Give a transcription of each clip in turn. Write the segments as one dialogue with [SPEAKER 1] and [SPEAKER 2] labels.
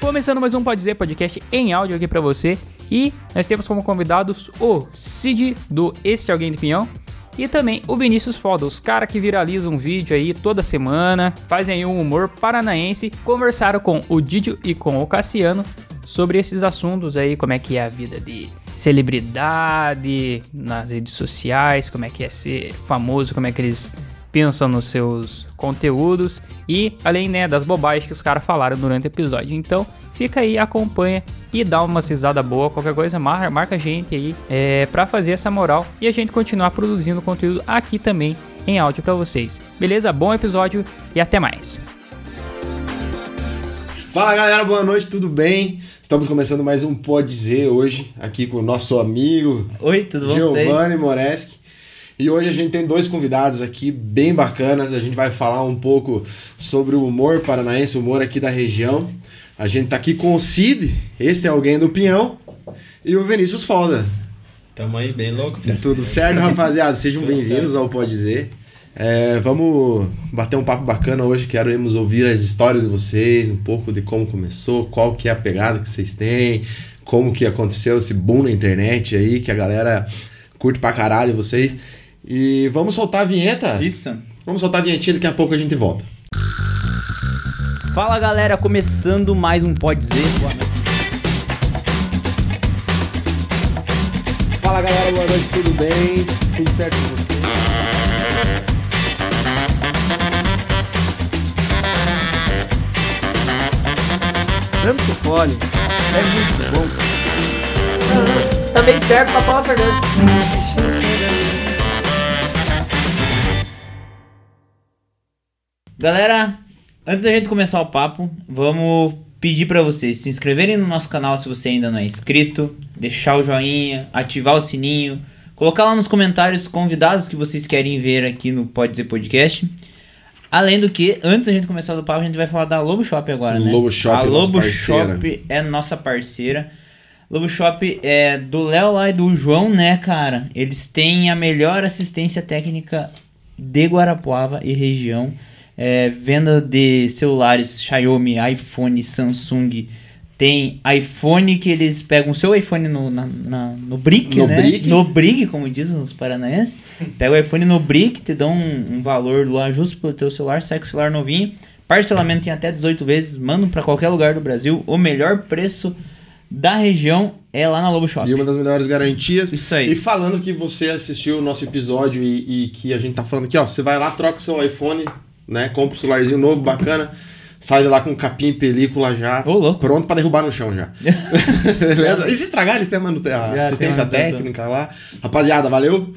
[SPEAKER 1] Começando mais um Pode Dizer podcast em áudio aqui pra você. E nós temos como convidados o Cid do Este Alguém de Pinhão e também o Vinícius Foda, os caras que viralizam um vídeo aí toda semana, fazem aí um humor paranaense. Conversaram com o Didio e com o Cassiano sobre esses assuntos aí, como é que é a vida de celebridade nas redes sociais, como é que é ser famoso, como é que eles pensam nos seus conteúdos e além né, das bobagens que os caras falaram durante o episódio. Então fica aí, acompanha e dá uma risada boa, qualquer coisa, marca, marca a gente aí é, para fazer essa moral e a gente continuar produzindo conteúdo aqui também em áudio para vocês. Beleza? Bom episódio e até mais.
[SPEAKER 2] Fala galera, boa noite, tudo bem? Estamos começando mais um Pode Z hoje, aqui com o nosso amigo
[SPEAKER 3] Oi, tudo bom? com vocês?
[SPEAKER 2] Giovanni Moreski. E hoje a gente tem dois convidados aqui bem bacanas. A gente vai falar um pouco sobre o humor paranaense, o humor aqui da região. A gente tá aqui com o Cid, esse é alguém do Pinhão, e o Vinícius Foda.
[SPEAKER 3] Tamo aí bem louco, cara.
[SPEAKER 2] É Tudo certo, rapaziada? Sejam bem-vindos ao Pode Dizer. É, vamos bater um papo bacana hoje. Queremos ouvir as histórias de vocês, um pouco de como começou, qual que é a pegada que vocês têm, como que aconteceu esse boom na internet aí, que a galera curte pra caralho vocês. E vamos soltar a vinheta?
[SPEAKER 1] Isso.
[SPEAKER 2] Vamos soltar a vinhetinha, daqui a pouco a gente volta.
[SPEAKER 3] Fala galera, começando mais um Pode Dizer.
[SPEAKER 2] Fala galera, boa noite, tudo bem? Tudo certo com vocês?
[SPEAKER 4] Santo Fole é muito bom.
[SPEAKER 5] Também serve pra Paula Fernandes.
[SPEAKER 3] Galera, antes da gente começar o papo, vamos pedir pra vocês se inscreverem no nosso canal se você ainda não é inscrito, deixar o joinha, ativar o sininho, colocar lá nos comentários convidados que vocês querem ver aqui no Pode Dizer Podcast. Além do que, antes da gente começar o papo, a gente vai falar da Lobo Shop agora, né?
[SPEAKER 2] Lobo Shop,
[SPEAKER 3] a
[SPEAKER 2] nossa
[SPEAKER 3] Lobo
[SPEAKER 2] parceira.
[SPEAKER 3] Shop é nossa parceira. Lobo Shop é do Léo lá e do João, né, cara? Eles têm a melhor assistência técnica de Guarapuava e região. É, venda de celulares Xiaomi, iPhone, Samsung. Tem iPhone que eles pegam o seu iPhone no, na, na- no brick,
[SPEAKER 2] No
[SPEAKER 3] né?
[SPEAKER 2] brick.
[SPEAKER 3] No brick, como dizem os paranaenses. Pega o iPhone no brick, te dão um, um valor lá justo pro teu celular, sai com o celular novinho. Parcelamento em até 18 vezes, mandam pra qualquer lugar do Brasil. O melhor preço da região é lá na Lobo Shop.
[SPEAKER 2] E uma das melhores garantias.
[SPEAKER 3] Isso aí.
[SPEAKER 2] E falando que você assistiu o nosso episódio e, e que a gente tá falando aqui, ó, você vai lá, troca o seu iPhone, né? Compra um celularzinho novo, bacana. Sai de lá com capim e película já.
[SPEAKER 3] Ô, louco.
[SPEAKER 2] Pronto pra derrubar no chão já. Beleza? E se estragar, eles têm a manute- a
[SPEAKER 3] tem
[SPEAKER 2] assistência
[SPEAKER 3] manutenção.
[SPEAKER 2] técnica lá. Rapaziada, valeu.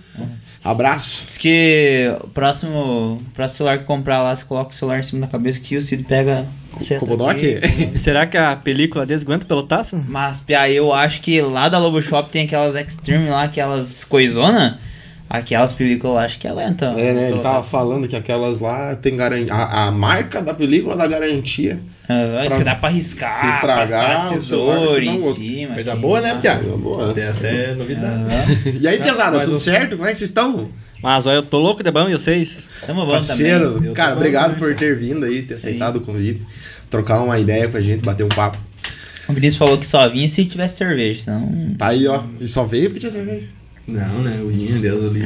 [SPEAKER 2] Abraço.
[SPEAKER 3] Diz que o próximo, o próximo celular que comprar lá, você coloca o celular em cima da cabeça que o Cid pega. a seta
[SPEAKER 2] Comodoc?
[SPEAKER 3] aqui.
[SPEAKER 4] Será que a película deles aguenta pelo taço?
[SPEAKER 3] Mas, Pia, eu acho que lá da Lobo Shop tem aquelas Extreme lá, aquelas coisona. Aquelas películas eu acho que aguentam.
[SPEAKER 2] É, né? Ele tava falando que aquelas lá tem garantia. A, a marca da película dá garantia.
[SPEAKER 3] Ah, diz
[SPEAKER 2] pra
[SPEAKER 3] que dá pra riscar,
[SPEAKER 2] se estragar,
[SPEAKER 3] passar
[SPEAKER 2] o celular,
[SPEAKER 3] tesoura
[SPEAKER 2] você dá
[SPEAKER 3] em
[SPEAKER 2] um outro.
[SPEAKER 3] cima. assim,
[SPEAKER 6] Coisa
[SPEAKER 3] tem
[SPEAKER 6] boa, né,
[SPEAKER 3] lá.
[SPEAKER 6] Piá?
[SPEAKER 2] Boa.
[SPEAKER 6] Essa é novidade.
[SPEAKER 2] E aí, pesada,
[SPEAKER 6] mas
[SPEAKER 2] tudo
[SPEAKER 6] o-
[SPEAKER 2] certo? Como é que vocês estão?
[SPEAKER 4] Mas olha, eu tô louco de bom e vocês?
[SPEAKER 3] Tamo bom
[SPEAKER 2] Parceiro,
[SPEAKER 3] também.
[SPEAKER 6] Eu
[SPEAKER 2] cara,
[SPEAKER 6] tô
[SPEAKER 2] obrigado
[SPEAKER 6] bom, né,
[SPEAKER 2] por
[SPEAKER 6] cara?
[SPEAKER 2] ter vindo aí, ter
[SPEAKER 3] Sim.
[SPEAKER 2] aceitado o convite, trocar uma ideia com a gente, bater um papo.
[SPEAKER 3] O Vinícius falou que só vinha se tivesse cerveja, senão...
[SPEAKER 2] Tá aí, ó.
[SPEAKER 6] Hum.
[SPEAKER 2] E só veio porque tinha cerveja.
[SPEAKER 6] Não, né? O Yin, Deus ali.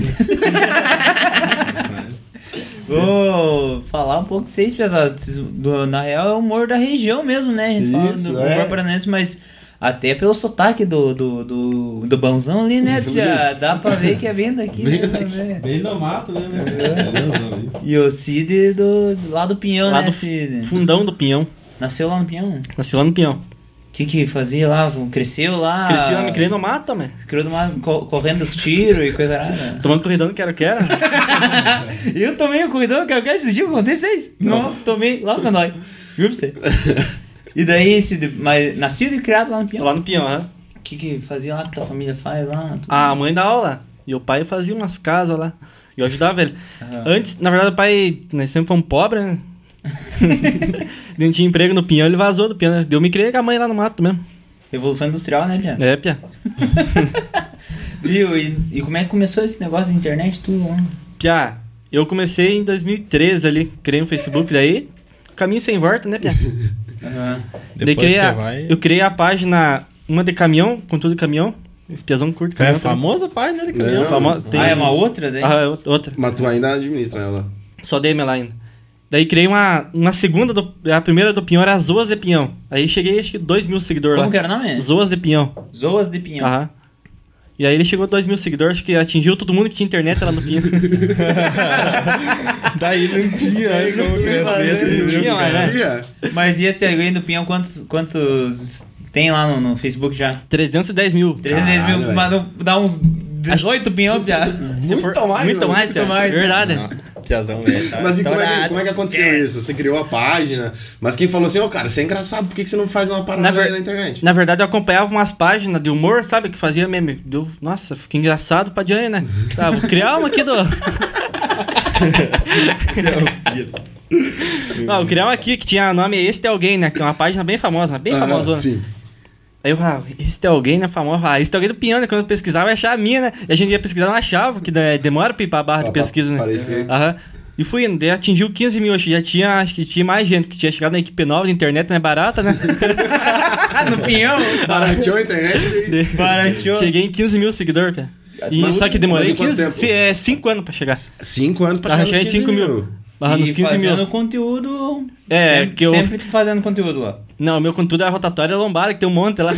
[SPEAKER 3] Vou falar um pouco de vocês, pesado. Vocês- do- na real, é o humor da região mesmo, né? A gente fala
[SPEAKER 2] Isso,
[SPEAKER 3] do
[SPEAKER 2] é.
[SPEAKER 3] humor paranense, mas até pelo sotaque do, do, do, do bãozão ali, né? Já dá pra ver que é vindo aqui.
[SPEAKER 2] Bem
[SPEAKER 3] né, né?
[SPEAKER 6] Bem no mato, né?
[SPEAKER 7] É,
[SPEAKER 6] Deus ali.
[SPEAKER 3] E o Cid do, lá do Pinhão,
[SPEAKER 4] Lá
[SPEAKER 3] né,
[SPEAKER 4] do
[SPEAKER 3] Cid?
[SPEAKER 4] Fundão do Pinhão.
[SPEAKER 3] Nasceu lá no Pinhão?
[SPEAKER 4] Nasci lá no Pinhão.
[SPEAKER 3] O que que fazia lá? Cresceu lá?
[SPEAKER 4] Cresci lá me criei no mato, também.
[SPEAKER 3] Criou do mato, co- correndo os tiros e coisa rara.
[SPEAKER 4] Tomando corridão, quero, quero.
[SPEAKER 3] Eu tomei o corridor que eu quero esses dias, eu contei pra vocês. Não, tomei lá no Canói. Juro pra você. E daí, Cid, mas nascido e criado lá no Pinhão?
[SPEAKER 4] lá no Pinhão, aham.
[SPEAKER 3] O que que fazia lá, que tua família faz lá? tudo?
[SPEAKER 4] A mãe da aula. E o pai fazia umas casas lá. E eu ajudava ele. Antes, na verdade, o pai, nós sempre fomos pobres, né? não tinha emprego no Pinhão, ele vazou do Pinhão. né? Daí Eu me criei com a mãe lá no mato mesmo.
[SPEAKER 3] Revolução Industrial, né, Pia?
[SPEAKER 4] É, Pia.
[SPEAKER 3] Viu? E, e como é que começou esse negócio da internet tudo lá?
[SPEAKER 4] Piá, eu comecei em 2013 ali, criei um Facebook daí. caminho sem volta, né, Pia?
[SPEAKER 3] Aham.
[SPEAKER 4] Daí
[SPEAKER 7] Depois
[SPEAKER 4] criei
[SPEAKER 7] que
[SPEAKER 2] é?
[SPEAKER 4] a-
[SPEAKER 7] vai-
[SPEAKER 4] Eu criei a página, uma de caminhão, conteúdo de caminhão. Esse piazão curto,
[SPEAKER 7] É
[SPEAKER 4] caminhão.
[SPEAKER 7] a famosa página né, de
[SPEAKER 2] Não,
[SPEAKER 7] criança.
[SPEAKER 4] famosa- tem-
[SPEAKER 3] Ah, é uma outra daí?
[SPEAKER 4] Ah, é outra- outra.
[SPEAKER 2] Mas tu ainda administra ela.
[SPEAKER 4] Só DM lá ainda. Daí criei uma, uma segunda, do, a primeira do Pinhão era Zoas de Pinhão. Aí cheguei, acho que 2 mil seguidores
[SPEAKER 3] Como que
[SPEAKER 4] lá.
[SPEAKER 3] era o nome?
[SPEAKER 4] Zoas de Pinhão.
[SPEAKER 3] Zoas de Pinhão.
[SPEAKER 4] Aham. E aí ele chegou a 2 mil seguidores, acho que atingiu todo mundo que tinha internet lá no Pinhão.
[SPEAKER 7] Daí não tinha, aí como
[SPEAKER 2] é
[SPEAKER 7] crescer,
[SPEAKER 4] Não tinha
[SPEAKER 7] entendeu?
[SPEAKER 4] mais, né?
[SPEAKER 2] Tia,
[SPEAKER 3] Mas e esse Telegram do Pinhão, quantos, quantos tem lá no, no Facebook já?
[SPEAKER 4] 310 mil.
[SPEAKER 3] 300
[SPEAKER 2] Caralho,
[SPEAKER 3] mil,
[SPEAKER 2] velho.
[SPEAKER 3] mas não- dá uns 18 Pinhão, piada.
[SPEAKER 4] Se
[SPEAKER 2] Muito mais,
[SPEAKER 4] Muito
[SPEAKER 2] né?
[SPEAKER 4] mais,
[SPEAKER 2] Muito
[SPEAKER 4] é
[SPEAKER 2] mais.
[SPEAKER 7] Ah.
[SPEAKER 4] Verdade.
[SPEAKER 7] Não, Piazão, velho.
[SPEAKER 2] né?
[SPEAKER 7] tá
[SPEAKER 6] então
[SPEAKER 2] Mas e como é, que,
[SPEAKER 7] estourado.
[SPEAKER 6] um
[SPEAKER 2] como é que aconteceu isso? Você criou a página, mas quem falou assim, ô cara, isso é engraçado, por que, que você não faz uma parada
[SPEAKER 4] Na ver-
[SPEAKER 2] aí na internet?
[SPEAKER 4] Na verdade, eu acompanhava umas páginas de humor, sabe? Que fazia meme. Deu... Nossa, fica engraçado pra Diane, né? Tá, vou criar uma aqui do.
[SPEAKER 7] então,
[SPEAKER 2] é?
[SPEAKER 7] né?
[SPEAKER 4] Não, vou criar uma aqui que tinha nome Este é Alguém, né? Que é uma página bem famosa, bem né?
[SPEAKER 2] Aham,
[SPEAKER 4] famosa.
[SPEAKER 2] Ah, Sim.
[SPEAKER 4] Aí eu falava, Este é Alguém, né? Famosa. Ah, Este é Alguém do Piano. Quando eu pesquisava, eu achava a minha, né? E a gente ia pesquisar, não achava, que né, demora pra ir pra barra
[SPEAKER 2] Pra-
[SPEAKER 4] de pesquisa,
[SPEAKER 2] pra
[SPEAKER 4] né?
[SPEAKER 2] aparecer.
[SPEAKER 4] Aham. E fui indo, daí atingiu 15 mil, acho que já tinha, acho que tinha mais gente, que tinha chegado na equipe nova de internet, né? Barata, né?
[SPEAKER 3] Ah, no Pinhão?
[SPEAKER 2] Barateou a internet
[SPEAKER 3] Barateou.
[SPEAKER 4] Cheguei em 15 mil seguidores, cara. E
[SPEAKER 2] Mas-
[SPEAKER 4] só que demorei
[SPEAKER 2] mas em quanto
[SPEAKER 4] 15,
[SPEAKER 2] tempo?
[SPEAKER 4] se- é, 5 anos pra chegar.
[SPEAKER 2] e cinco anos pra
[SPEAKER 4] Pra
[SPEAKER 2] chegar
[SPEAKER 4] chegar em
[SPEAKER 2] nos
[SPEAKER 4] 5
[SPEAKER 2] 15
[SPEAKER 4] mil. Barra nos
[SPEAKER 3] E
[SPEAKER 4] 15 mil.
[SPEAKER 3] fazendo conteúdo.
[SPEAKER 4] É,
[SPEAKER 3] sempre,
[SPEAKER 4] que eu-
[SPEAKER 3] Sempre fazendo conteúdo lá.
[SPEAKER 4] Não, meu conteúdo é a rotatória lombar, que tem um monte lá.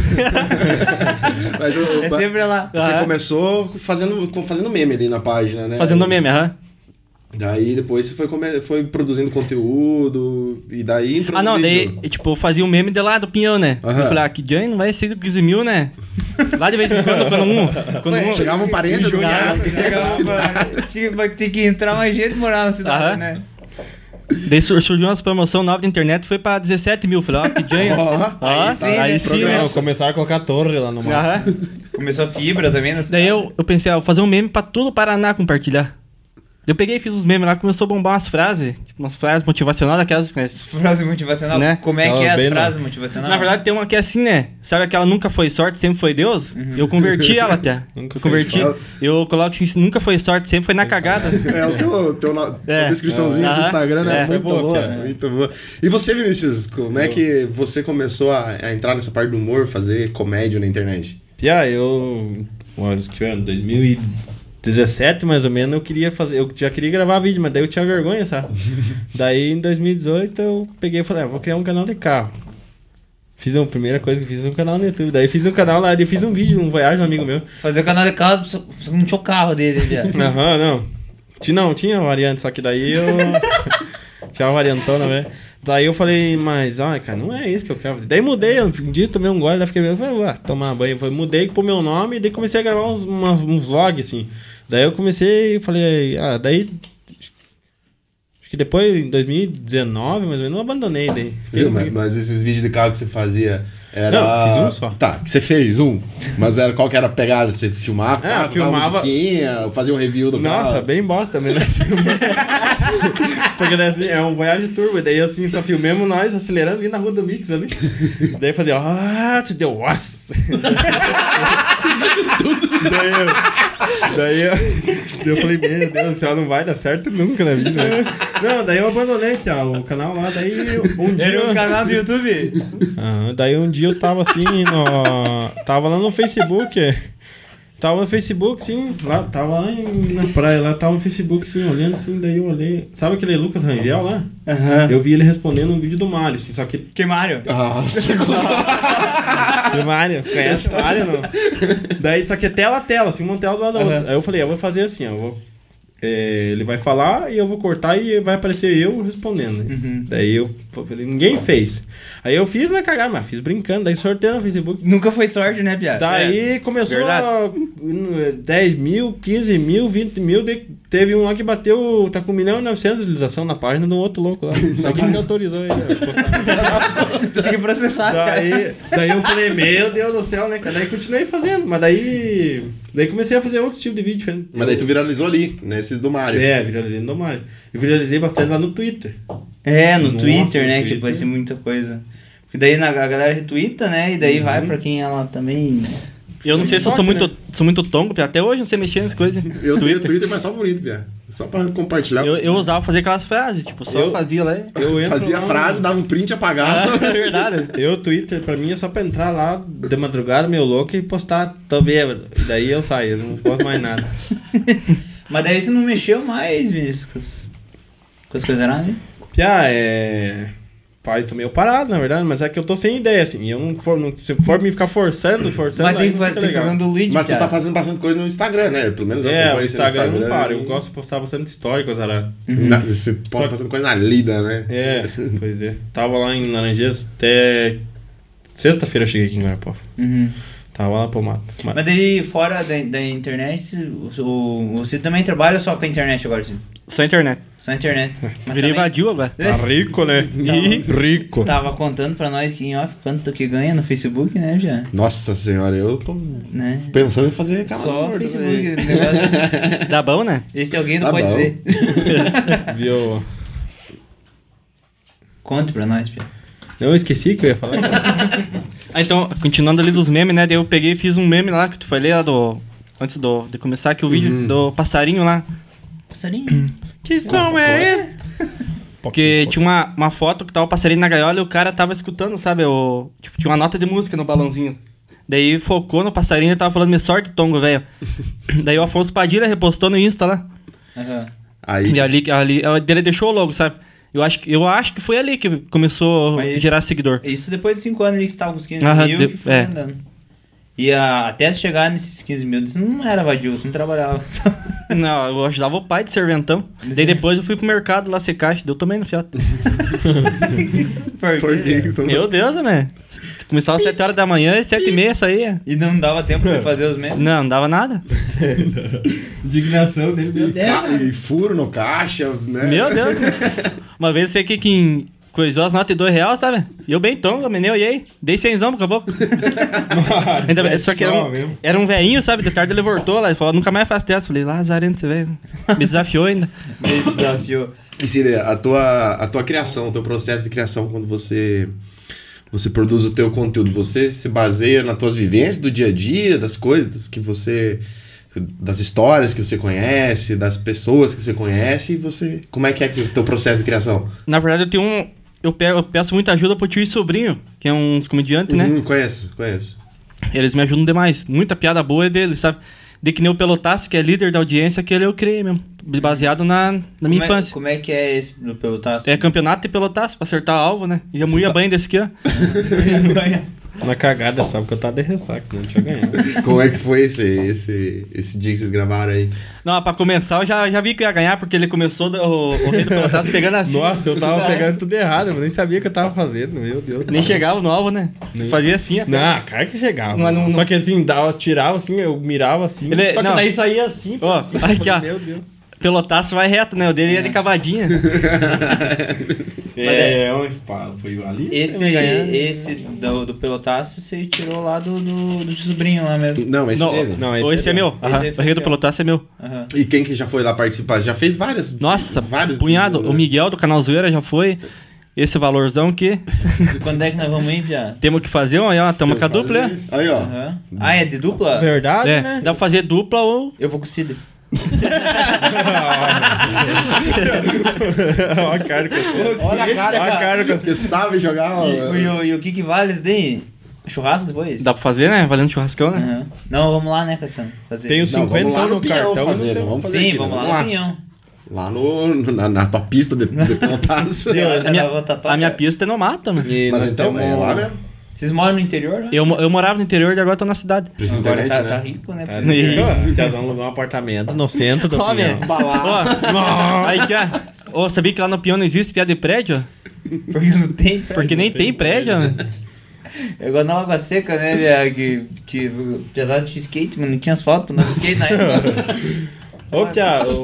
[SPEAKER 2] Mas ô,
[SPEAKER 3] É
[SPEAKER 2] ba-
[SPEAKER 3] sempre lá.
[SPEAKER 2] você
[SPEAKER 4] Ah,
[SPEAKER 2] começou fazendo, com- fazendo meme ali na página, né?
[SPEAKER 4] Fazendo meme, aham.
[SPEAKER 2] Daí depois você foi, come- foi produzindo conteúdo e daí entrou
[SPEAKER 4] Ah,
[SPEAKER 2] no
[SPEAKER 4] não, daí,
[SPEAKER 2] vídeo.
[SPEAKER 4] tipo, eu fazia um meme de lá do pinhão, né?
[SPEAKER 2] Aham.
[SPEAKER 4] Eu falei, ah, que Jane não vai ser do 15 mil, né? Lá de vez em quando, quando um. Quando um
[SPEAKER 2] Chegava um parente do
[SPEAKER 4] Julgava,
[SPEAKER 2] cara.
[SPEAKER 3] Chegava, tinha, vai ter que entrar mais jeito de morar na cidade,
[SPEAKER 4] Aham.
[SPEAKER 3] né?
[SPEAKER 4] Daí sur- surgiu umas promoção nova de internet, foi pra 17 mil. Falei, ó, que Jane. Ó,
[SPEAKER 2] Ó,
[SPEAKER 4] aí
[SPEAKER 3] sim, né?
[SPEAKER 4] sim, né?
[SPEAKER 7] Não, começaram a colocar torre lá no mapa.
[SPEAKER 4] Aham.
[SPEAKER 3] Começou a fibra também na cidade.
[SPEAKER 4] Daí eu, eu pensei, ah, vou fazer um meme pra todo o Paraná compartilhar. Eu peguei e fiz uns memes lá, começou a bombar umas frases, tipo, umas frases motivacionais daquelas. né?
[SPEAKER 3] Frase motivacional.
[SPEAKER 4] Né?
[SPEAKER 3] Como é que
[SPEAKER 7] Tava
[SPEAKER 3] é as
[SPEAKER 7] bem, né?
[SPEAKER 3] frases motivacionais?
[SPEAKER 4] Na verdade, tem uma que é assim, né? Sabe aquela nunca foi sorte, sempre foi Deus? Eu converti ela até.
[SPEAKER 7] Nunca
[SPEAKER 4] eu
[SPEAKER 7] foi
[SPEAKER 4] converti.
[SPEAKER 2] sorte.
[SPEAKER 4] Eu coloco assim, nunca foi sorte, sempre foi na cagada.
[SPEAKER 2] É o teu, teu no- tua
[SPEAKER 4] É.
[SPEAKER 2] descriçãozinha do
[SPEAKER 4] Aham.
[SPEAKER 2] Instagram, né?
[SPEAKER 4] É.
[SPEAKER 2] Muito
[SPEAKER 7] Boa,
[SPEAKER 2] boa,
[SPEAKER 7] cara.
[SPEAKER 2] muito boa. E você, Vinícius, como é que você começou a, a entrar nessa parte do humor, fazer comédia na internet?
[SPEAKER 7] Pia, ah, eu. Mas que ano? 2017 mais ou menos eu queria fazer. Eu já queria gravar vídeo, mas daí eu tinha vergonha, sabe? daí em 2018 eu peguei e falei, ah, vou criar um canal de carro. Fiz a primeira coisa que eu fiz foi um canal no YouTube. Daí fiz um canal lá, eu fiz um vídeo, um voyage, um amigo meu.
[SPEAKER 3] Fazer o canal de carro, só só não tinha o carro dele, né, viado.
[SPEAKER 7] Aham, não. Ti- Não, tinha variante, só que daí eu. tinha uma variantona, velho. Daí eu falei, mas, ai, cara, não é isso que eu quero fazer. Daí mudei, eu- um dia tomei um gole, daí fiquei meio, falei, ué, tomar banho. Falei, mudei pro meu nome e daí comecei a gravar uns, umas, uns vlogs, assim. Daí eu comecei e falei, ah, daí. Acho que depois, em 2019, mais ou menos, eu abandonei daí. Fiquei-
[SPEAKER 2] Viu? Mas, mas esses vídeos de carro que você fazia era.
[SPEAKER 7] Não, fiz um só.
[SPEAKER 2] Tá, que você fez um. Mas era qual que era a pegada? Você filmava,
[SPEAKER 7] É,
[SPEAKER 2] tocava
[SPEAKER 7] filmava-
[SPEAKER 2] musiquinha, fazia um review do carro.
[SPEAKER 7] Nossa, bem bosta mesmo. né? Porque daí, assim, é um Voyage Turbo, e daí assim, só filmamos nós acelerando ali na rua do Mix ali. daí fazia, ah, te deu, nossa. daí eu, daí eu, daí eu falei, meu Deus do céu, não vai dar certo nunca na vida. né? Não, daí eu abandonei, tchau, o canal lá, daí eu- um dia...
[SPEAKER 3] Era um canal do YouTube.
[SPEAKER 7] Aham, daí um dia eu tava assim, no... tava lá no Facebook. é. Tava no Facebook, sim, lá, tava lá em- na praia, lá tava no Facebook, sim, olhando assim, daí eu olhei. Sabe aquele Lucas Rangel lá?
[SPEAKER 3] Ah.
[SPEAKER 7] Eu vi ele respondendo um vídeo do Mário, assim, só que.
[SPEAKER 3] Que Mário?
[SPEAKER 4] Tá.
[SPEAKER 2] Nossa,
[SPEAKER 7] Do Mário, conhece o Mário não? Daí, só que é tela a tela, assim, uma tela do lado da outra.
[SPEAKER 3] Aham.
[SPEAKER 7] Aí eu falei, eu vou fazer assim, ó, eu vou. é, ele vai falar e eu vou cortar e vai aparecer eu respondendo. Daí eu pô, falei, ninguém fez. Aí eu fiz na cagada, mas fiz brincando, daí sorteio no Facebook.
[SPEAKER 3] Nunca foi sorte, né,
[SPEAKER 2] É,
[SPEAKER 3] piada?
[SPEAKER 4] Tá.
[SPEAKER 7] Daí começou
[SPEAKER 4] Verdade.
[SPEAKER 7] a, hum, 10 mil, 15 mil, 20 mil. de- teve um lá que bateu, tá com 1 milhão e 900 de visualização na página do outro louco lá. Só que ele que autorizou ele. a postar.
[SPEAKER 3] Tem que processar,
[SPEAKER 4] Tá,
[SPEAKER 3] cara.
[SPEAKER 7] daí, daí eu falei, meu Deus do céu, né? cara? Daí continuei fazendo, mas daí. Daí comecei a fazer outro tipo de vídeo diferente.
[SPEAKER 2] Mas daí tu viralizou ali, nesse do Mario.
[SPEAKER 7] É, viralizei no Mario. Eu viralizei bastante lá no Twitter.
[SPEAKER 3] É, no
[SPEAKER 7] Nossa,
[SPEAKER 3] Twitter,
[SPEAKER 7] no
[SPEAKER 3] né? Que
[SPEAKER 7] Twitter.
[SPEAKER 3] aparece muita coisa. Porque daí na- a galera retuita, né? E daí
[SPEAKER 7] Uhum.
[SPEAKER 3] vai pra quem ela também.
[SPEAKER 4] Eu não sei se eu sou muito, sou muito tongo, porque até hoje eu não sei mexer nas coisas.
[SPEAKER 2] Eu tenho Twitter, mas só bonito, Pia. Só pra compartilhar.
[SPEAKER 4] Eu, eu usava fazer aquelas frases, tipo, só
[SPEAKER 7] Eu-
[SPEAKER 4] fazia lá. e-
[SPEAKER 7] Eu entro
[SPEAKER 2] Fazia a
[SPEAKER 7] lá- Ah,
[SPEAKER 2] frase, dava um print, apagava.
[SPEAKER 4] É verdade.
[SPEAKER 7] Eu, Twitter, pra mim é só pra entrar lá de madrugada, meu louco, e postar, tô bêbado. E daí eu saio, eu não posto mais nada.
[SPEAKER 3] Mas daí você não mexeu mais, Vinícius. Com as coisas erradas, né?
[SPEAKER 7] Piá, é. Pai, tô meio parado, na verdade, mas é que eu tô sem ideia, assim. E eu não for, não- se for me ficar forçando, forçando,
[SPEAKER 3] Mas tem
[SPEAKER 7] aí
[SPEAKER 3] que
[SPEAKER 7] não
[SPEAKER 3] fazer
[SPEAKER 7] fica
[SPEAKER 3] tem que
[SPEAKER 7] legal.
[SPEAKER 3] fazer um do Luigi,
[SPEAKER 2] Mas tu tá
[SPEAKER 3] cara.
[SPEAKER 2] fazendo bastante coisa no Instagram, né? Pelo menos eu
[SPEAKER 7] É, o
[SPEAKER 2] acompanho você no
[SPEAKER 7] Instagram, eu não para. Eu
[SPEAKER 2] e-
[SPEAKER 7] gosto de postar bastante história, coisa lá.
[SPEAKER 2] Na, você posta
[SPEAKER 7] Só-
[SPEAKER 2] bastante coisa na lida, né?
[SPEAKER 7] É, pois é. Tava lá em Laranjeiras até. Sexta-feira eu cheguei aqui em Guarapó.
[SPEAKER 3] Uhum.
[SPEAKER 7] Tava lá pro mato. Mas-
[SPEAKER 3] Mas daí, fora da, da internet, o- você também trabalha só com a internet agora, sim?
[SPEAKER 4] Só internet.
[SPEAKER 3] Só a internet. Mas
[SPEAKER 4] Virei
[SPEAKER 3] também-
[SPEAKER 4] vadio agora.
[SPEAKER 7] Tá rico, né? Ih, rico.
[SPEAKER 3] Tava contando pra nós que em off quanto que ganha no Facebook, né, já?
[SPEAKER 7] É.
[SPEAKER 2] Nossa senhora, eu tô
[SPEAKER 3] Né?
[SPEAKER 2] pensando em fazer aquela
[SPEAKER 3] Só o
[SPEAKER 2] merda,
[SPEAKER 3] Facebook.
[SPEAKER 2] né?
[SPEAKER 3] negócio-
[SPEAKER 4] Dá bom, né?
[SPEAKER 3] Esse alguém não
[SPEAKER 2] Tá
[SPEAKER 3] pode
[SPEAKER 2] bom.
[SPEAKER 3] dizer.
[SPEAKER 7] Viu?
[SPEAKER 3] Conte pra nós, Pia.
[SPEAKER 7] Não, eu esqueci que eu ia falar.
[SPEAKER 4] Ah, então, continuando ali dos memes, né? Daí eu peguei e fiz um meme lá que tu falei lá do. Antes do, de começar aqui o vídeo do passarinho lá.
[SPEAKER 3] Passarinho.
[SPEAKER 4] Que som é esse? Porque tinha uma, uma foto que tava o passarinho na gaiola e o cara tava escutando, sabe? O, tipo, tinha uma nota de música no balãozinho. Daí focou no passarinho e tava falando, me sorte, Tongo, velho. Daí o Afonso Padilha repostou no Insta lá.
[SPEAKER 3] Aham.
[SPEAKER 2] Aí,
[SPEAKER 4] E ali, ali ele deixou o logo, sabe? Eu acho, que- eu acho que foi ali que começou a
[SPEAKER 3] Mas-
[SPEAKER 4] gerar seguidor.
[SPEAKER 3] Isso depois de 5 anos ali que você tava com os 15
[SPEAKER 4] Aham,
[SPEAKER 3] mil
[SPEAKER 4] de-
[SPEAKER 3] que foi
[SPEAKER 4] é.
[SPEAKER 3] andando. E ah, até chegar nesses 15 mil, você não era vadio, você não trabalhava.
[SPEAKER 4] Não, eu ajudava o pai de serventão. Daí depois eu fui pro mercado lá ser caixa, deu também no fiato.
[SPEAKER 2] por que que estão-
[SPEAKER 4] Meu Deus, né? Começava às 7 horas da manhã e 7 e meia saía.
[SPEAKER 3] E não dava tempo de fazer os memes.
[SPEAKER 4] Não, não dava nada.
[SPEAKER 7] Indignação dele mesmo.
[SPEAKER 2] Ca- E furo no caixa, né?
[SPEAKER 4] Meu Deus. Uma vez eu sei que quem coisou as notas de 2 reais, sabe? E eu bem tongo, meneu, e aí? Dei 100 zão, acabou. Ainda bem, só que era um,
[SPEAKER 7] mesmo.
[SPEAKER 4] era um velhinho, sabe? Do cara ele voltou lá e falou, nunca mais faço teatro. Falei, Lazarento, você velho. Me desafiou ainda.
[SPEAKER 3] Meio desafio.
[SPEAKER 2] E Cine, a tua, a tua criação, o teu processo de criação, quando você você produz o teu conteúdo, você se baseia nas tuas vivências do dia a dia, das coisas que você das histórias que você conhece, das pessoas que você conhece, e você como é que é que o teu processo de criação?
[SPEAKER 4] Na verdade, eu tenho um. Eu, pe- eu peço muita ajuda pro tio e sobrinho, que é uns comediantes, né?
[SPEAKER 2] Hum, conheço, conheço.
[SPEAKER 4] Eles me ajudam demais. Muita piada boa é deles, sabe? De que nem o Pelotassi, que é líder da audiência, que ele eu criei mesmo. Baseado na, na minha
[SPEAKER 3] como É,
[SPEAKER 4] infância.
[SPEAKER 3] como é que é esse do pelotaço?
[SPEAKER 4] É campeonato de pelotaço, pra acertar alvo, né? E a mulher banha desse aqui, ó.
[SPEAKER 7] Na cagada, sabe que eu tava de ressaca, senão eu tinha ganhado.
[SPEAKER 2] Como é que foi esse esse esse dia que vocês gravaram aí?
[SPEAKER 4] Não, pra começar, eu já, já vi que eu ia ganhar, porque ele começou do- o, o rei do pelotaço pegando assim.
[SPEAKER 7] Nossa, eu tava pegando tudo errado, eu nem sabia o que eu tava fazendo, meu Deus.
[SPEAKER 4] Nem chegava no alvo, né?
[SPEAKER 7] Nem-
[SPEAKER 4] Fazia assim, ó.
[SPEAKER 7] Não, cara que chegava.
[SPEAKER 4] Mas não-
[SPEAKER 7] Só que assim, dava, tirava assim, eu mirava assim.
[SPEAKER 4] Ele- é-
[SPEAKER 7] só que
[SPEAKER 4] não.
[SPEAKER 7] daí saía assim, pra
[SPEAKER 4] Ó,
[SPEAKER 7] cima,
[SPEAKER 4] aí
[SPEAKER 7] eu
[SPEAKER 4] que,
[SPEAKER 7] falei,
[SPEAKER 4] ó.
[SPEAKER 7] meu Deus.
[SPEAKER 4] Pelotaço vai reto, né? O dele ia de cavadinha.
[SPEAKER 7] É, é, um- pá, foi ali.
[SPEAKER 3] Esse,
[SPEAKER 7] eu ia
[SPEAKER 4] é-
[SPEAKER 7] ganhar. né?
[SPEAKER 3] esse do, do pelotaço você tirou lá do, do, do sobrinho lá mesmo.
[SPEAKER 2] Não, esse
[SPEAKER 4] não,
[SPEAKER 2] teve.
[SPEAKER 7] Não, esse
[SPEAKER 4] ou esse é,
[SPEAKER 7] é
[SPEAKER 4] meu.
[SPEAKER 3] esse.
[SPEAKER 4] Aham,
[SPEAKER 3] Esse aí
[SPEAKER 4] o
[SPEAKER 3] foi
[SPEAKER 4] rei do
[SPEAKER 3] meu.
[SPEAKER 4] pelotaço é meu.
[SPEAKER 3] Aham.
[SPEAKER 2] E quem que já foi lá participar? Já fez várias
[SPEAKER 4] Nossa,
[SPEAKER 2] vários
[SPEAKER 4] punhado.
[SPEAKER 2] vídeos,
[SPEAKER 4] O
[SPEAKER 2] né?
[SPEAKER 4] Miguel do Canal Zoeira já foi. Esse valorzão que
[SPEAKER 3] E quando é que nós vamos ir, Pia?
[SPEAKER 4] temos que fazer, ó, aí, ó, tamo com a
[SPEAKER 2] Fazer-
[SPEAKER 4] dupla, né?
[SPEAKER 2] Aí, ó.
[SPEAKER 3] Aham. Ah, é de dupla?
[SPEAKER 7] Verdade,
[SPEAKER 4] É,
[SPEAKER 7] né?
[SPEAKER 4] dá pra fazer dupla ou.
[SPEAKER 3] Eu vou com o Cid.
[SPEAKER 7] Olha a cara que eu sou.
[SPEAKER 3] Olha a cara,
[SPEAKER 7] Olha a cara que eu
[SPEAKER 2] Você
[SPEAKER 7] sou.
[SPEAKER 2] sabe jogar? ó.
[SPEAKER 3] E, e o- e o que que vale isso daí? Churrasco depois?
[SPEAKER 4] Dá pra fazer, né? Valendo churrascão, né?
[SPEAKER 3] Aham. Não, vamos lá, né, Cassiano? Fazer.
[SPEAKER 7] Tem os
[SPEAKER 2] Não, vamos
[SPEAKER 7] 50
[SPEAKER 2] lá no,
[SPEAKER 7] no
[SPEAKER 2] pinhão
[SPEAKER 7] cartão.
[SPEAKER 2] fazer, não
[SPEAKER 7] não
[SPEAKER 2] vamos fazer
[SPEAKER 3] Sim,
[SPEAKER 2] aqui,
[SPEAKER 3] vamos
[SPEAKER 2] não.
[SPEAKER 3] lá, no pinhão.
[SPEAKER 2] Lá no, na, na tua pista de, de pelotas.
[SPEAKER 3] Eu-
[SPEAKER 4] A minha,
[SPEAKER 3] Ela tá toda-
[SPEAKER 4] a minha pista é no mato, mano.
[SPEAKER 7] tem. E
[SPEAKER 2] Mas
[SPEAKER 7] nós
[SPEAKER 2] então,
[SPEAKER 7] temos- um-
[SPEAKER 2] é lá mesmo.
[SPEAKER 3] Vocês moram no interior, né?
[SPEAKER 4] Eu, mo- eu morava no interior e agora tô na cidade.
[SPEAKER 2] Precisa de
[SPEAKER 3] Agora
[SPEAKER 2] internet,
[SPEAKER 3] tá,
[SPEAKER 2] né?
[SPEAKER 3] tá rico, né?
[SPEAKER 7] Tá,
[SPEAKER 3] Precisa-
[SPEAKER 7] né? Tiazão alugou um apartamento no centro do
[SPEAKER 4] Ó,
[SPEAKER 7] Pinhão.
[SPEAKER 4] velho. Ó, aí que é. Ô, sabia que lá no peão não existe piada de prédio?
[SPEAKER 3] Porque não tem. cara.
[SPEAKER 4] Porque nem tem prédio, né? mano.
[SPEAKER 3] É igual na Lagoa Seca, né, Bia? Que, que apesar de skate, mas não tinha asfalto, não tinha skate né? na época.
[SPEAKER 7] Ô, Pia, o-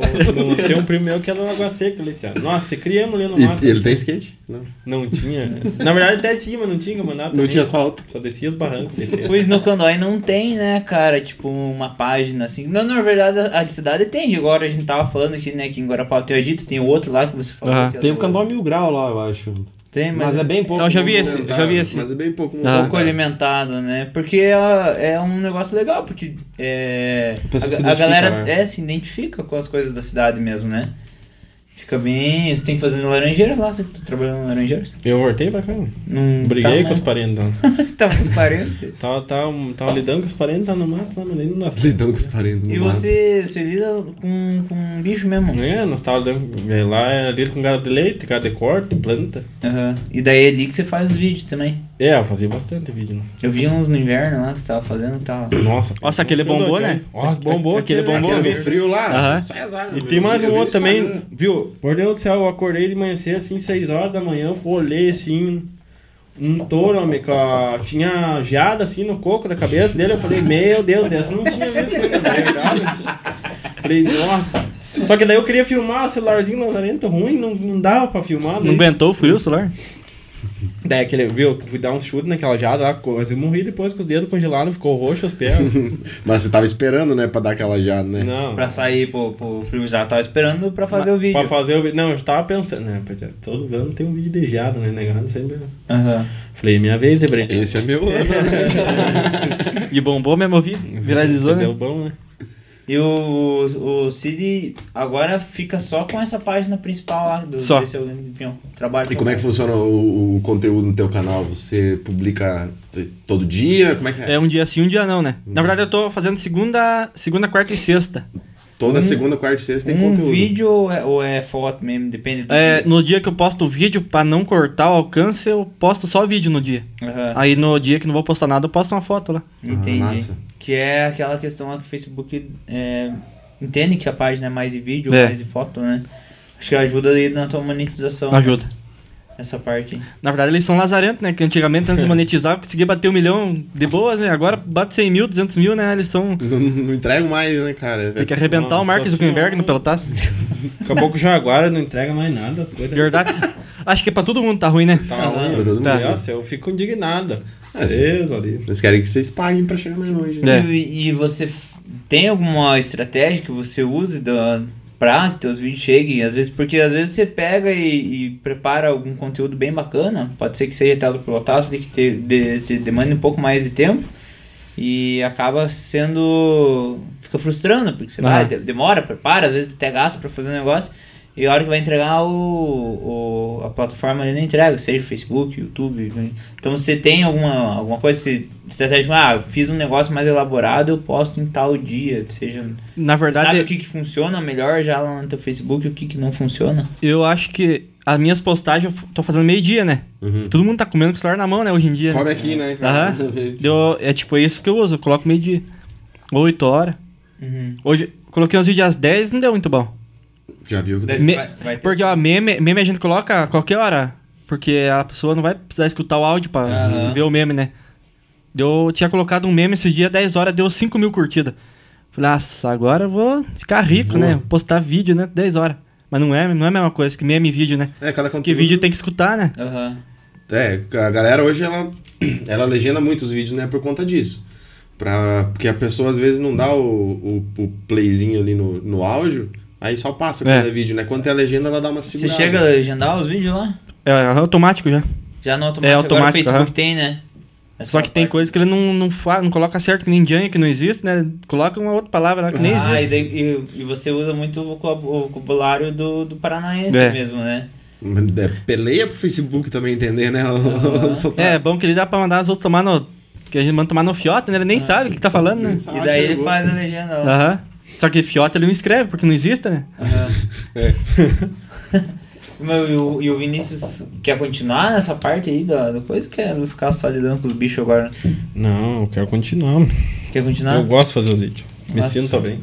[SPEAKER 7] o- tem um primo meu que é do Lagoa Seca ali, Pia. Nossa, criamos ali no mato. né?
[SPEAKER 2] E, e ele tem skate? Não.
[SPEAKER 7] Não tinha. Na verdade até tinha, mas não tinha mandado.
[SPEAKER 2] Não tinha asfalto.
[SPEAKER 7] Só descia os barrancos dele.
[SPEAKER 3] Pois no Candói não tem, né, cara? Tipo, uma página assim. Não, na verdade, a a cidade tem. Agora a gente tava falando aqui, né, que em Guarapau tem o Agito, tem o outro lá que você falou.
[SPEAKER 4] Aham.
[SPEAKER 3] que é
[SPEAKER 2] Tem o
[SPEAKER 3] do-
[SPEAKER 2] Candó Mil Grau lá, eu acho.
[SPEAKER 3] Tem, mas,
[SPEAKER 2] Mas é bem pouco.
[SPEAKER 4] Não, eu já vi esse,
[SPEAKER 2] movimentado,
[SPEAKER 4] eu já vi esse.
[SPEAKER 2] Mas é bem pouco.
[SPEAKER 4] Ah,
[SPEAKER 2] movimentado.
[SPEAKER 3] pouco alimentado, né? Porque é, é um negócio legal, porque é,
[SPEAKER 2] A pessoa se
[SPEAKER 3] a, a
[SPEAKER 2] identifica,
[SPEAKER 3] galera
[SPEAKER 2] né?
[SPEAKER 3] é, se identifica com as coisas da cidade mesmo, né? Fica bem. Você tem que fazer em Laranjeiras lá, você que tá trabalhando em Laranjeiras.
[SPEAKER 7] Eu voltei pra cá.
[SPEAKER 3] Não
[SPEAKER 2] Hum,
[SPEAKER 7] Briguei com
[SPEAKER 3] tá,
[SPEAKER 2] né?
[SPEAKER 7] os parentes. não.
[SPEAKER 3] os Tava com os parentes.
[SPEAKER 7] Tava, tava, tava lidando com os parentes, tá no mato, lá, mas nem nós.
[SPEAKER 2] Lidando com os parentes.
[SPEAKER 3] E
[SPEAKER 2] no mato.
[SPEAKER 3] você, você lida com, com um bicho mesmo.
[SPEAKER 7] É, nós tava lidando, é, lá é, lido com gado de leite, gado de corte, planta.
[SPEAKER 3] Aham. E daí é ali que você faz os vídeos também.
[SPEAKER 7] É, eu fazia bastante vídeo. né?
[SPEAKER 3] Eu vi uns no inverno lá que você tava fazendo e tava.
[SPEAKER 7] Nossa,
[SPEAKER 4] Nossa, aquele
[SPEAKER 7] foi
[SPEAKER 4] bombou,
[SPEAKER 7] doido,
[SPEAKER 4] né?
[SPEAKER 7] Nossa, bombou.
[SPEAKER 4] Aquele bombou.
[SPEAKER 2] Tá
[SPEAKER 4] né?
[SPEAKER 2] Aquele do frio lá,
[SPEAKER 4] Aham.
[SPEAKER 2] sai azar.
[SPEAKER 7] E
[SPEAKER 2] meu.
[SPEAKER 7] tem mais
[SPEAKER 2] Eu
[SPEAKER 7] um
[SPEAKER 2] vi no
[SPEAKER 7] outro também,
[SPEAKER 2] Instagram.
[SPEAKER 7] viu? Por Deus do céu, eu acordei de manhã cedo, assim, 6 horas da manhã, eu olhei assim, um touro, homem, com a... tinha geada assim no coco da cabeça dele. Eu falei, meu Deus, essa eu não tinha visto. ainda, tá ligado? falei, nossa. Só que daí eu queria filmar, o celularzinho lazarento ruim, não, não dava pra filmar.
[SPEAKER 4] Não
[SPEAKER 7] Daí,
[SPEAKER 4] aguentou o frio o celular?
[SPEAKER 7] daí aquele, viu? Fui dar um chute naquela geada lá, quase morri depois com os dedos congelados, ficou roxo os pés.
[SPEAKER 2] Mas você tava esperando, né, pra dar aquela jada, né?
[SPEAKER 7] não.
[SPEAKER 3] Pra sair pro, pro frio já tava esperando pra fazer o vídeo.
[SPEAKER 7] Pra fazer o vídeo. Não, eu tava pensando, né? Pois é, todo ano tem um vídeo de geada, né? Negado sempre.
[SPEAKER 3] Aham.
[SPEAKER 7] Falei, minha vez, Debré.
[SPEAKER 2] Esse é meu ano.
[SPEAKER 4] E bombou mesmo, eu vi. Viralizou, né?
[SPEAKER 7] Deu bom, né?
[SPEAKER 3] E o, o Cid agora fica só com essa página principal lá do
[SPEAKER 4] Só.
[SPEAKER 3] do seu campeão. Trabalho
[SPEAKER 2] E como é que funciona o, o conteúdo no teu canal? Você publica todo dia? Como é que é?
[SPEAKER 4] É um dia sim, um dia não, né? Na verdade, eu tô fazendo segunda, segunda quarta e sexta. um
[SPEAKER 2] Toda segunda, quarta e sexta tem
[SPEAKER 3] um
[SPEAKER 2] conteúdo.
[SPEAKER 3] vídeo ou é, ou é foto mesmo? Depende do
[SPEAKER 4] É,
[SPEAKER 3] dia.
[SPEAKER 4] no dia que eu posto o vídeo, pra não cortar o alcance, eu posto só o vídeo no Ah, dia.
[SPEAKER 3] Aham,
[SPEAKER 4] Aí no dia que não vou postar nada, eu posto uma foto lá.
[SPEAKER 3] Entendi.
[SPEAKER 2] Ah, massa.
[SPEAKER 3] que é aquela questão lá que o Facebook é, entende que a página é mais de vídeo ou
[SPEAKER 4] É.
[SPEAKER 3] mais de foto, né? Acho que ajuda aí na tua monetização.
[SPEAKER 4] Ajuda.
[SPEAKER 3] Essa parte. aí.
[SPEAKER 4] Na verdade, eles são lazarentos, né? Que antigamente, antes de monetizar, eu conseguia bater um milhão de boas, né? Agora bate 100 mil, 200 mil, né? Eles são...
[SPEAKER 2] Não, não entrego mais, né, cara?
[SPEAKER 4] Tem que arrebentar
[SPEAKER 7] Nossa
[SPEAKER 4] o Mark Zuckerberg no
[SPEAKER 7] Senhora.
[SPEAKER 4] pelotaço.
[SPEAKER 7] Daqui a pouco o Jaguara não entrega mais nada, as coisas.
[SPEAKER 4] Verdade. Acho que pra todo mundo tá ruim, né?
[SPEAKER 7] Tá ruim.
[SPEAKER 2] Pra todo mundo.
[SPEAKER 7] Nossa, eu fico indignado.
[SPEAKER 2] É.
[SPEAKER 7] Deus, ali.
[SPEAKER 2] Eles querem que vocês paguem pra chegar mais longe. né?
[SPEAKER 4] É.
[SPEAKER 3] E, e você f- tem alguma estratégia que você use da, pra que teus vídeos cheguem? Às vezes, porque às vezes você pega e, e prepara algum conteúdo bem bacana, pode ser que seja até do pilotaço, que te, de- te demande um pouco mais de tempo. E acaba sendo. fica frustrando, porque você
[SPEAKER 4] Aham.
[SPEAKER 3] vai, de- demora, prepara, às vezes até gasta pra fazer um negócio, e a hora que vai entregar o, o- a plataforma ele não entrega, seja Facebook, YouTube. né? Então você tem alguma, alguma coisa se- estratégica, ah, eu fiz um negócio mais elaborado, eu posto em tal dia, seja.
[SPEAKER 4] Na
[SPEAKER 3] Verdade. Sabe o
[SPEAKER 4] verdade,
[SPEAKER 3] que, que funciona melhor já lá no teu Facebook e o que, que não funciona?
[SPEAKER 4] eu acho que as minhas postagens eu f- tô fazendo meio-dia, né?
[SPEAKER 2] Uhum.
[SPEAKER 4] Todo mundo tá comendo com o celular na mão, né? Hoje em dia.
[SPEAKER 2] Come aqui, né? cara?
[SPEAKER 4] Aham. Deu- é tipo isso que eu uso, eu coloco meio-dia. 8 horas.
[SPEAKER 3] Uhum.
[SPEAKER 4] Hoje, coloquei uns vídeos às 10 não deu muito bom.
[SPEAKER 2] Já viu?
[SPEAKER 3] Daí você
[SPEAKER 4] Me-
[SPEAKER 3] vai- vai ter-
[SPEAKER 4] Porque, ó, meme, meme a gente coloca a qualquer hora. Porque a pessoa não vai precisar escutar o áudio pra
[SPEAKER 3] Aham.
[SPEAKER 4] ver o meme, né? Eu tinha colocado um meme esse dia, 10 horas, deu 5 mil curtidas. Falei, nossa, agora eu vou ficar rico,
[SPEAKER 2] Vou.
[SPEAKER 4] né? Postar vídeo, né? 10 horas. Mas não é, não é a mesma coisa que meme e vídeo, né?
[SPEAKER 2] É, cada
[SPEAKER 4] Porque
[SPEAKER 2] conteúdo.
[SPEAKER 4] vídeo tem que escutar, né?
[SPEAKER 3] Aham.
[SPEAKER 2] É, a galera hoje ela, ela legenda muito os vídeos, né? Por conta disso. Pra, porque a pessoa às vezes não dá o, o, o playzinho ali no, no áudio, aí só passa quando é.
[SPEAKER 4] É.
[SPEAKER 2] vídeo, né? Quando é a legenda, ela dá uma
[SPEAKER 3] Você
[SPEAKER 2] segurada.
[SPEAKER 3] chega a legendar os vídeos lá?
[SPEAKER 4] É automático já.
[SPEAKER 3] Já no automático.
[SPEAKER 4] É
[SPEAKER 3] Agora o
[SPEAKER 4] automático,
[SPEAKER 3] Facebook
[SPEAKER 4] aham.
[SPEAKER 3] tem, né?
[SPEAKER 4] Só que tem
[SPEAKER 3] coisa.
[SPEAKER 4] coisa que ele não, não, fa- não coloca certo, que nem Junk, que não existe, né? Coloca uma outra palavra lá que nem
[SPEAKER 3] Ah,
[SPEAKER 4] existe.
[SPEAKER 3] e, daí- e- e você usa muito o vocab- o vocabulário do, do paranaense
[SPEAKER 4] É.
[SPEAKER 3] mesmo, né?
[SPEAKER 2] É, peleia pro Facebook também entender, né? Só tá-
[SPEAKER 4] É, é bom que ele dá pra mandar as outras tomar no. Que a gente manda tomar no fiote, né? Ele
[SPEAKER 3] Ah.
[SPEAKER 4] nem sabe o que, que tá falando, né?
[SPEAKER 2] Só
[SPEAKER 3] E daí ele
[SPEAKER 2] chegou.
[SPEAKER 3] faz a legenda lá.
[SPEAKER 4] Aham. Só que fiota ele não escreve, porque não existe, né?
[SPEAKER 3] Aham.
[SPEAKER 4] É.
[SPEAKER 3] Meu, e, o, e o Vinícius quer continuar nessa parte aí da, da coisa? ou Quer ficar só lidando com os bichos agora? né?
[SPEAKER 7] Não, eu quero continuar. mano.
[SPEAKER 3] Quer continuar?
[SPEAKER 7] Eu gosto de fazer os vídeos. Me
[SPEAKER 3] Nossa.
[SPEAKER 7] sinto bem.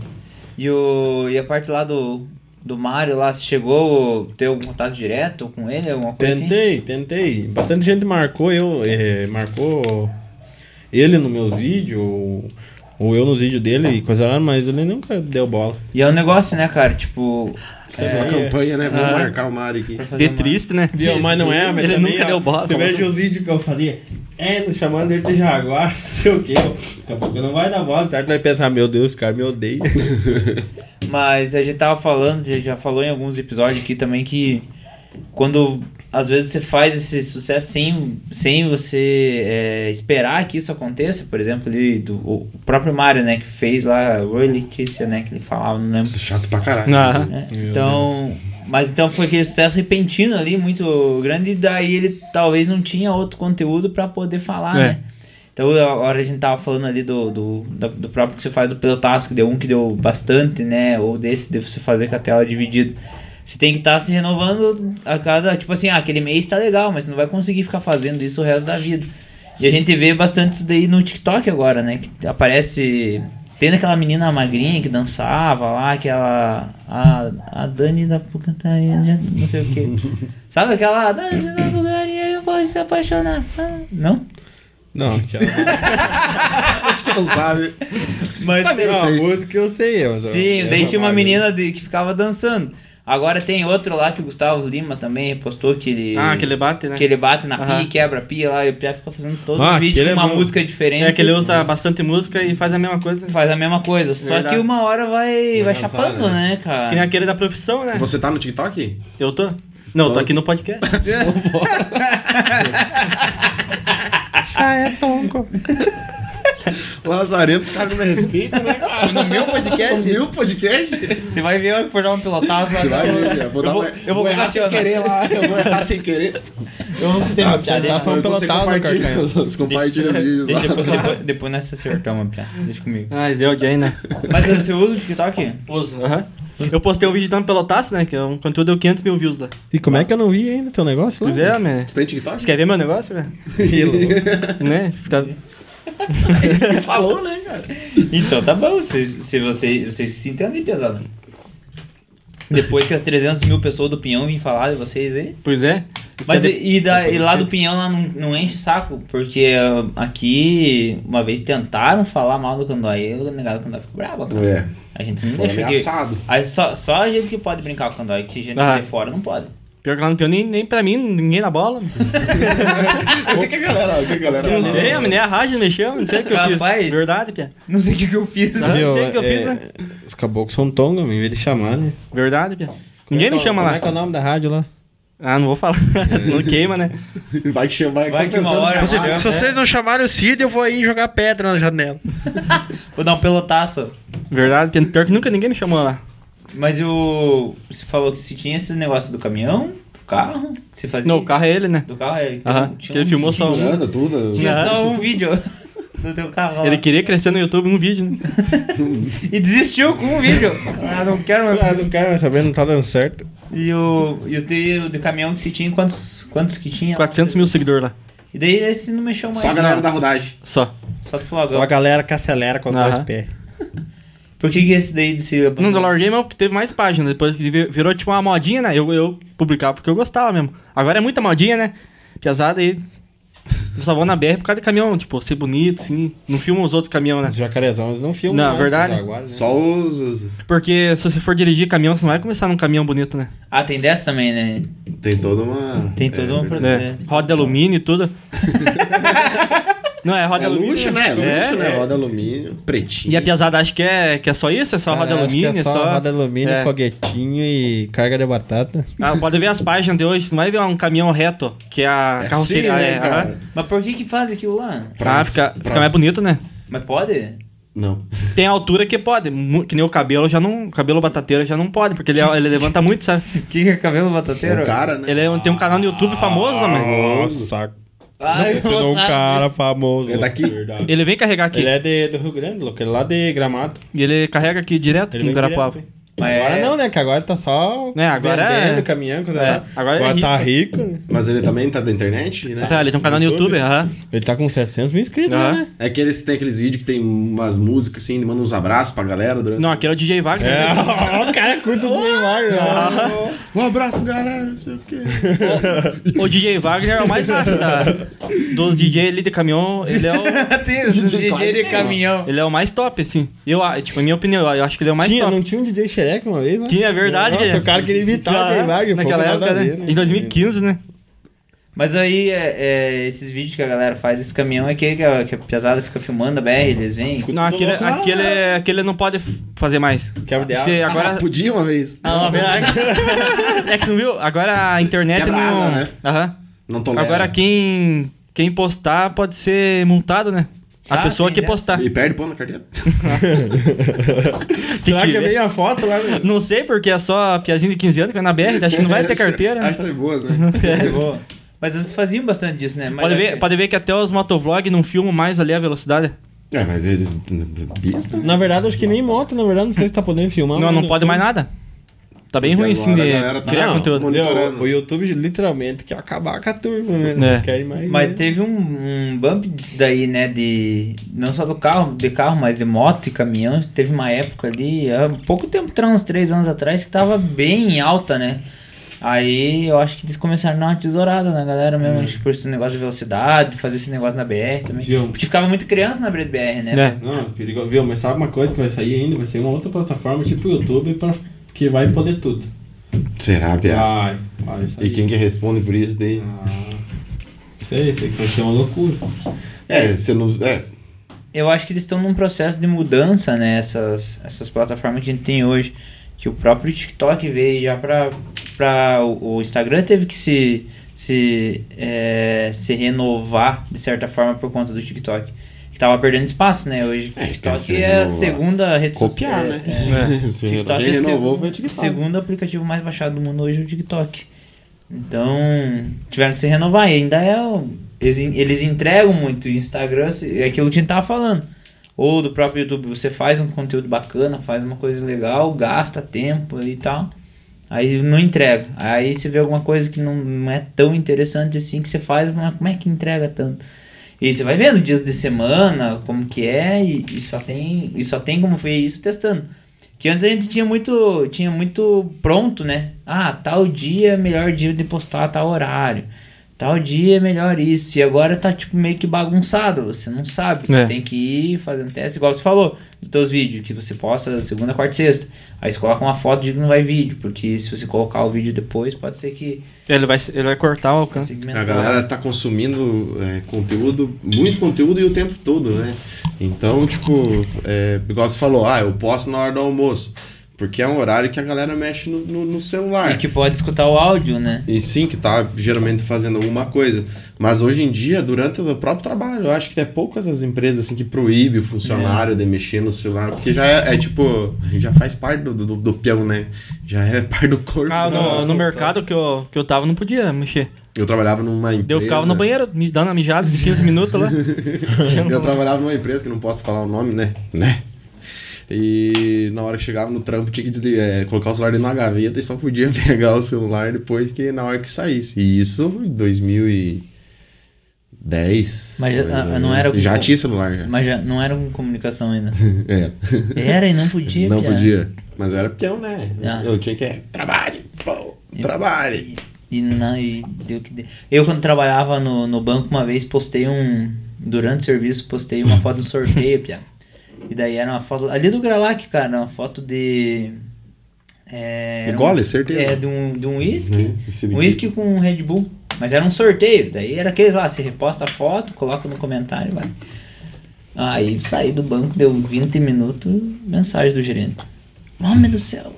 [SPEAKER 3] E, o, e a parte lá do, do Mário lá, você chegou a ter algum contato direto com ele, alguma coisa assim?
[SPEAKER 7] Tentei, tentei. Bastante gente marcou eu, eh, marcou ele nos meus vídeos, ou, ou eu nos vídeos dele e coisa lá, mas ele nunca deu bola.
[SPEAKER 3] E é um negócio, né, cara? Tipo...
[SPEAKER 2] Faz uma campanha, né? Vamos marcar o Mário aqui.
[SPEAKER 3] pra fazer
[SPEAKER 4] De
[SPEAKER 3] uma-
[SPEAKER 4] triste, né?
[SPEAKER 7] Viu? Mas não é, mas
[SPEAKER 4] Ele
[SPEAKER 7] também,
[SPEAKER 4] nunca
[SPEAKER 7] ó,
[SPEAKER 4] deu bola.
[SPEAKER 6] tá
[SPEAKER 4] tá
[SPEAKER 7] Você veja os vídeos que eu fazia. É, nos chamando ele de jaguar, não sei o quê. Daqui a pouco não vai dar bola, certo? Vai pensar, meu Deus, o cara me odeia.
[SPEAKER 3] Mas a gente tava falando, já, já falou em alguns episódios aqui também que quando às vezes você faz esse sucesso sem, sem você é, esperar que isso aconteça. Por exemplo, ele, do, o próprio Mario, né, que fez lá, o Letícia, né, que ele falava, não lembro.
[SPEAKER 2] Isso é chato pra caralho.
[SPEAKER 4] Ah.
[SPEAKER 3] né?
[SPEAKER 6] Meu
[SPEAKER 3] Então, mas então foi aquele sucesso repentino ali, muito grande, e daí ele talvez não tinha outro conteúdo pra poder falar,
[SPEAKER 4] É.
[SPEAKER 3] né? Então, a hora a gente tava falando ali do, do, da- do próprio que você faz do pelotaço, que deu um que deu bastante, né? Ou desse de você fazer com a tela dividida. Você tem que estar se renovando a cada. Tipo assim, ah, aquele mês tá legal, mas você não vai conseguir ficar fazendo isso o resto da vida. E a gente vê bastante isso daí no TikTok agora, né? Que aparece. Tendo aquela menina magrinha que dançava lá, aquela. A, a Dani da Pucantaria, já não sei o que. Sabe aquela. "A Dani da Pucantaria, eu posso se apaixonar. Ah, Não?
[SPEAKER 6] Não, aquela.
[SPEAKER 2] Acho que não sabe.
[SPEAKER 6] Mas
[SPEAKER 7] Tá
[SPEAKER 2] Também
[SPEAKER 6] tem
[SPEAKER 2] não
[SPEAKER 6] uma
[SPEAKER 2] sei.
[SPEAKER 6] música eu sei. Mas
[SPEAKER 3] Sim,
[SPEAKER 6] essa
[SPEAKER 3] daí tinha É uma né?
[SPEAKER 6] vibe.
[SPEAKER 3] menina de- que ficava dançando. Agora tem outro lá que o Gustavo Lima também repostou que ele.
[SPEAKER 4] Ah, aquele bate, né?
[SPEAKER 3] Que ele bate na pia
[SPEAKER 4] Aham.
[SPEAKER 3] e quebra a pia lá e o Pia fica fazendo todo
[SPEAKER 6] Ah,
[SPEAKER 3] o vídeo
[SPEAKER 6] aquele
[SPEAKER 3] com
[SPEAKER 6] é
[SPEAKER 3] uma
[SPEAKER 6] bom.
[SPEAKER 3] música diferente.
[SPEAKER 4] É que ele usa bastante música e faz a mesma coisa.
[SPEAKER 3] Faz a mesma coisa, só
[SPEAKER 4] Verdade.
[SPEAKER 3] que uma hora vai, vai
[SPEAKER 6] cansar,
[SPEAKER 3] chapando, né, cara?
[SPEAKER 4] Que nem aquele da profissão, né?
[SPEAKER 2] Você tá no TikTok?
[SPEAKER 4] Eu tô? Não, eu tô aqui no podcast. é
[SPEAKER 2] Lazarento, os caras não me respeitam, né?
[SPEAKER 3] No meu
[SPEAKER 2] O
[SPEAKER 3] podcast,
[SPEAKER 2] meu podcast?
[SPEAKER 3] você vai ver a hora que for dar um pilotaço lá.
[SPEAKER 2] Você vai
[SPEAKER 3] eu,
[SPEAKER 2] ver, eu vou, dar
[SPEAKER 3] vou,
[SPEAKER 2] uma-
[SPEAKER 3] eu vou
[SPEAKER 2] errar sem
[SPEAKER 3] relacionar.
[SPEAKER 2] querer lá. Eu vou errar sem querer.
[SPEAKER 3] Eu não sei uma piada.
[SPEAKER 6] tá
[SPEAKER 3] deixa-
[SPEAKER 6] falando
[SPEAKER 2] Você
[SPEAKER 6] pelotado,
[SPEAKER 2] compartilha, os compartilha os vídeos
[SPEAKER 3] né, deixa-
[SPEAKER 2] lá.
[SPEAKER 3] Depois, depois, depois nós acertamos uma piada. Deixa comigo.
[SPEAKER 4] Ai, deu alguém, né?
[SPEAKER 3] Mas você usa o TikTok?
[SPEAKER 4] Usa, aham. Eu postei um vídeo dando pelotaço, né? Que é um conteúdo deu 500 mil views lá.
[SPEAKER 6] E como é que eu não vi ainda teu negócio? lá?
[SPEAKER 4] Pois é, né?
[SPEAKER 2] Você tem TikTok?
[SPEAKER 4] Você quer ver meu negócio, velho?
[SPEAKER 6] Que louco.
[SPEAKER 4] né? Tá-
[SPEAKER 2] Ele falou, né, cara?
[SPEAKER 3] Então tá bom, se, se você, vocês se entendem pesado. Depois que as 300 mil pessoas do Pinhão vêm falar de vocês aí.
[SPEAKER 4] Pois é. Eles
[SPEAKER 3] Mas
[SPEAKER 4] querem-
[SPEAKER 3] e, e da- e lá do Pinhão lá não, não enche o saco, porque eh, aqui uma vez tentaram falar mal do Candoaí, o negado do Candoaí ficou brabo. cara.
[SPEAKER 2] É,
[SPEAKER 3] A gente não
[SPEAKER 2] foi
[SPEAKER 3] deixa que.
[SPEAKER 2] ameaçado.
[SPEAKER 3] Aí só, só a gente que pode brincar com o Candoaí, que gente
[SPEAKER 4] Ah.
[SPEAKER 3] de fora não pode.
[SPEAKER 4] Pior que lá no Pião, nem, nem pra mim, ninguém na bola.
[SPEAKER 2] O que que a galera... O que a galera...
[SPEAKER 4] não sei, a menina raja mexeu, não sei o que eu
[SPEAKER 3] Rapaz.
[SPEAKER 4] fiz. Verdade, Pia.
[SPEAKER 3] Não sei o que, que eu fiz.
[SPEAKER 4] Não,
[SPEAKER 6] Viu,
[SPEAKER 4] sei o que eu
[SPEAKER 6] é,
[SPEAKER 4] fiz, né?
[SPEAKER 6] Os caboclos são tonga, em vez de chamar, né?
[SPEAKER 4] Verdade, Pia. Ninguém me chama
[SPEAKER 6] como
[SPEAKER 4] lá.
[SPEAKER 6] é que é o nome da rádio lá?
[SPEAKER 4] Ah, não vou falar. Senão queima, né?
[SPEAKER 2] Vai que chama...
[SPEAKER 3] Vai
[SPEAKER 2] tá
[SPEAKER 3] que uma
[SPEAKER 2] pensando
[SPEAKER 3] hora-
[SPEAKER 2] em chamar.
[SPEAKER 3] Se vocês
[SPEAKER 6] não chamarem o Cid, eu vou aí jogar pedra na janela.
[SPEAKER 3] Vou dar um pelotaço.
[SPEAKER 4] Verdade, Pia. Pior que nunca ninguém me chamou lá.
[SPEAKER 3] Mas o. Você falou que se tinha esse negócio do caminhão, do carro, que você fazia.
[SPEAKER 4] Não, o carro é ele, né?
[SPEAKER 3] Do carro é ele. que
[SPEAKER 4] Aham.
[SPEAKER 3] tinha
[SPEAKER 4] Que ele
[SPEAKER 3] um
[SPEAKER 4] filmou
[SPEAKER 3] vídeo.
[SPEAKER 4] só
[SPEAKER 6] né?
[SPEAKER 4] um.
[SPEAKER 2] Anda, tudo.
[SPEAKER 3] Tinha
[SPEAKER 4] Aham.
[SPEAKER 3] só um vídeo do teu carro lá.
[SPEAKER 4] Ele queria crescer no YouTube um vídeo, né?
[SPEAKER 3] E desistiu com um vídeo. ah, não quero mais.
[SPEAKER 6] Ah, não quero mais saber, não tá dando certo.
[SPEAKER 3] E o, e o teu de caminhão que se tinha, quantos, quantos que tinha?
[SPEAKER 4] 400 mil seguidores lá.
[SPEAKER 3] E daí esse não mexeu mais.
[SPEAKER 2] Só a galera da rodagem.
[SPEAKER 4] Só.
[SPEAKER 3] Só do
[SPEAKER 6] Só
[SPEAKER 3] Flogão.
[SPEAKER 6] a galera que acelera com os
[SPEAKER 4] Aham.
[SPEAKER 6] dois pés.
[SPEAKER 3] Por que, que esse daí se
[SPEAKER 4] Não, eu larguei mesmo porque é teve mais páginas. Depois que vi- virou tipo uma modinha, né? Eu, eu publicava porque eu gostava mesmo. Agora é muita modinha, né? Piazada aí. Eu só vou na BR por causa de caminhão, tipo, ser bonito, assim. Não filma os outros caminhão, né?
[SPEAKER 6] Os jacarezão, eles não filmam.
[SPEAKER 4] Não,
[SPEAKER 6] mais,
[SPEAKER 4] verdade.
[SPEAKER 6] os jaguares, né?
[SPEAKER 2] Só os... os-
[SPEAKER 4] Porque se você for dirigir caminhão, você não vai começar num caminhão bonito, né?
[SPEAKER 3] Ah, tem dessa também, né?
[SPEAKER 2] Tem toda uma...
[SPEAKER 3] Tem toda uma
[SPEAKER 2] verdade.
[SPEAKER 4] É. Roda de alumínio e tudo. não, é roda
[SPEAKER 2] É
[SPEAKER 4] de alumínio.
[SPEAKER 2] luxo, né? É
[SPEAKER 4] É,
[SPEAKER 2] luxo, né?
[SPEAKER 4] é.
[SPEAKER 2] Roda alumínio, pretinho.
[SPEAKER 4] E a piazada acha que é, que é só isso? É só roda
[SPEAKER 6] Cara, acho que
[SPEAKER 4] alumínio?
[SPEAKER 6] é só, roda alumínio,
[SPEAKER 4] É.
[SPEAKER 6] foguetinho e carga de batata.
[SPEAKER 4] Ah, pode ver as páginas de hoje. Você não vai ver um caminhão reto, que é a
[SPEAKER 2] É
[SPEAKER 4] carroceria.
[SPEAKER 2] assim, né,
[SPEAKER 4] é,
[SPEAKER 2] cara?
[SPEAKER 4] aham.
[SPEAKER 3] Mas por que que faz aquilo lá?
[SPEAKER 4] Pra
[SPEAKER 2] Pra-
[SPEAKER 4] ficar,
[SPEAKER 2] pra-
[SPEAKER 4] ficar mais bonito, né?
[SPEAKER 3] Mas pode?
[SPEAKER 2] Não.
[SPEAKER 4] Tem altura que pode, mu- que nem o cabelo já não. O cabelo batateiro já não pode, porque ele, é- ele levanta muito, sabe?
[SPEAKER 3] O que, que é cabelo batateiro?
[SPEAKER 2] O cara, né?
[SPEAKER 4] Ele é um- tem um canal no YouTube famoso, mano.
[SPEAKER 6] Nossa,
[SPEAKER 3] Ah, eu
[SPEAKER 2] um
[SPEAKER 3] vou saber.
[SPEAKER 6] famoso.
[SPEAKER 2] É daqui?
[SPEAKER 6] Verdade.
[SPEAKER 4] Ele vem carregar aqui.
[SPEAKER 6] Ele é de, do Rio Grande, louco. Ele é lá de Gramado.
[SPEAKER 4] E ele carrega aqui direto aqui
[SPEAKER 6] Ele
[SPEAKER 4] em
[SPEAKER 6] vem
[SPEAKER 4] Guarapuava.
[SPEAKER 6] direto, hein?
[SPEAKER 3] Mas
[SPEAKER 6] Agora
[SPEAKER 3] é-
[SPEAKER 6] não, né? Que agora tá só
[SPEAKER 4] É, agora
[SPEAKER 6] vendendo,
[SPEAKER 4] é-
[SPEAKER 6] caminhando, coisa
[SPEAKER 4] É,
[SPEAKER 6] lá.
[SPEAKER 4] agora ele é
[SPEAKER 6] tá rico, né?
[SPEAKER 2] Mas ele também tá da internet, né?
[SPEAKER 4] Tá, ele tem um canal no YouTube,
[SPEAKER 6] YouTube.
[SPEAKER 4] aham.
[SPEAKER 6] Ele tá com 700 mil inscritos,
[SPEAKER 4] Aham.
[SPEAKER 6] né?
[SPEAKER 2] É aqueles que tem aqueles vídeos que tem umas músicas assim, ele manda uns abraços pra galera durante.
[SPEAKER 4] Não, aquele é o DJ Wagner.
[SPEAKER 6] É, o cara curta do Neymar, né?
[SPEAKER 2] Um abraço, galera, não sei o quê.
[SPEAKER 4] O DJ Wagner é o mais fácil da, dos DJ ali de caminhão. Ele é o,
[SPEAKER 3] tem os DJ de caminhão.
[SPEAKER 4] ele é o mais top, assim. Eu, a- tipo, na minha opinião, eu acho que ele é o mais
[SPEAKER 6] Tinha,
[SPEAKER 4] top.
[SPEAKER 6] não tinha um DJ Xerec uma vez, né?
[SPEAKER 4] Tinha, é verdade.
[SPEAKER 6] Nossa, o cara queria imitar o
[SPEAKER 4] Aham.
[SPEAKER 6] Neymar.
[SPEAKER 4] Naquela época, né? Em 2015, né?
[SPEAKER 3] Mas aí, é, é, esses vídeos que a galera faz, esse caminhão é aquele que a, que a pesada fica filmando a BR, eles vêm.
[SPEAKER 6] Ficou
[SPEAKER 4] Não,
[SPEAKER 6] tudo
[SPEAKER 4] aquele, é,
[SPEAKER 6] louco. Ah,
[SPEAKER 4] aquele, aquele não pode f- fazer mais.
[SPEAKER 6] Quebra de
[SPEAKER 4] Se
[SPEAKER 6] asa.
[SPEAKER 2] Agora
[SPEAKER 4] agora.
[SPEAKER 2] Ah, podia uma vez.
[SPEAKER 4] Ah, é que você não viu? Agora a internet
[SPEAKER 2] Quebra
[SPEAKER 4] não.
[SPEAKER 2] asa, né?
[SPEAKER 4] Aham.
[SPEAKER 2] Não tolera.
[SPEAKER 4] Agora quem, quem postar pode ser multado, né? A
[SPEAKER 3] Ah,
[SPEAKER 4] pessoa
[SPEAKER 3] tem
[SPEAKER 4] que
[SPEAKER 3] dessa.
[SPEAKER 4] postar.
[SPEAKER 2] E perde pão na carteira.
[SPEAKER 4] Se
[SPEAKER 6] Será que é
[SPEAKER 4] tiver.
[SPEAKER 6] veio a foto lá? né?
[SPEAKER 4] Não sei porque é só a piazinha de 15 anos que vai na BR, acho que não vai ter carteira. né?
[SPEAKER 2] Acho que tá de boas, né?
[SPEAKER 3] Boa. Mas eles faziam bastante disso, né? Mas
[SPEAKER 4] É. Pode
[SPEAKER 3] é-
[SPEAKER 4] ver, pode ver que até os motovlogs não filmam mais ali a velocidade.
[SPEAKER 2] É, mas eles. Bista?
[SPEAKER 6] Na verdade, acho que nem moto, na verdade, não sei se tá podendo filmar.
[SPEAKER 4] não,
[SPEAKER 6] mas
[SPEAKER 4] não pode mais nada. Tá bem
[SPEAKER 2] Porque
[SPEAKER 4] ruim assim
[SPEAKER 2] agora
[SPEAKER 4] de
[SPEAKER 2] a galera tá-
[SPEAKER 4] criar
[SPEAKER 6] Não,
[SPEAKER 4] conteúdo.
[SPEAKER 6] entendeu?
[SPEAKER 2] monitorando.
[SPEAKER 6] O YouTube literalmente quer acabar com a turma, né? Não
[SPEAKER 4] É.
[SPEAKER 6] querem mais.
[SPEAKER 3] Mas
[SPEAKER 6] né?
[SPEAKER 3] teve um, um bump disso daí, né? De. Não só do carro, de carro, mas de moto e caminhão. Teve uma época ali, há pouco tempo atrás, uns três anos atrás, que tava bem em alta, né? Aí eu acho que eles começaram a dar uma tesourada na galera
[SPEAKER 4] Hum.
[SPEAKER 3] mesmo, acho que por esse negócio de velocidade, fazer esse negócio na BR também.
[SPEAKER 6] Viu?
[SPEAKER 3] Porque ficava muito criança na BR, né?
[SPEAKER 4] né?
[SPEAKER 2] tá-
[SPEAKER 6] Não, perigoso. Viu, mas sabe uma coisa que vai sair ainda? Vai sair uma outra plataforma, tipo o YouTube, pra... que vai poder tudo.
[SPEAKER 2] Será, Pia?
[SPEAKER 6] Vai, vai
[SPEAKER 4] Ah.
[SPEAKER 6] sair.
[SPEAKER 2] E quem que responde por isso daí?
[SPEAKER 6] Ah, sei, sei que vai ser uma loucura.
[SPEAKER 2] É, você não. É.
[SPEAKER 3] Eu acho que eles estão num processo de mudança, né? Essas, essas plataformas que a gente tem hoje. Que o próprio TikTok veio já pra. pra o, o Instagram teve que se, se, é, se renovar, de certa forma, por conta do TikTok. Que tava perdendo espaço, né? Hoje o
[SPEAKER 2] É, quer
[SPEAKER 3] TikTok
[SPEAKER 2] se
[SPEAKER 3] é a
[SPEAKER 2] renovar.
[SPEAKER 3] segunda rede social.
[SPEAKER 2] Copiar,
[SPEAKER 3] é-
[SPEAKER 2] né?
[SPEAKER 3] é-
[SPEAKER 2] Sim,
[SPEAKER 3] TikTok
[SPEAKER 2] Quem
[SPEAKER 3] é
[SPEAKER 2] renovou
[SPEAKER 3] segundo-
[SPEAKER 2] foi o TikTok.
[SPEAKER 3] segundo aplicativo mais baixado do mundo hoje é o TikTok. Então, tiveram que se renovar. E ainda é. o- Eles, en- eles entregam muito. E Instagram se- é aquilo que a gente tava falando. Ou do próprio YouTube, você faz um conteúdo bacana, faz uma coisa legal, gasta tempo ali e tal. Aí não entrega. Aí você vê alguma coisa que não, não é tão interessante assim que você faz, mas como é que entrega tanto? E você vai vendo dias de semana, como que é, e, e só tem. E só tem como ver isso testando. Que antes a gente tinha muito. Tinha muito pronto, né? Ah, tal dia é melhor dia de postar tal horário. Tal dia é melhor isso. E agora tá tipo meio que bagunçado. Você não sabe. Você
[SPEAKER 4] É.
[SPEAKER 3] tem que ir fazendo teste, igual você falou, dos teus vídeos, que você posta segunda, quarta e sexta. Aí você coloca uma foto de que não vai vídeo, porque se você colocar o vídeo depois, pode ser que.
[SPEAKER 4] Ele vai, ele vai cortar o alcance.
[SPEAKER 3] segmentar.
[SPEAKER 2] A galera tá consumindo é, conteúdo, muito conteúdo e o tempo todo, né? Então, tipo, é, igual você falou, ah, eu posto na hora do almoço. Porque é um horário que a galera mexe no, no- no celular.
[SPEAKER 3] E
[SPEAKER 2] E,
[SPEAKER 3] que pode escutar o áudio, né?
[SPEAKER 2] sim, que tá geralmente fazendo alguma coisa. Mas hoje em dia, durante o próprio trabalho, eu acho que é poucas as empresas assim, que proíbem o funcionário
[SPEAKER 4] É.
[SPEAKER 2] de mexer no celular. Porque já é, é, tipo, já faz parte do, do, do peão, né? Já é parte do corpo.
[SPEAKER 4] Ah,
[SPEAKER 2] da-
[SPEAKER 4] no, no mercado que eu, que eu tava não podia mexer.
[SPEAKER 2] Eu trabalhava numa empresa.
[SPEAKER 4] Daí eu ficava no banheiro, me dando a mijada de 15 minutos lá.
[SPEAKER 2] Eu trabalhava numa empresa que não posso falar o nome, né? Né? E na hora que chegava no trampo tinha que desli- eh, colocar o celular dentro da gaveta e só podia pegar o celular depois que na hora que saísse. E isso em 2010.
[SPEAKER 3] Mas
[SPEAKER 2] mais
[SPEAKER 3] a-
[SPEAKER 2] ou
[SPEAKER 3] a- não
[SPEAKER 2] menos.
[SPEAKER 3] era o-
[SPEAKER 2] Já tinha celular, já.
[SPEAKER 3] Mas já não era com comunicação ainda.
[SPEAKER 2] É.
[SPEAKER 3] Era e não podia.
[SPEAKER 2] não
[SPEAKER 3] piá.
[SPEAKER 2] podia. Mas eu era peão, né?
[SPEAKER 3] né? Ah.
[SPEAKER 2] Eu tinha que. Trabalhe! Pô, trabalhe!
[SPEAKER 3] E, não, e deu que deu. Eu, quando trabalhava no, no banco, uma vez postei um. Durante o serviço, postei uma foto do sorteio, piá. E daí era uma foto. Ali do Gralac, cara, uma foto de. É,
[SPEAKER 2] De
[SPEAKER 3] era um-
[SPEAKER 2] gole, certeza.
[SPEAKER 3] É, de um de um uísque.
[SPEAKER 2] Hum, esse
[SPEAKER 3] um
[SPEAKER 2] biquíni.
[SPEAKER 3] uísque com Red Bull. Mas era um sorteio. Daí era aqueles lá, você reposta a foto, coloca no comentário, vai. Aí saí do banco, deu 20 minutos, mensagem do gerente. Homem do céu,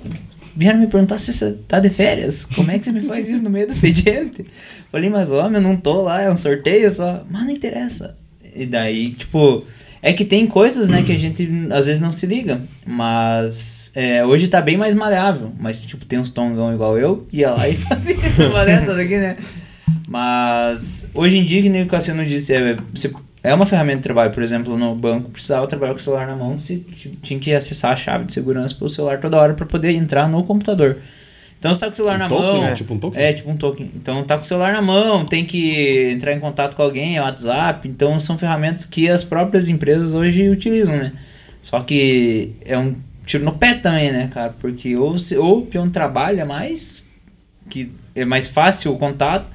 [SPEAKER 3] vieram me perguntar se você tá de férias. Como é que você me faz isso no meio do expediente? Falei, mas homem, eu não tô lá, é um sorteio só. Mas não interessa. E daí, tipo, é que tem coisas, né, que a gente às vezes não se liga. Mas é, hoje tá bem mais maleável. Mas, tipo, tem uns tongão igual eu, que ia lá e fazia uma dessas aqui, né? Mas hoje em dia, que nem o Cassiano disse, é, você- é uma ferramenta de trabalho. Por exemplo, no banco, precisava trabalhar com o celular na mão, você t- tinha que acessar a chave de segurança pelo celular toda hora para poder entrar no computador. Então você tá com o celular
[SPEAKER 2] Um
[SPEAKER 3] na
[SPEAKER 2] token,
[SPEAKER 3] mão.
[SPEAKER 2] né? Tipo um token?
[SPEAKER 3] É, tipo um token. Então tá com o celular na mão, tem que entrar em contato com alguém, é WhatsApp. Então são ferramentas que as próprias empresas hoje utilizam, né? Só que é um tiro no pé também, né, cara? Porque ou, se, ou o peão trabalha mais, que é mais fácil o contato,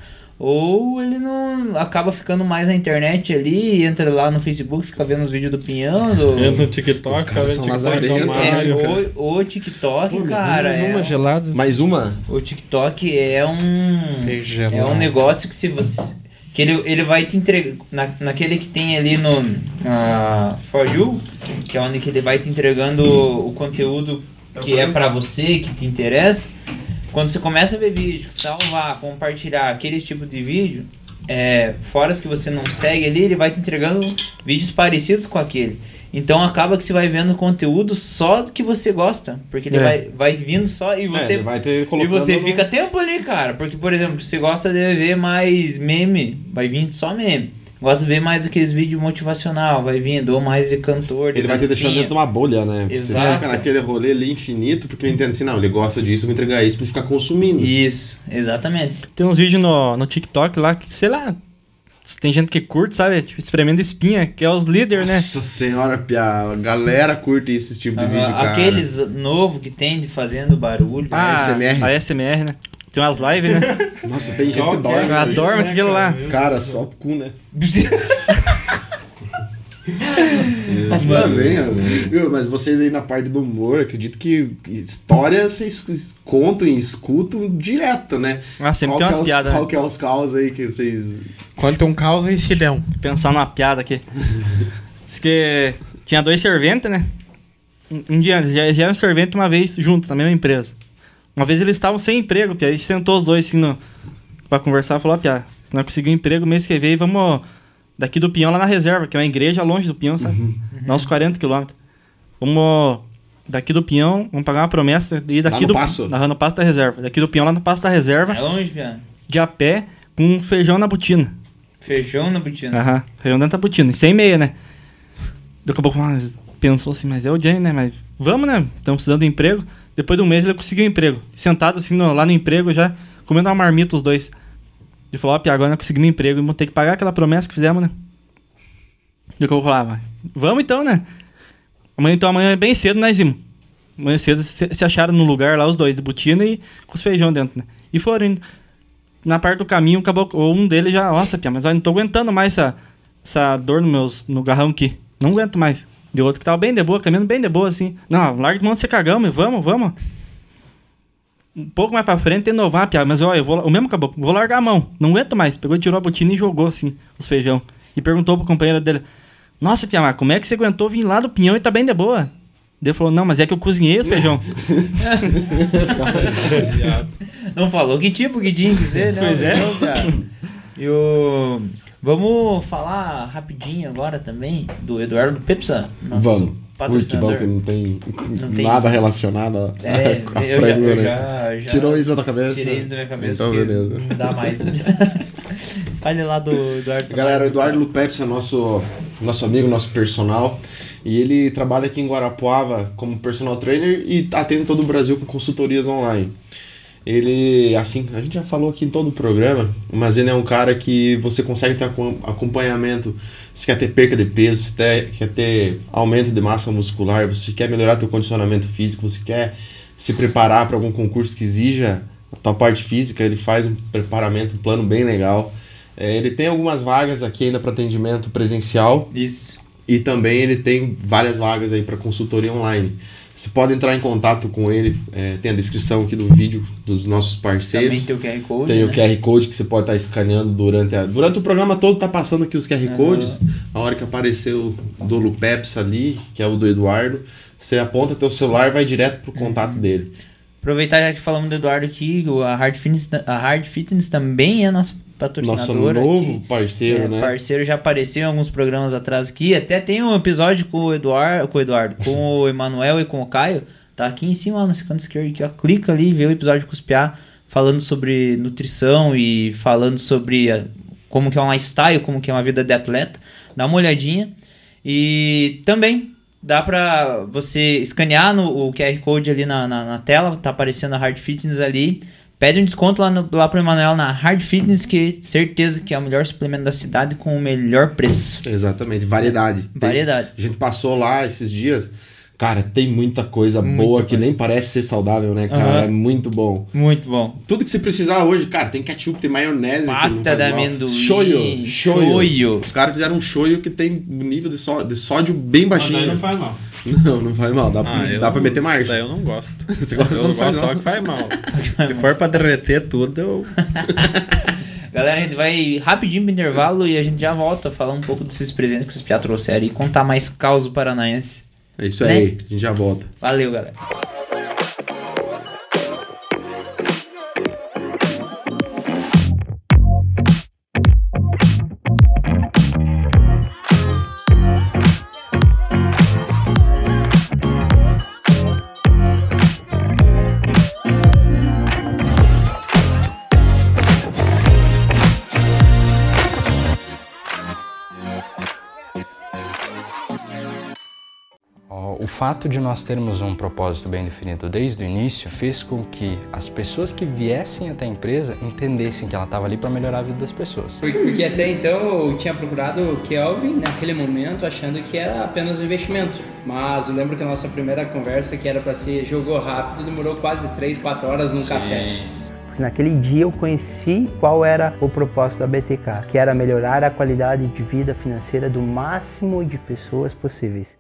[SPEAKER 3] Ou ele não acaba ficando mais na internet ali, entra lá no Facebook, fica vendo os vídeos do Pinhão, do.
[SPEAKER 6] Entra no TikTok,
[SPEAKER 2] Os
[SPEAKER 6] cara,
[SPEAKER 2] caras
[SPEAKER 6] vendo
[SPEAKER 2] são
[SPEAKER 6] TikTok do
[SPEAKER 2] lazarentos,
[SPEAKER 6] Mário,
[SPEAKER 3] É,
[SPEAKER 6] cara.
[SPEAKER 3] o, o TikTok, cara.
[SPEAKER 6] Mais
[SPEAKER 3] é-
[SPEAKER 6] uma gelada.
[SPEAKER 2] Mais uma?
[SPEAKER 3] o TikTok é um.
[SPEAKER 6] Beijelão.
[SPEAKER 3] É um negócio que se você. Que ele, ele vai te entregar. Na, naquele que tem ali no. Na For You, que é onde que ele vai te entregando o, o conteúdo que é pra você, que te interessa. Quando você começa a ver vídeo, salvar, compartilhar aquele tipo de vídeo, é, fora os que você não segue ali, ele vai te entregando vídeos parecidos com aquele. Então acaba que você vai vendo conteúdo só do que você gosta. Porque ele
[SPEAKER 4] É.
[SPEAKER 3] vai, vai vindo só e tipo, você
[SPEAKER 2] É, ele vai ter
[SPEAKER 3] e
[SPEAKER 2] colocando
[SPEAKER 3] você
[SPEAKER 2] no-
[SPEAKER 3] fica tempo ali, cara. Porque, por exemplo, você gosta de ver mais meme, vai vir só meme. Gosta de ver mais aqueles vídeos motivacional, vai vindo, ou mais de cantor. de
[SPEAKER 2] Ele vai te deixando
[SPEAKER 3] dancinha.
[SPEAKER 2] dentro de uma bolha, né? Você
[SPEAKER 3] Exato.
[SPEAKER 2] fica naquele rolê ali infinito, porque eu entendo assim, não, ele gosta disso, eu vou entregar isso pra ele ficar consumindo.
[SPEAKER 3] Isso, exatamente.
[SPEAKER 4] Tem uns vídeos no, no TikTok lá que, sei lá, tem gente que curte, sabe? Tipo, espremendo espinha, que é os líderes, né?
[SPEAKER 2] Nossa senhora, Pia, a galera curte esse tipo de
[SPEAKER 3] Ah,
[SPEAKER 2] vídeo, cara.
[SPEAKER 3] Aqueles novo que tem de fazendo barulho.
[SPEAKER 2] Ah, ASMR.
[SPEAKER 4] A SMR, né? Tem umas lives, né?
[SPEAKER 2] Nossa, tem gente que
[SPEAKER 6] Qual que é?
[SPEAKER 2] dorme.
[SPEAKER 4] Ela
[SPEAKER 2] né?
[SPEAKER 4] dorme com aquilo lá.
[SPEAKER 2] Cara, só o cu, né? Mas também, ó.
[SPEAKER 3] né?
[SPEAKER 2] Viu, mas vocês aí na parte do humor, acredito que história vocês contam e escutam direto, né?
[SPEAKER 4] Ah, sempre tem
[SPEAKER 2] que é
[SPEAKER 4] umas
[SPEAKER 2] os-
[SPEAKER 4] piadas,
[SPEAKER 2] Qual
[SPEAKER 4] né?
[SPEAKER 2] que é os caos aí que vocês...
[SPEAKER 6] Quanto um caos e se dão.
[SPEAKER 4] Pensar numa piada aqui. Diz que tinha dois serventes, né? Um- Um dia, já, já era um servente uma vez junto, na mesma empresa. Uma vez eles estavam sem emprego, Pia. A gente sentou os dois assim no, pra conversar e falou: ó, Pia, se não conseguir um emprego, mês que vem, vamos daqui do Pinhão lá na reserva, que é uma igreja longe do Pinhão, sabe? Dá uns 40 quilômetros. Vamos daqui do Pinhão, vamos pagar uma promessa e daqui
[SPEAKER 2] no
[SPEAKER 4] do.
[SPEAKER 2] Passo?
[SPEAKER 4] Aham, no passo da reserva. Daqui do Pinhão lá no passo da reserva,
[SPEAKER 3] É longe, Pian.
[SPEAKER 4] de a pé, com um feijão na botina.
[SPEAKER 3] Feijão na botina.
[SPEAKER 4] Aham, feijão dentro da botina, e sem meia, né? Daqui a pouco mas pensou assim, mas é o Johnny, né? Mas vamos, né? Estamos precisando de emprego. Depois de um mês ele conseguiu um emprego. Sentado assim no- lá no emprego já, comendo uma marmita os dois. Ele falou, ó, Pia, agora nós conseguimos um emprego e vamos ter que pagar aquela promessa que fizemos, né? Daqui a pouco lá, mas vamos então, né? Amanhã então, amanhã é bem cedo nós íamos. Amanhã cedo se, se acharam num lugar lá os dois, de botina e com os feijão dentro, né? E foram indo na parte do caminho, acabou, ou um deles já, nossa, Pia, mas eu não tô aguentando mais essa, essa dor no, meus, no garrão aqui. Não aguento mais. De outro que tava bem de boa, caminhando bem de boa, assim. Não, larga de mão de ser cagão, meu, vamos, vamos. Um pouco mais pra frente, tem novar, Pia, mas ó, eu vou, o mesmo acabou, vou largar a mão, não aguento mais. Pegou, tirou a botina e jogou, assim, os feijão. E perguntou pro companheiro dele, nossa, Pia, mas como é que você aguentou vir lá do pinhão e tá bem de boa? Daí Ele falou, não, mas é que eu cozinhei os feijão.
[SPEAKER 3] Não falou que tipo que tinha que ser, né?
[SPEAKER 4] Pois é.
[SPEAKER 3] Não, cara. E o... Vamos falar rapidinho agora também do Eduardo Pepsa, nosso
[SPEAKER 2] Ui, que bom
[SPEAKER 3] patrocinador.
[SPEAKER 2] que não tem,
[SPEAKER 3] Não tem-
[SPEAKER 2] nada relacionado a,
[SPEAKER 3] É,
[SPEAKER 2] com a
[SPEAKER 3] eu já-
[SPEAKER 2] frango,
[SPEAKER 3] eu
[SPEAKER 2] né?
[SPEAKER 3] já- já
[SPEAKER 2] Tirou isso da tua cabeça?
[SPEAKER 3] Tirei isso da minha cabeça.
[SPEAKER 2] Então,
[SPEAKER 3] porque
[SPEAKER 2] beleza.
[SPEAKER 3] Não dá mais. né? Fale lá do Eduardo.
[SPEAKER 2] Galera, o Eduardo Lupepsa, é nosso, nosso amigo, nosso personal. E ele trabalha aqui em Guarapuava como personal trainer e atende todo o Brasil com consultorias online. Ele, assim, a gente já falou aqui em todo o programa, mas ele é um cara que você consegue ter acom- acompanhamento. Você quer ter perca de peso, você ter- quer ter aumento de massa muscular, você quer melhorar teu condicionamento físico, você quer se preparar para algum concurso que exija a tua parte física, ele faz um preparamento, um plano bem legal. É, ele tem algumas vagas aqui ainda para atendimento presencial
[SPEAKER 3] Isso.
[SPEAKER 2] e também ele tem várias vagas aí para consultoria online. Você pode entrar em contato com ele, é, tem a descrição aqui do vídeo dos nossos parceiros.
[SPEAKER 3] Também tem o QR Code.
[SPEAKER 2] Tem
[SPEAKER 3] né?
[SPEAKER 2] o QR Code que você pode estar escaneando durante a... Durante o programa todo tá passando aqui os QR
[SPEAKER 3] Ah.
[SPEAKER 2] Codes. A hora que apareceu do Lupeps ali, que é o do Eduardo, você aponta teu celular e vai direto pro contato
[SPEAKER 3] Uhum.
[SPEAKER 2] dele.
[SPEAKER 3] Aproveitar já que falamos do Eduardo aqui, o- a Hard Fitness, a Hard Fitness também é nossa
[SPEAKER 2] Nosso
[SPEAKER 3] patrocinadora.
[SPEAKER 2] novo
[SPEAKER 3] aqui.
[SPEAKER 2] parceiro,
[SPEAKER 3] É,
[SPEAKER 2] né?
[SPEAKER 3] Parceiro já apareceu em alguns programas atrás aqui. Até tem um episódio com o Eduardo, com o, Eduardo, com o Emanuel e com o Caio. Tá aqui em cima, lá no canto esquerdo. Aqui, ó. Clica ali e vê o episódio com os PA falando sobre nutrição e falando sobre a- como que é um lifestyle, como que é uma vida de atleta. Dá uma olhadinha. E também dá pra você escanear no, o QR Code ali na, na, na tela, tá aparecendo a Hard Fitness ali. Pede um desconto lá, no, lá pro Emanuel na Hard Fitness, que certeza que é o melhor suplemento da cidade com o melhor preço.
[SPEAKER 2] Exatamente, variedade. Tem-
[SPEAKER 3] Variedade.
[SPEAKER 2] a gente passou lá esses dias. Cara, tem muita coisa boa que nem parece ser saudável, né, cara?
[SPEAKER 3] Aham.
[SPEAKER 2] É muito bom.
[SPEAKER 3] Muito bom.
[SPEAKER 2] Tudo que você precisar hoje, cara, tem ketchup, tem maionese. que não
[SPEAKER 3] Pasta
[SPEAKER 2] faz
[SPEAKER 3] de
[SPEAKER 2] mal.
[SPEAKER 3] amendoim.
[SPEAKER 2] Shoyu.
[SPEAKER 3] Shoyu.
[SPEAKER 2] Os caras fizeram um shoyu que tem um nível de, só- de sódio bem
[SPEAKER 6] Mas Ah, daí
[SPEAKER 2] baixinho.
[SPEAKER 6] não faz mal.
[SPEAKER 2] Não, não faz mal. Dá, pra-
[SPEAKER 6] Ah, eu
[SPEAKER 2] dá pra
[SPEAKER 6] não-
[SPEAKER 2] meter margem.
[SPEAKER 6] Daí eu não gosto.
[SPEAKER 2] Você gosta
[SPEAKER 6] eu
[SPEAKER 2] quando
[SPEAKER 6] não
[SPEAKER 2] faz
[SPEAKER 6] gosto só
[SPEAKER 2] mal.
[SPEAKER 6] que faz mal. Se for pra derreter tudo, eu.
[SPEAKER 3] Galera, a gente vai rapidinho pro intervalo e a gente já volta a falar um pouco desses presentes que vocês já trouxeram e contar mais caos do paranaense.
[SPEAKER 2] É isso
[SPEAKER 3] Né?
[SPEAKER 2] aí. A gente já volta.
[SPEAKER 3] Valeu, galera.
[SPEAKER 8] Ó, O fato de nós termos um propósito bem definido desde o início fez com que as pessoas que viessem até a empresa entendessem que ela estava ali para melhorar a vida das pessoas.
[SPEAKER 9] Por- Porque até então eu tinha procurado o Kelvin naquele momento achando que era apenas um investimento. Mas eu lembro que a nossa primeira conversa, que era pra ser jogou rápido, demorou quase 3, 4 horas num café.
[SPEAKER 10] Naquele dia eu conheci qual era o propósito da BTK, que era melhorar a qualidade de vida financeira do máximo de pessoas possíveis.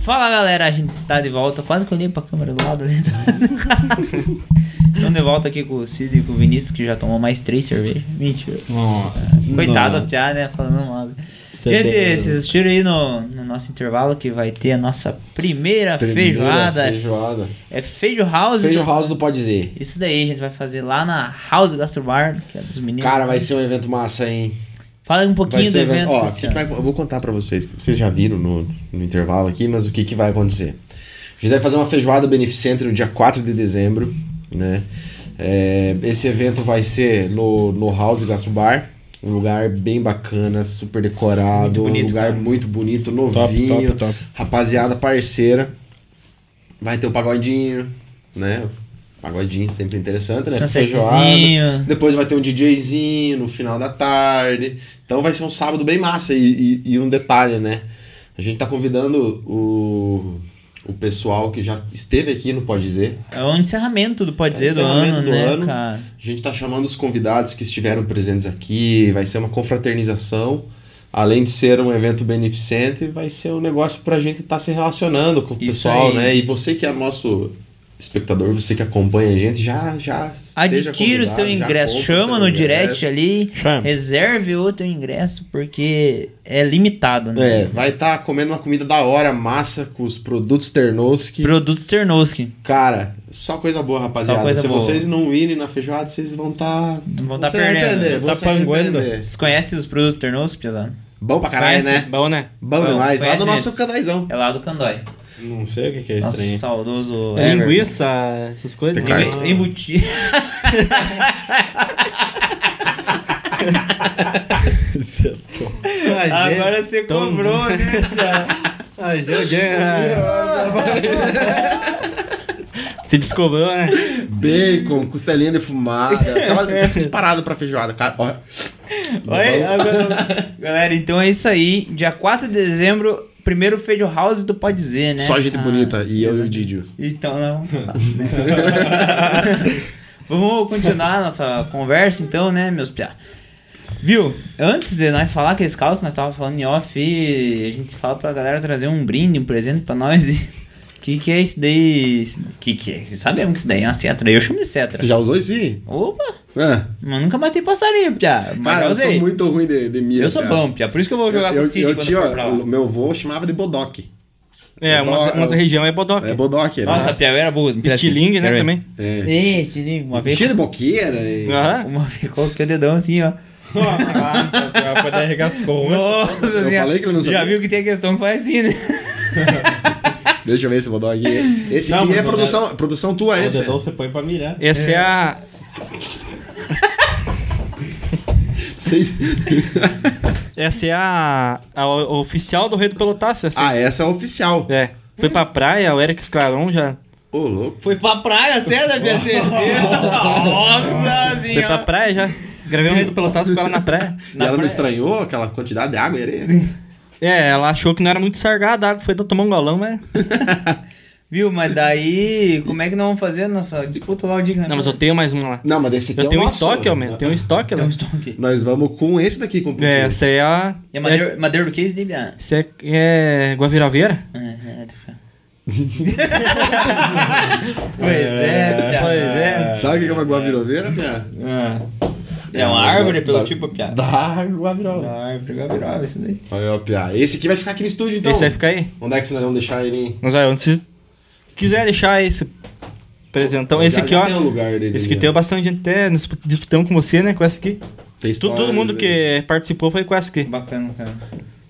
[SPEAKER 3] Fala, galera. A gente está de volta. Quase que eu olhei pra câmera do lado ali. Estamos de volta aqui com o Cid e com o Vinícius, que já tomou mais três cervejas. Mentira. Coitado
[SPEAKER 6] Nossa.
[SPEAKER 3] piada, né? Falando mal.
[SPEAKER 6] Também.
[SPEAKER 3] Gente,
[SPEAKER 2] é.
[SPEAKER 3] vocês assistiram aí no, no nosso intervalo que vai ter a nossa primeira, feijoada.
[SPEAKER 2] Feijoada.
[SPEAKER 3] É Feijo House.
[SPEAKER 2] Feijo house não pode dizer.
[SPEAKER 3] Isso daí a gente vai fazer lá na House Gastrobar, que é dos meninos.
[SPEAKER 2] Cara, vai ser um evento massa, hein?
[SPEAKER 3] Fala aí um
[SPEAKER 2] Vai
[SPEAKER 3] pouquinho do
[SPEAKER 2] ser um
[SPEAKER 3] evento.
[SPEAKER 2] Ó, o que que
[SPEAKER 3] Cristiano.
[SPEAKER 2] vai... Eu vou contar pra vocês. que Vocês já viram no, no intervalo aqui, mas o que, que vai acontecer? A gente vai fazer uma feijoada beneficente no dia 4 de dezembro, né? É, esse evento vai ser no, no House Gastro Bar. Um lugar bem bacana, super decorado. um lugar muito bonito, novinho.
[SPEAKER 6] top, top.
[SPEAKER 2] Rapaziada parceira. Vai ter o pagodinho, né? Pagodinho sempre interessante, né?
[SPEAKER 3] Sunsetzinho.
[SPEAKER 2] Depois vai ter um DJzinho no final da tarde. Então vai ser um sábado bem massa. E, e- e um detalhe, né? A gente tá convidando o, o pessoal que já esteve aqui no Pode Dizer.
[SPEAKER 3] É o encerramento do Pode
[SPEAKER 2] É o
[SPEAKER 3] Dizer do
[SPEAKER 2] encerramento
[SPEAKER 3] ano,
[SPEAKER 2] do
[SPEAKER 3] né,
[SPEAKER 2] ano.
[SPEAKER 3] cara?
[SPEAKER 2] A gente tá chamando os convidados que estiveram presentes aqui. Vai ser uma confraternização. Além de ser um evento beneficente, vai ser um negócio pra gente estar se relacionando com o
[SPEAKER 3] Isso
[SPEAKER 2] pessoal,
[SPEAKER 3] aí.
[SPEAKER 2] né? E você que é nosso espectador, você que acompanha a gente, já já esteja
[SPEAKER 3] Adquira o seu
[SPEAKER 2] convidado, já
[SPEAKER 3] ingresso,
[SPEAKER 2] compra o seu
[SPEAKER 3] chama no direct
[SPEAKER 2] ingresso.
[SPEAKER 3] ali,
[SPEAKER 6] Chama.
[SPEAKER 3] reserve o teu ingresso, porque é limitado, né?
[SPEAKER 2] É, vai estar comendo uma comida da hora, massa, com os produtos
[SPEAKER 6] É.
[SPEAKER 2] Ternoski.
[SPEAKER 3] Produtos Ternoski.
[SPEAKER 2] Cara, só coisa boa, rapaziada.
[SPEAKER 3] Só coisa
[SPEAKER 2] Se
[SPEAKER 3] boa.
[SPEAKER 2] vocês não irem na feijoada, vocês vão estar.
[SPEAKER 3] Vão tá perdendo, vão
[SPEAKER 6] tá panguando.
[SPEAKER 3] Vocês conhecem os produtos Ternoski, pesado?
[SPEAKER 2] Bom pra caralho,
[SPEAKER 4] Conhece?
[SPEAKER 2] né?
[SPEAKER 4] Bom, né?
[SPEAKER 2] Bom
[SPEAKER 3] Bom,
[SPEAKER 2] demais. Lá
[SPEAKER 3] conhece
[SPEAKER 2] do nosso
[SPEAKER 3] mesmo.
[SPEAKER 2] canaizão.
[SPEAKER 3] É lá do Candói.
[SPEAKER 6] Não sei o que, que é
[SPEAKER 3] Nosso
[SPEAKER 6] estranho.
[SPEAKER 3] saudoso. é
[SPEAKER 4] É
[SPEAKER 3] Ever.
[SPEAKER 4] linguiça, essas coisas. né?
[SPEAKER 2] Tem carne.
[SPEAKER 3] Embu- Embuti.
[SPEAKER 4] Ah, é
[SPEAKER 3] Agora você
[SPEAKER 6] Então,
[SPEAKER 4] Tom-
[SPEAKER 3] cobrou, né, cara?
[SPEAKER 4] Ai, eu Se descobrou, né?
[SPEAKER 3] É.
[SPEAKER 2] Bacon, costelinha defumada. Aquelas, essas paradas pra feijoada, cara. Ó,
[SPEAKER 3] Né? Oi,
[SPEAKER 6] Então.
[SPEAKER 3] agora- Galera, então é isso aí. Dia 4 de dezembro, primeiro Feijo House do Pode Dizer, né?
[SPEAKER 2] só gente
[SPEAKER 3] Ah,
[SPEAKER 2] bonita. E eu e o Didio.
[SPEAKER 3] Então não. Vamos continuar a nossa conversa então, né, meus piá. Viu? Antes de nós falar aquele scout que nós tava falando em off, e a gente fala pra galera trazer um brinde, um presente pra nós. E... Que que é isso daí? Que que é? Sabemos que isso daí é uma cetra. Eu chamo de cetra.
[SPEAKER 2] Você já usou esse?
[SPEAKER 3] Opa!
[SPEAKER 2] Ah,
[SPEAKER 3] Mas nunca matei passarinho, piá. É. Mas
[SPEAKER 2] cara, eu
[SPEAKER 3] usei.
[SPEAKER 2] sou muito ruim de, de mira.
[SPEAKER 3] Eu sou
[SPEAKER 2] cara.
[SPEAKER 3] bom, Pia. Por isso que eu vou jogar com
[SPEAKER 2] eu,
[SPEAKER 3] o Cid
[SPEAKER 2] eu
[SPEAKER 3] quando
[SPEAKER 2] tinha,
[SPEAKER 3] for pra lá.
[SPEAKER 2] Meu avô chamava de bodoque.
[SPEAKER 4] É, uma, uma região é bodoca.
[SPEAKER 2] É bodoque, né?
[SPEAKER 3] Nossa, Pia, eu era boa.
[SPEAKER 4] Estilingue, né, também.
[SPEAKER 2] É.
[SPEAKER 3] Ei, estilingue. Uma vez,
[SPEAKER 2] Cheio de boqueira. E...
[SPEAKER 4] Aham.
[SPEAKER 3] uma vez coloquei o dedão assim, ó.
[SPEAKER 6] Nossa senhora, pode arregar as
[SPEAKER 3] Nossa
[SPEAKER 2] Eu
[SPEAKER 3] senhora.
[SPEAKER 2] falei que ele não
[SPEAKER 3] Já
[SPEAKER 2] sabia.
[SPEAKER 3] viu que tem a questão que faz assim, né?
[SPEAKER 2] Deixa eu ver esse bodó aqui. Esse
[SPEAKER 6] Não,
[SPEAKER 2] aqui
[SPEAKER 6] mas
[SPEAKER 2] é
[SPEAKER 6] o
[SPEAKER 2] produção, produção tua,
[SPEAKER 6] O
[SPEAKER 2] esse.
[SPEAKER 6] dedão você põe pra mirar.
[SPEAKER 4] Essa é, a.
[SPEAKER 2] Seis-
[SPEAKER 4] Essa é a. a o- oficial do Rei do Pelotaço. Essa
[SPEAKER 2] Ah, essa é a oficial.
[SPEAKER 4] é. Foi pra praia, o Eric Esclaron já.
[SPEAKER 3] É.
[SPEAKER 2] Ô, louco.
[SPEAKER 3] Foi pra praia, sério, da minha cerveja. Nossa
[SPEAKER 4] Foi pra
[SPEAKER 3] senhora.
[SPEAKER 4] praia já. Gravei um Rei do Pelotaço com ela na praia.
[SPEAKER 2] E ela não estranhou aquela quantidade de água e areia?
[SPEAKER 4] É, ela achou que não era muito sargada a água, foi tomar um galão, mas.
[SPEAKER 3] Viu, mas daí, como é que nós vamos fazer a nossa disputa lá o dia que nós
[SPEAKER 4] Não, mas eu tenho mais uma lá.
[SPEAKER 2] Não, mas esse aqui
[SPEAKER 4] Eu
[SPEAKER 2] é o
[SPEAKER 4] tenho um
[SPEAKER 2] nosso.
[SPEAKER 4] estoque, ó, man. Tenho um estoque lá.
[SPEAKER 3] temos estoque?
[SPEAKER 2] Nós vamos com esse daqui, com o
[SPEAKER 4] É,
[SPEAKER 2] pintinho.
[SPEAKER 4] essa é a.
[SPEAKER 3] E a madeira, madeira do Ah, que de Biá?
[SPEAKER 4] Isso é, é Guaviraveira?
[SPEAKER 3] é, Pois é, Piá.
[SPEAKER 4] Pois é.
[SPEAKER 2] Sabe o que é uma guaviroveira, Pia?
[SPEAKER 3] É uma árvore pelo tipo, Piá.
[SPEAKER 2] Da guaviroveira.
[SPEAKER 3] Da árvore, Gabriel, isso daí.
[SPEAKER 2] Aí, ó, Pia. Esse aqui vai ficar aqui no estúdio, então.
[SPEAKER 4] Esse aí fica aí.
[SPEAKER 2] Onde é que nós vamos deixar ele?
[SPEAKER 4] Mas olha, se quiser deixar esse presentão, então esse
[SPEAKER 2] Já-
[SPEAKER 4] aqui,
[SPEAKER 2] já
[SPEAKER 4] ó.
[SPEAKER 2] Tem um lugar dele,
[SPEAKER 4] Esse que
[SPEAKER 2] né?
[SPEAKER 4] tem bastante gente até nos- disputando com você, né? Com essa aqui.
[SPEAKER 2] Tem
[SPEAKER 4] Tu- todo
[SPEAKER 2] stories
[SPEAKER 4] mundo
[SPEAKER 2] aí.
[SPEAKER 4] que participou foi com essa aqui.
[SPEAKER 3] Bacana, cara.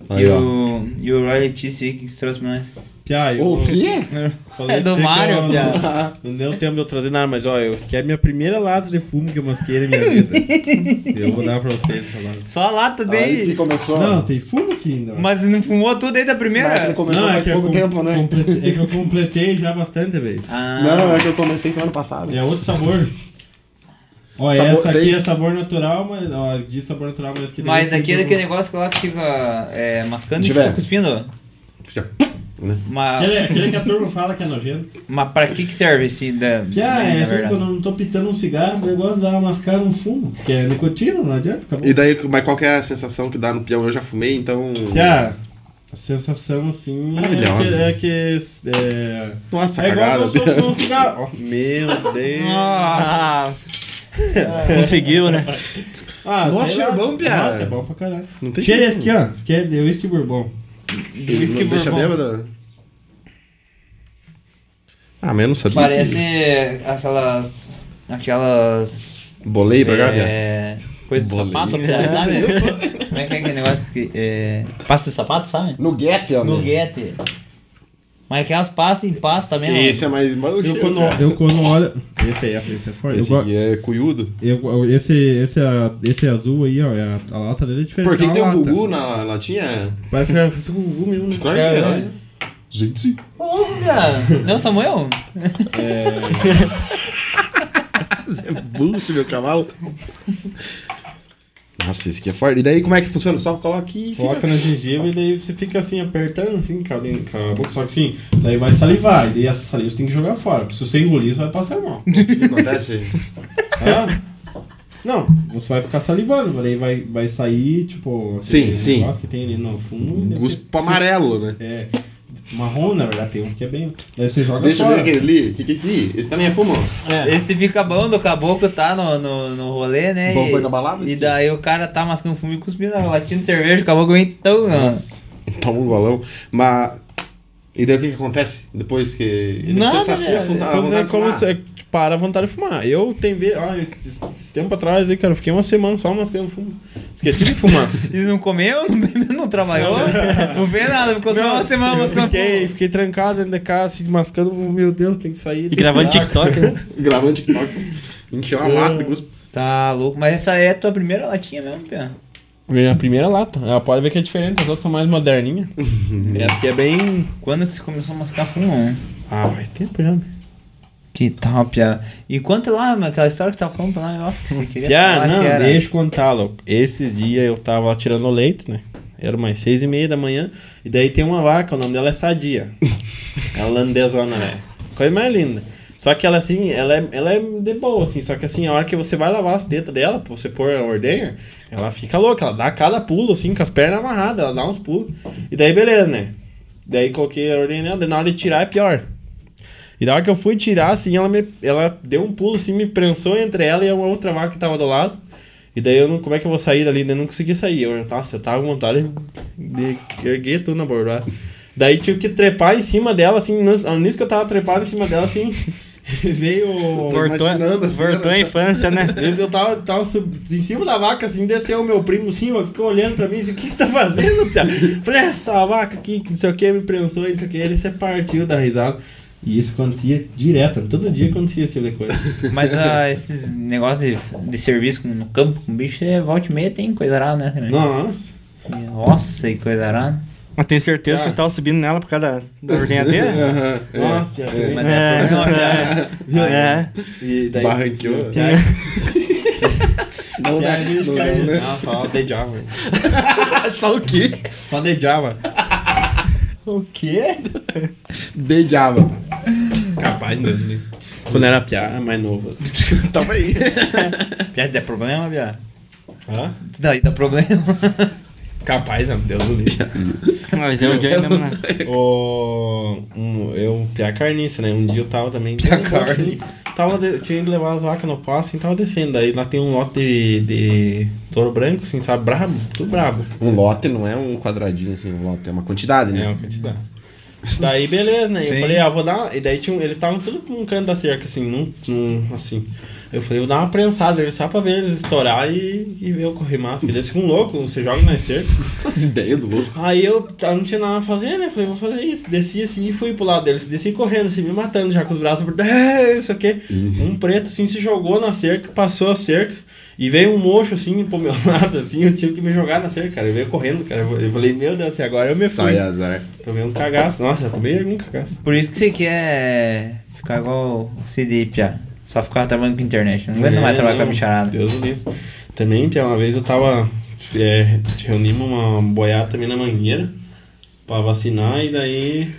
[SPEAKER 2] Aí,
[SPEAKER 3] e,
[SPEAKER 2] ó.
[SPEAKER 3] o, e o Roy Letícia aí que se trouxe pra nós.
[SPEAKER 6] Piá, eu
[SPEAKER 2] Ô, o quê?
[SPEAKER 6] falei
[SPEAKER 3] É
[SPEAKER 6] pra
[SPEAKER 3] do
[SPEAKER 6] você que
[SPEAKER 3] Mario,
[SPEAKER 6] eu-
[SPEAKER 3] Piá.
[SPEAKER 6] Não deu tempo de eu trazer nada, mas ó, eu, que é a minha primeira lata de fumo que eu masquei na minha vida. eu vou dar pra vocês essa lata.
[SPEAKER 3] Só a lata
[SPEAKER 2] Aí
[SPEAKER 3] daí.
[SPEAKER 2] que começou.
[SPEAKER 6] Não, tem fumo aqui ainda.
[SPEAKER 3] Mas não fumou tudo aí da primeira?
[SPEAKER 2] Mas ele começou
[SPEAKER 6] Não, é
[SPEAKER 2] faz
[SPEAKER 6] que eu
[SPEAKER 2] pouco
[SPEAKER 6] com-
[SPEAKER 2] tempo, né?
[SPEAKER 6] Completei- é que eu completei já bastante vezes.
[SPEAKER 3] Ah,
[SPEAKER 2] Não, é que eu comecei semana passada.
[SPEAKER 6] É outro sabor. Ó,
[SPEAKER 2] Sabor-
[SPEAKER 6] essa aqui
[SPEAKER 2] tem-
[SPEAKER 6] é sabor natural, mas. Ó, de sabor natural, mas que
[SPEAKER 3] mas daqui é
[SPEAKER 6] é
[SPEAKER 3] daquele negócio que lá que fica é, mascando e
[SPEAKER 2] Tiver.
[SPEAKER 3] fica cuspindo.
[SPEAKER 2] Assim,
[SPEAKER 6] Aquele,
[SPEAKER 2] né?
[SPEAKER 3] Mas,
[SPEAKER 6] aquele que a turma fala que é nojento.
[SPEAKER 3] mas pra que que serve esse da.
[SPEAKER 6] Que ah,
[SPEAKER 3] na
[SPEAKER 6] é assim
[SPEAKER 3] verdade?
[SPEAKER 6] quando eu não tô pitando um cigarro, eu gosto de dar uma mascada um fumo. Que é nicotina, não adianta, acabou.
[SPEAKER 2] E daí, mas qual que é a sensação que dá no peão? Eu já fumei, então.
[SPEAKER 6] Que a, a sensação assim
[SPEAKER 2] Maravilhosa.
[SPEAKER 6] é que. É, que, é,
[SPEAKER 2] Nossa,
[SPEAKER 6] é igual
[SPEAKER 2] né? cagada.
[SPEAKER 6] eu sou fumando um cigarro. Ó, meu Deus.
[SPEAKER 4] Ah. Conseguiu, né?
[SPEAKER 6] Ah,
[SPEAKER 2] Nossa,
[SPEAKER 6] sei
[SPEAKER 2] é
[SPEAKER 6] lá.
[SPEAKER 2] bom, piá.
[SPEAKER 6] Nossa, é bom pra caralho.
[SPEAKER 2] Não tem
[SPEAKER 6] Cheira esse
[SPEAKER 2] jeito.
[SPEAKER 6] aqui, ó. Esse aqui é de whisky bourbon.
[SPEAKER 2] Ele
[SPEAKER 3] Whisky
[SPEAKER 2] não deixa
[SPEAKER 3] bourbon.
[SPEAKER 2] bêbada? Ah, mas eu não sabia.
[SPEAKER 3] Parece aquelas. Aquelas.
[SPEAKER 2] que- Bolei pra cá, Pia?
[SPEAKER 3] é, coisa de
[SPEAKER 8] Bolinha.
[SPEAKER 3] sapato, né, sabe? Como é que é aquele negócio que. É, pasta de sapato, sabe?
[SPEAKER 2] Nuguete, ó. meu.
[SPEAKER 3] Nuguete. Mas aquelas pastas em pasta mesmo.
[SPEAKER 2] Esse é mais. mas o
[SPEAKER 6] Eu
[SPEAKER 2] cheiro,
[SPEAKER 6] quando,
[SPEAKER 2] cara.
[SPEAKER 6] eu quando olho. Esse aí, esse é forte.
[SPEAKER 2] Esse
[SPEAKER 6] eu,
[SPEAKER 2] aqui é cuiudo.
[SPEAKER 6] go- eu- esse, esse, é a- esse azul aí, ó. é A, a lata dele é diferente.
[SPEAKER 2] Por que,
[SPEAKER 6] da
[SPEAKER 2] que tem
[SPEAKER 6] lata.
[SPEAKER 2] um gugu na latinha?
[SPEAKER 6] Parece que é esse gugu mesmo. né?
[SPEAKER 2] Claro que é. Gente,
[SPEAKER 3] Olha! Não, Samuel?
[SPEAKER 2] você é burro, esse meu cavalo. Nossa, esse aqui é forte. E daí, como é que funciona? Só coloca aqui e fica... assim.
[SPEAKER 6] Coloca na gengiva e daí você fica assim, apertando assim, com a lin- com a boca. Só que assim, daí vai salivar. E daí essa saliva você tem que jogar fora. Porque se você engolir, você vai passar mal.
[SPEAKER 2] O que acontece?
[SPEAKER 6] Hã? Não, você vai ficar salivando, mas daí vai, vai sair, tipo,
[SPEAKER 2] Sim,
[SPEAKER 6] aquele
[SPEAKER 2] sim. Um
[SPEAKER 6] negócio que tem ali no fundo. e daí
[SPEAKER 2] Guspo
[SPEAKER 6] você-
[SPEAKER 2] amarelo, né?
[SPEAKER 6] É, marrom, na verdade, tem um que é bem. Daí você joga
[SPEAKER 2] Deixa eu ver
[SPEAKER 6] fora.
[SPEAKER 2] aquele ali. O que que é esse aí? Esse também é fumo?
[SPEAKER 3] Esse fica bom do caboclo tá no, no, no rolê, né?
[SPEAKER 2] Bom
[SPEAKER 3] e,
[SPEAKER 2] coisa da balada,
[SPEAKER 3] E
[SPEAKER 2] esse
[SPEAKER 3] daí o cara tá mascando fumo e cuspindo a latinha de cerveja, o caboclo vem tão. Nossa.
[SPEAKER 2] Toma um golão. Mas... E daí o que que acontece? Depois que... ele
[SPEAKER 6] Nada,
[SPEAKER 2] sacia a
[SPEAKER 6] velho.
[SPEAKER 2] fun- a
[SPEAKER 6] Quando é
[SPEAKER 2] vontade de
[SPEAKER 6] como
[SPEAKER 2] fumar.
[SPEAKER 6] se- é, tipo, para a vontade de fumar. Eu tenho ver, ah, esse, esse tempo atrás, aí, cara, eu fiquei uma semana só mascando fumo. Esqueci de fumar.
[SPEAKER 3] E não comeu, não bebeu, não trabalhou, não fez nada, ficou só uma semana
[SPEAKER 6] eu
[SPEAKER 3] mascando
[SPEAKER 6] fiquei,
[SPEAKER 3] fumo.
[SPEAKER 6] fiquei trancado dentro de casa, se mascando, fumo. meu Deus, tem que sair.
[SPEAKER 4] E gravando TikTok, né?
[SPEAKER 2] Gravando TikTok. Encheu uma
[SPEAKER 6] É.
[SPEAKER 2] lata de guspo.
[SPEAKER 3] Tá louco, mas essa é a tua primeira latinha mesmo, Pia.
[SPEAKER 6] É a primeira lata. Ela pode ver que é diferente, as outras são mais moderninhas. Essa aqui é bem.
[SPEAKER 3] Quando que você começou a mascar fumo? né?
[SPEAKER 6] Ah, faz tempo já.
[SPEAKER 3] Que tal, Pia? E quanto lá, mano, aquela história que tava falando pra lá, que você queria
[SPEAKER 6] Piá,
[SPEAKER 3] falar
[SPEAKER 6] não,
[SPEAKER 3] que era.
[SPEAKER 6] deixa eu contar, louco. Esses dias eu tava tirando leite, né? Era umas seis e meia da manhã. E daí tem uma vaca, o nome dela é Sadia. é holandesona, né? Coisa mais linda. Só que ela assim, ela é, ela é de boa, assim. Só que assim, a hora que você vai lavar as tetas dela, pra você pôr a ordenha, ela fica louca. Ela dá cada pulo, assim, com as pernas amarradas. Ela dá uns pulos. E daí, beleza, né? Daí coloquei a ordenha nela. daí Na hora de tirar é pior. E da hora que eu fui tirar, assim, ela, me, ela deu um pulo, assim, me prensou entre ela e uma outra vaca que tava do lado. E daí eu não. Como é que eu vou sair dali? Daí Eu não consegui sair. Eu, nossa, eu tava com vontade de erguer tudo na bordada. Daí tive que trepar em cima dela, assim, no, nisso que eu tava trepado em cima dela, assim. veio.
[SPEAKER 4] Voltou,
[SPEAKER 2] imaginando assim,
[SPEAKER 4] voltou a
[SPEAKER 2] né?
[SPEAKER 4] infância, né?
[SPEAKER 6] Esse eu tava, tava sub- em cima da vaca, assim, desceu o meu primo, assim, ó, ficou olhando pra mim, assim, o que você tá fazendo, Pia? Falei, "Ah, essa vaca aqui, que não sei o que, me prensou, isso aqui, ele se partiu da risada. E isso acontecia direto, todo dia acontecia esse tipo de coisa.
[SPEAKER 3] Mas ah, esses negócios de, de serviço com- no campo com bicho, é volta e meia tem coisa arada, né? também?
[SPEAKER 6] Nossa.
[SPEAKER 3] Nossa, que coisa arada.
[SPEAKER 4] Mas tenho certeza
[SPEAKER 6] Ah.
[SPEAKER 4] que você tava subindo nela por causa da, da ordenhadeira?
[SPEAKER 2] Aham, é.
[SPEAKER 6] Nossa, Pia, também.
[SPEAKER 3] Mas é, uma piada.
[SPEAKER 4] é.
[SPEAKER 6] E daí.
[SPEAKER 2] Barranqueou.
[SPEAKER 6] Pia,
[SPEAKER 2] Não
[SPEAKER 6] Pia,
[SPEAKER 2] dá,
[SPEAKER 6] a gente
[SPEAKER 2] não dá,
[SPEAKER 6] caiu.
[SPEAKER 2] né?
[SPEAKER 6] Ah, só de Java.
[SPEAKER 2] Só o quê?
[SPEAKER 6] Só de Java.
[SPEAKER 4] O quê?
[SPEAKER 2] De Java.
[SPEAKER 6] Capaz, Deus me livre. Quando era piá, mais novo.
[SPEAKER 2] Tava aí.
[SPEAKER 3] Piada dá problema, piada?
[SPEAKER 6] Hã?
[SPEAKER 3] Daí dá problema.
[SPEAKER 6] Capaz, não, Deus me livre.
[SPEAKER 4] Mas eu
[SPEAKER 2] É
[SPEAKER 4] odiei mesmo, né?
[SPEAKER 6] O, um, eu, piá carniça, né? Um dia eu tava também.
[SPEAKER 3] Piá
[SPEAKER 6] um pouco assim,
[SPEAKER 3] carniça.
[SPEAKER 6] tava de- tinha ido levar as vacas no passo e tava descendo. Daí lá tem um lote de, de touro branco, assim, sabe? Brabo, tudo brabo.
[SPEAKER 2] Um lote não é um quadradinho assim, um lote é uma quantidade,
[SPEAKER 6] É
[SPEAKER 2] né?
[SPEAKER 6] uma quantidade. Daí beleza, né? Eu
[SPEAKER 3] Sim.
[SPEAKER 6] falei, ah, vou dar. E daí tinha, um- eles estavam tudo num canto da cerca, assim, num, num- assim. Eu falei, vou dar uma prensada eles só pra ver eles estourar e, e ver eu correr mato. Porque eles ficam loucos, você joga na cerca.
[SPEAKER 2] As ideias é do louco.
[SPEAKER 6] Aí eu eu não tinha nada a fazer, né? Falei, vou fazer isso. Desci assim e fui pro lado deles. Desci correndo, assim, me matando já com os braços por trás, isso aqui. Um preto, assim, se jogou na cerca, passou a cerca. E veio um mocho, assim, pro meu lado, assim. Eu tive que me jogar na cerca, cara. Ele veio correndo, cara. Eu falei, meu Deus, assim, agora eu me fui.
[SPEAKER 2] Sai azar.
[SPEAKER 6] Tomei um cagaço. Nossa, eu tomei algum cagaço.
[SPEAKER 3] Por isso que você quer ficar igual o CD, piada. Só ficar trabalhando com internet. Não aguenta mais trabalhar com a
[SPEAKER 6] É, não,
[SPEAKER 3] bicharada.
[SPEAKER 6] Deus do livro. Também, Pia, uma vez eu tava. É, reunimos uma boiada também na mangueira pra vacinar e daí.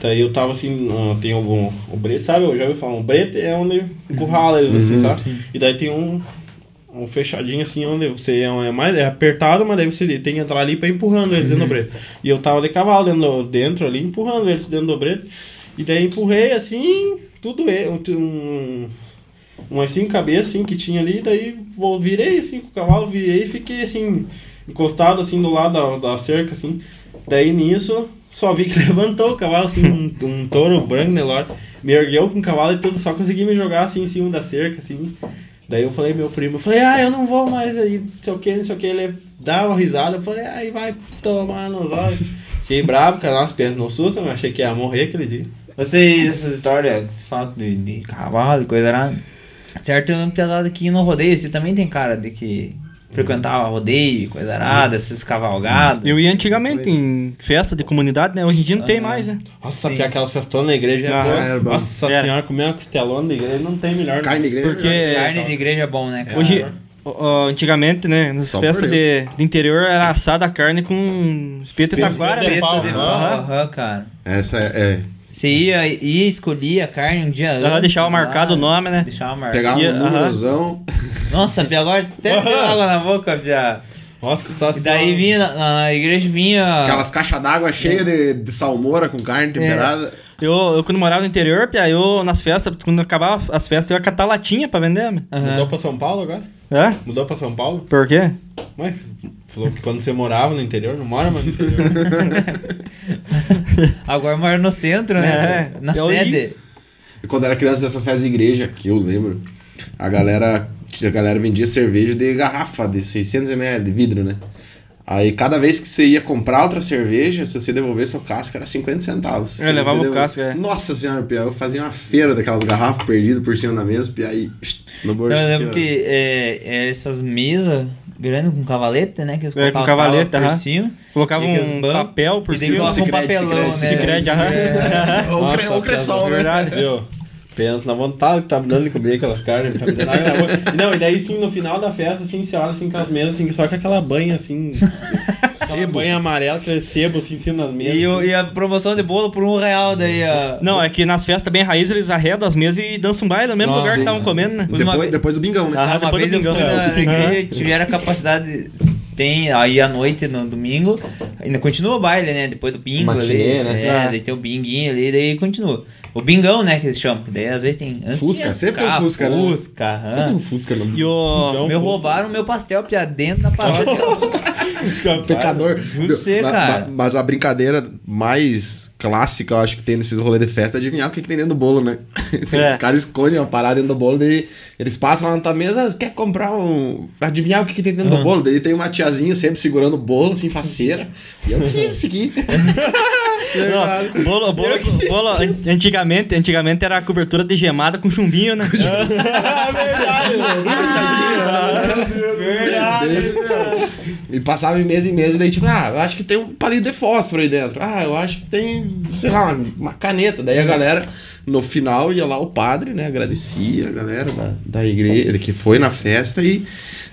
[SPEAKER 6] Daí eu tava assim, ah, tem algum. O brete, sabe? Eu já ouvi falar, um brete é onde currala eles assim, sabe? E daí tem um. Um fechadinho assim, onde você é, é mais é apertado, mas daí você tem que entrar ali pra ir empurrando eles dentro do brete. E eu tava de cavalo dentro, do- dentro ali, empurrando eles dentro do brete. E daí empurrei assim, tudo eu. Um, umas cinco cabeças assim, que tinha ali, daí vou- virei assim com o cavalo, virei e fiquei assim, encostado assim do lado da, da cerca, assim. Daí nisso, só vi que levantou o cavalo, assim, um, um touro branco, né, Lorde? Me ergueu com o cavalo e tudo, só consegui me jogar assim em cima da cerca, assim. Daí eu falei, meu primo, eu falei, ah, eu não vou mais aí, não sei o que, não sei o que. Ele dá uma risada, eu falei, ai, vai tomar nos olhos. Fiquei bravo, com as pernas no susto, eu achei que ia morrer aquele dia.
[SPEAKER 3] Vocês, essas histórias, que se fala de, de cavalo e coisa lá. Certo, é uma pesada que no rodeio, você também tem cara de que frequentava rodeio, coisa arada, essas cavalgadas.
[SPEAKER 4] Eu ia antigamente em festa de comunidade, né? Hoje em dia não tem mais, né?
[SPEAKER 6] Nossa,
[SPEAKER 3] Sim. É.
[SPEAKER 6] pior aquelas festonas na igreja é
[SPEAKER 4] Ah,
[SPEAKER 6] boa.
[SPEAKER 2] era bom.
[SPEAKER 6] Nossa
[SPEAKER 4] Era.
[SPEAKER 6] senhora, comer uma costelona na igreja não tem melhor.
[SPEAKER 2] Carne grande. né?
[SPEAKER 4] Porque- é,
[SPEAKER 3] Carne de igreja é bom, né, cara?
[SPEAKER 4] Hoje, ó, ó, antigamente, né? Nas
[SPEAKER 2] Só
[SPEAKER 4] festas
[SPEAKER 2] por
[SPEAKER 4] de, de interior era assada a carne com espeto e
[SPEAKER 6] Espeto de
[SPEAKER 4] taquara.
[SPEAKER 6] de
[SPEAKER 4] né?
[SPEAKER 6] pau.
[SPEAKER 3] de pau,
[SPEAKER 4] Aham.
[SPEAKER 3] aham, cara.
[SPEAKER 2] Essa é. é.
[SPEAKER 3] Você ia, ia escolher a carne um dia antes.
[SPEAKER 4] Ela deixava
[SPEAKER 3] lá,
[SPEAKER 4] marcado o nome, né?
[SPEAKER 3] Deixava marcado.
[SPEAKER 2] Pegar um
[SPEAKER 4] E- aham.
[SPEAKER 2] númerozão.
[SPEAKER 6] Ah.
[SPEAKER 3] Nossa, Pia, agora até deu água na boca, Pia.
[SPEAKER 6] Nossa
[SPEAKER 3] E daí vinha, na, na igreja vinha...
[SPEAKER 2] Aquelas caixas d'água cheias
[SPEAKER 6] É.
[SPEAKER 2] de, de salmoura com carne temperada.
[SPEAKER 4] Eu, eu, quando morava no interior, pia, eu nas festas, quando acabava as festas, eu ia catar latinha pra vender. meu.
[SPEAKER 6] Mudou pra São Paulo agora?
[SPEAKER 4] Hã?
[SPEAKER 6] Mudou pra São Paulo?
[SPEAKER 4] Por quê?
[SPEAKER 6] Mas falou que quando você morava no interior, não mora mais no interior.
[SPEAKER 3] Agora mora no centro, né?
[SPEAKER 4] É.
[SPEAKER 3] Na
[SPEAKER 4] Eu ia-
[SPEAKER 3] sede.
[SPEAKER 2] E Quando era criança dessas festas de igreja, que eu lembro, a galera, a galera vendia cerveja de garrafa, de 600ml, de vidro, né? Aí cada vez que você ia comprar outra cerveja, se você devolvesse o casco, era 50 centavos.
[SPEAKER 4] Eu
[SPEAKER 2] Eles
[SPEAKER 4] levava o
[SPEAKER 2] devolviam.
[SPEAKER 4] casco, é.
[SPEAKER 2] Nossa senhora, Pia, eu fazia uma feira daquelas garrafas perdidas por cima da mesa, Pia, aí no bolso.
[SPEAKER 3] Então, eu lembro
[SPEAKER 2] aqui, ó.
[SPEAKER 3] que é, é essas mesas grandes com cavalete, né? Que eles
[SPEAKER 4] É, com
[SPEAKER 3] colocavam as
[SPEAKER 4] cavalete,
[SPEAKER 3] tábuas
[SPEAKER 4] aham.
[SPEAKER 3] por cima.
[SPEAKER 4] Colocava
[SPEAKER 3] E aqueles
[SPEAKER 4] um
[SPEAKER 3] bancos,
[SPEAKER 4] papel por
[SPEAKER 3] e daí
[SPEAKER 2] Tipo,
[SPEAKER 4] cima.
[SPEAKER 3] colocava um
[SPEAKER 2] Cicred,
[SPEAKER 3] papelão,
[SPEAKER 2] Cicred,
[SPEAKER 3] né?
[SPEAKER 4] Cicred, aham.
[SPEAKER 2] Ou o cre- ou
[SPEAKER 6] Nossa,
[SPEAKER 2] o Cressol,
[SPEAKER 6] pensa-
[SPEAKER 2] né?
[SPEAKER 3] É.
[SPEAKER 6] Viu? Pensa na vontade que tá me dando de comer aquelas carnes, tá me dando água na boca. Não, e daí sim, no final da festa, assim, você olha assim com as mesas, assim, só com aquela banha assim. aquela banha amarela, aquele sebo assim em cima das mesas.
[SPEAKER 3] E, o- e a promoção de bolo por um real daí, ó.
[SPEAKER 4] Não, é que nas festas bem raiz eles arredam as mesas e dançam um baile no mesmo
[SPEAKER 3] Nossa,
[SPEAKER 4] lugar que
[SPEAKER 3] sim.
[SPEAKER 4] estavam comendo, né?
[SPEAKER 3] Uma
[SPEAKER 2] Depois,
[SPEAKER 3] vez-
[SPEAKER 2] depois do bingão, né?
[SPEAKER 4] Ah,
[SPEAKER 3] uma
[SPEAKER 4] depois
[SPEAKER 3] vez
[SPEAKER 4] do
[SPEAKER 3] eu fui
[SPEAKER 4] Mingau.
[SPEAKER 3] na igreja, tiveram a capacidade Tem aí à noite, no domingo, ainda continua o baile, né? Depois do bingo
[SPEAKER 2] Matinê,
[SPEAKER 3] ali.
[SPEAKER 2] né?
[SPEAKER 3] É,
[SPEAKER 2] Ah.
[SPEAKER 3] daí tem o binguinho ali, daí continua. O bingão, né, que eles chamam. Daí às vezes tem... antes
[SPEAKER 2] Fusca,
[SPEAKER 3] tinha
[SPEAKER 2] sempre tem um Fusca, né?
[SPEAKER 3] Fusca,
[SPEAKER 2] Você tem
[SPEAKER 3] aham.
[SPEAKER 2] um Fusca no
[SPEAKER 3] E o... Meu roubaram meu pastel, piá, dentro da parada.
[SPEAKER 2] pecador.
[SPEAKER 3] juro pra
[SPEAKER 2] Ma-
[SPEAKER 3] você,
[SPEAKER 2] ma-
[SPEAKER 3] cara.
[SPEAKER 2] mas a brincadeira mais clássica, eu acho que tem nesses rolês de festa é adivinhar o que, que tem dentro do bolo, né? Os caras escondem uma parada dentro do bolo, daí eles passam lá na tua mesa, quer comprar um. Adivinhar o que, que tem dentro do bolo. Daí tem uma tiazinha sempre segurando o bolo, assim, faceira. E eu quis isso aqui.
[SPEAKER 4] Não, bolo, bolo, bolo, an- antigamente, antigamente era a cobertura de gemada com chumbinho,
[SPEAKER 2] É
[SPEAKER 4] né? Ah,
[SPEAKER 2] né? Beleza? E passava em mesa em mesa, daí tipo, ah, eu acho que tem um palito de fósforo aí dentro. Ah, eu acho que tem, sei lá, uma, uma caneta. Daí a galera, no final, ia lá o padre, né, agradecia a galera da, da igreja, que foi na festa e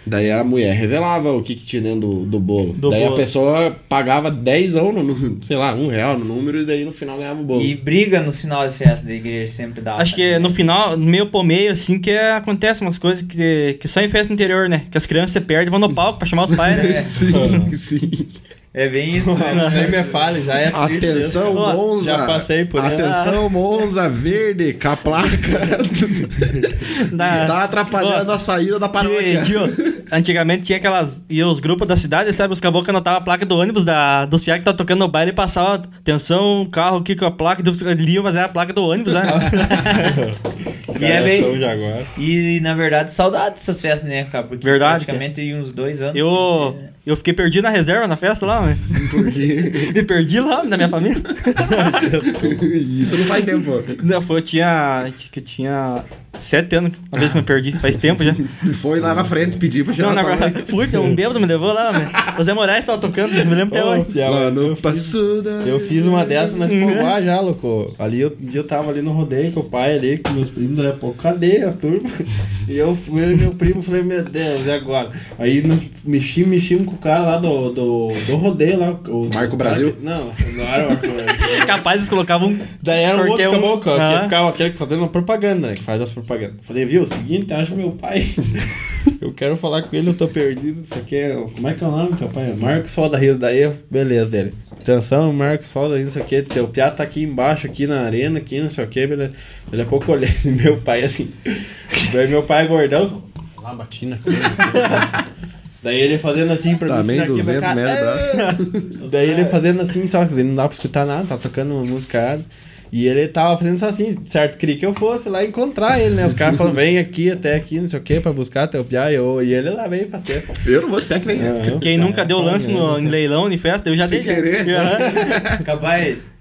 [SPEAKER 2] daí a mulher revelava o que, que tinha dentro do, do bolo.
[SPEAKER 4] Do
[SPEAKER 2] daí
[SPEAKER 4] bolo.
[SPEAKER 2] a pessoa pagava 10 no, no- sei lá, um real no número e daí no final ganhava o bolo.
[SPEAKER 3] E briga no final de festa da igreja sempre dá.
[SPEAKER 4] Acho que no final, meio por meio, assim, que acontece umas coisas que, que só em festa interior, né? Que as crianças se perdem, vão no palco pra chamar os pais, né?
[SPEAKER 2] Sim, sim.
[SPEAKER 3] É bem isso, né?
[SPEAKER 6] Nem me fale, já é.
[SPEAKER 2] Atenção,
[SPEAKER 4] Ó,
[SPEAKER 2] Monza.
[SPEAKER 6] já passei por ela.
[SPEAKER 2] Atenção, Monza verde, com a placa.
[SPEAKER 4] Da-
[SPEAKER 2] Está atrapalhando
[SPEAKER 4] Tá. Ó,
[SPEAKER 2] a saída da
[SPEAKER 4] Que,
[SPEAKER 2] paróquia.
[SPEAKER 4] tio, antigamente tinha aquelas. E os grupos da cidade, sabe? Os caboclos anotavam a placa do ônibus da, dos piá que tá tocando no baile e passava. Atenção, carro aqui com a placa. Do, liam, mas era a placa do ônibus, né?
[SPEAKER 3] E é bem-
[SPEAKER 6] Jaguar.
[SPEAKER 3] E na verdade, saudade dessas festas, né, cara? Porque
[SPEAKER 4] Verdade,
[SPEAKER 3] praticamente tem uns dois anos. assim,
[SPEAKER 4] eu, eu fiquei perdido na reserva, na festa lá, né?
[SPEAKER 2] Porque
[SPEAKER 4] Me perdi lá, na minha família.
[SPEAKER 2] isso não faz tempo.
[SPEAKER 4] Não, foi, eu tinha. acho que Eu tinha. Sete anos, uma vez que eu me perdi, faz tempo já.
[SPEAKER 2] Foi lá na frente pedir pra
[SPEAKER 4] Não,
[SPEAKER 2] tirar
[SPEAKER 4] na
[SPEAKER 2] a placa.
[SPEAKER 4] verdade, fui, um bêbado me levou lá, né? O Zé Moraes tava tocando, me lembro até
[SPEAKER 3] então,
[SPEAKER 6] Ô,
[SPEAKER 4] hoje.
[SPEAKER 6] Piau,
[SPEAKER 2] Lá no
[SPEAKER 6] é eu fiz-
[SPEAKER 2] passo da-
[SPEAKER 6] Eu fiz uma dessas na Espoguá já, louco. Ali eu, um dia eu tava ali no rodeio com o pai ali, com meus primos, né? Pô, cadê a turma? E eu fui eu e meu primo falei, meu Deus, e agora? Aí nós mexi, meximos com o cara lá do, do, do rodeio lá. O,
[SPEAKER 2] Marco
[SPEAKER 6] os
[SPEAKER 2] Brasil?
[SPEAKER 6] cara que- não, não era o Marco Brasil.
[SPEAKER 4] Capaz, eles colocavam um.
[SPEAKER 6] Daí era um
[SPEAKER 4] Porque
[SPEAKER 6] outro
[SPEAKER 4] um-
[SPEAKER 6] caboclo, ó,
[SPEAKER 4] Aham.
[SPEAKER 6] que ficava aquele que fazendo uma propaganda, né? Que faz as propagandas. Falei, viu, é o seguinte, acha meu pai. eu quero falar com ele, eu tô perdido. Isso aqui é. Como é que é o nome, teu pai? Marcos Roda Rios. Daí, eu- beleza, dele. Atenção, Marcos Roda Rios, isso aqui. Teu piá tá aqui embaixo, aqui na arena, aqui, não sei o que, beleza. Daqui a pouco eu olhei assim, meu pai assim. Daí meu pai é gordão. Lá, bati na cara. Daí ele fazendo assim pra
[SPEAKER 2] Também
[SPEAKER 6] ensinar aqui, vai
[SPEAKER 2] 200
[SPEAKER 6] cá,
[SPEAKER 2] Tá metros né? de braço.
[SPEAKER 6] Daí ele fazendo assim, só que não dá pra escutar nada, tá tocando uma música. E ele tava fazendo só assim, certo? Queria que eu fosse lá encontrar ele, né? Os caras falam, vem aqui até aqui, não sei o que, pra buscar teu piá. E, eu, e ele lá veio pra ser.
[SPEAKER 4] É.
[SPEAKER 2] Eu não vou esperar que nem.
[SPEAKER 3] Uhum.
[SPEAKER 4] Quem nunca deu lance no, em leilão, em festa, eu já
[SPEAKER 2] Sem
[SPEAKER 4] dei. né?
[SPEAKER 2] querer.
[SPEAKER 4] Aham.
[SPEAKER 3] né? Capaz.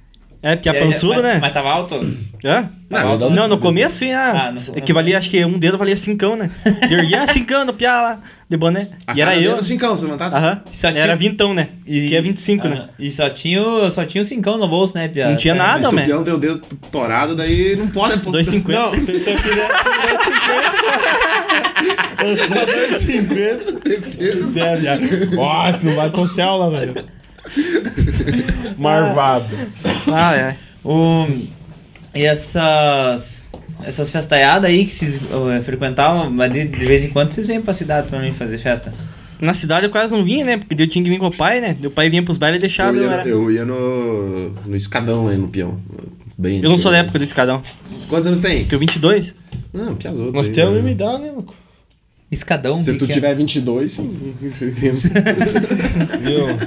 [SPEAKER 4] É, porque a
[SPEAKER 3] É,
[SPEAKER 4] pançudo,
[SPEAKER 3] mas-
[SPEAKER 4] né?
[SPEAKER 3] Mas tava alto?
[SPEAKER 4] Hã?
[SPEAKER 2] Não,
[SPEAKER 4] Não, no começo sim, ah,
[SPEAKER 3] Ah, no-
[SPEAKER 4] é que valia, acho que um dedo valia cincão, né? E eu ia cincão no piá lá, de boné.
[SPEAKER 2] a
[SPEAKER 4] E era
[SPEAKER 2] cada
[SPEAKER 4] eu.
[SPEAKER 6] é
[SPEAKER 2] menos Cincão, assim, você levantasse.
[SPEAKER 4] Aham.
[SPEAKER 3] Só tinha-
[SPEAKER 4] Era vintão, né? E... Que é 25, né?
[SPEAKER 3] Ah, E só tinha, o- só tinha o cincão no bolso, né, Pia?
[SPEAKER 4] Não tinha nada,
[SPEAKER 2] Se o
[SPEAKER 4] Então, man.
[SPEAKER 2] peão tem o dedo torado, daí não pode.
[SPEAKER 4] 2,50.
[SPEAKER 6] Não, se você fizer 250. Eu só 250. É, viado. Nossa, não vai pro céu lá, velho. Marvado.
[SPEAKER 4] Ah, é.
[SPEAKER 3] O... E essas. Essas festaiadas aí que vocês eh, frequentavam, mas de, de vez em quando vocês vêm pra cidade pra mim fazer festa.
[SPEAKER 4] Na cidade eu quase não vinha, né? Porque eu tinha que vir com o pai, né? Meu pai vinha pros bailes e deixava.
[SPEAKER 2] Eu
[SPEAKER 4] Eu,
[SPEAKER 2] ia,
[SPEAKER 4] era...
[SPEAKER 2] eu ia no, no escadão aí no peão. Bem
[SPEAKER 4] eu não
[SPEAKER 2] antigo.
[SPEAKER 4] sou da época do escadão.
[SPEAKER 2] Quantos anos tem?
[SPEAKER 4] Tenho 22.
[SPEAKER 2] Não, piazou.
[SPEAKER 6] Nós temos uma idade, né, louco?
[SPEAKER 3] Escadão,
[SPEAKER 2] Se
[SPEAKER 3] que
[SPEAKER 2] tu
[SPEAKER 3] que é?
[SPEAKER 2] tiver 22, sim. um Você tem-
[SPEAKER 6] Viu?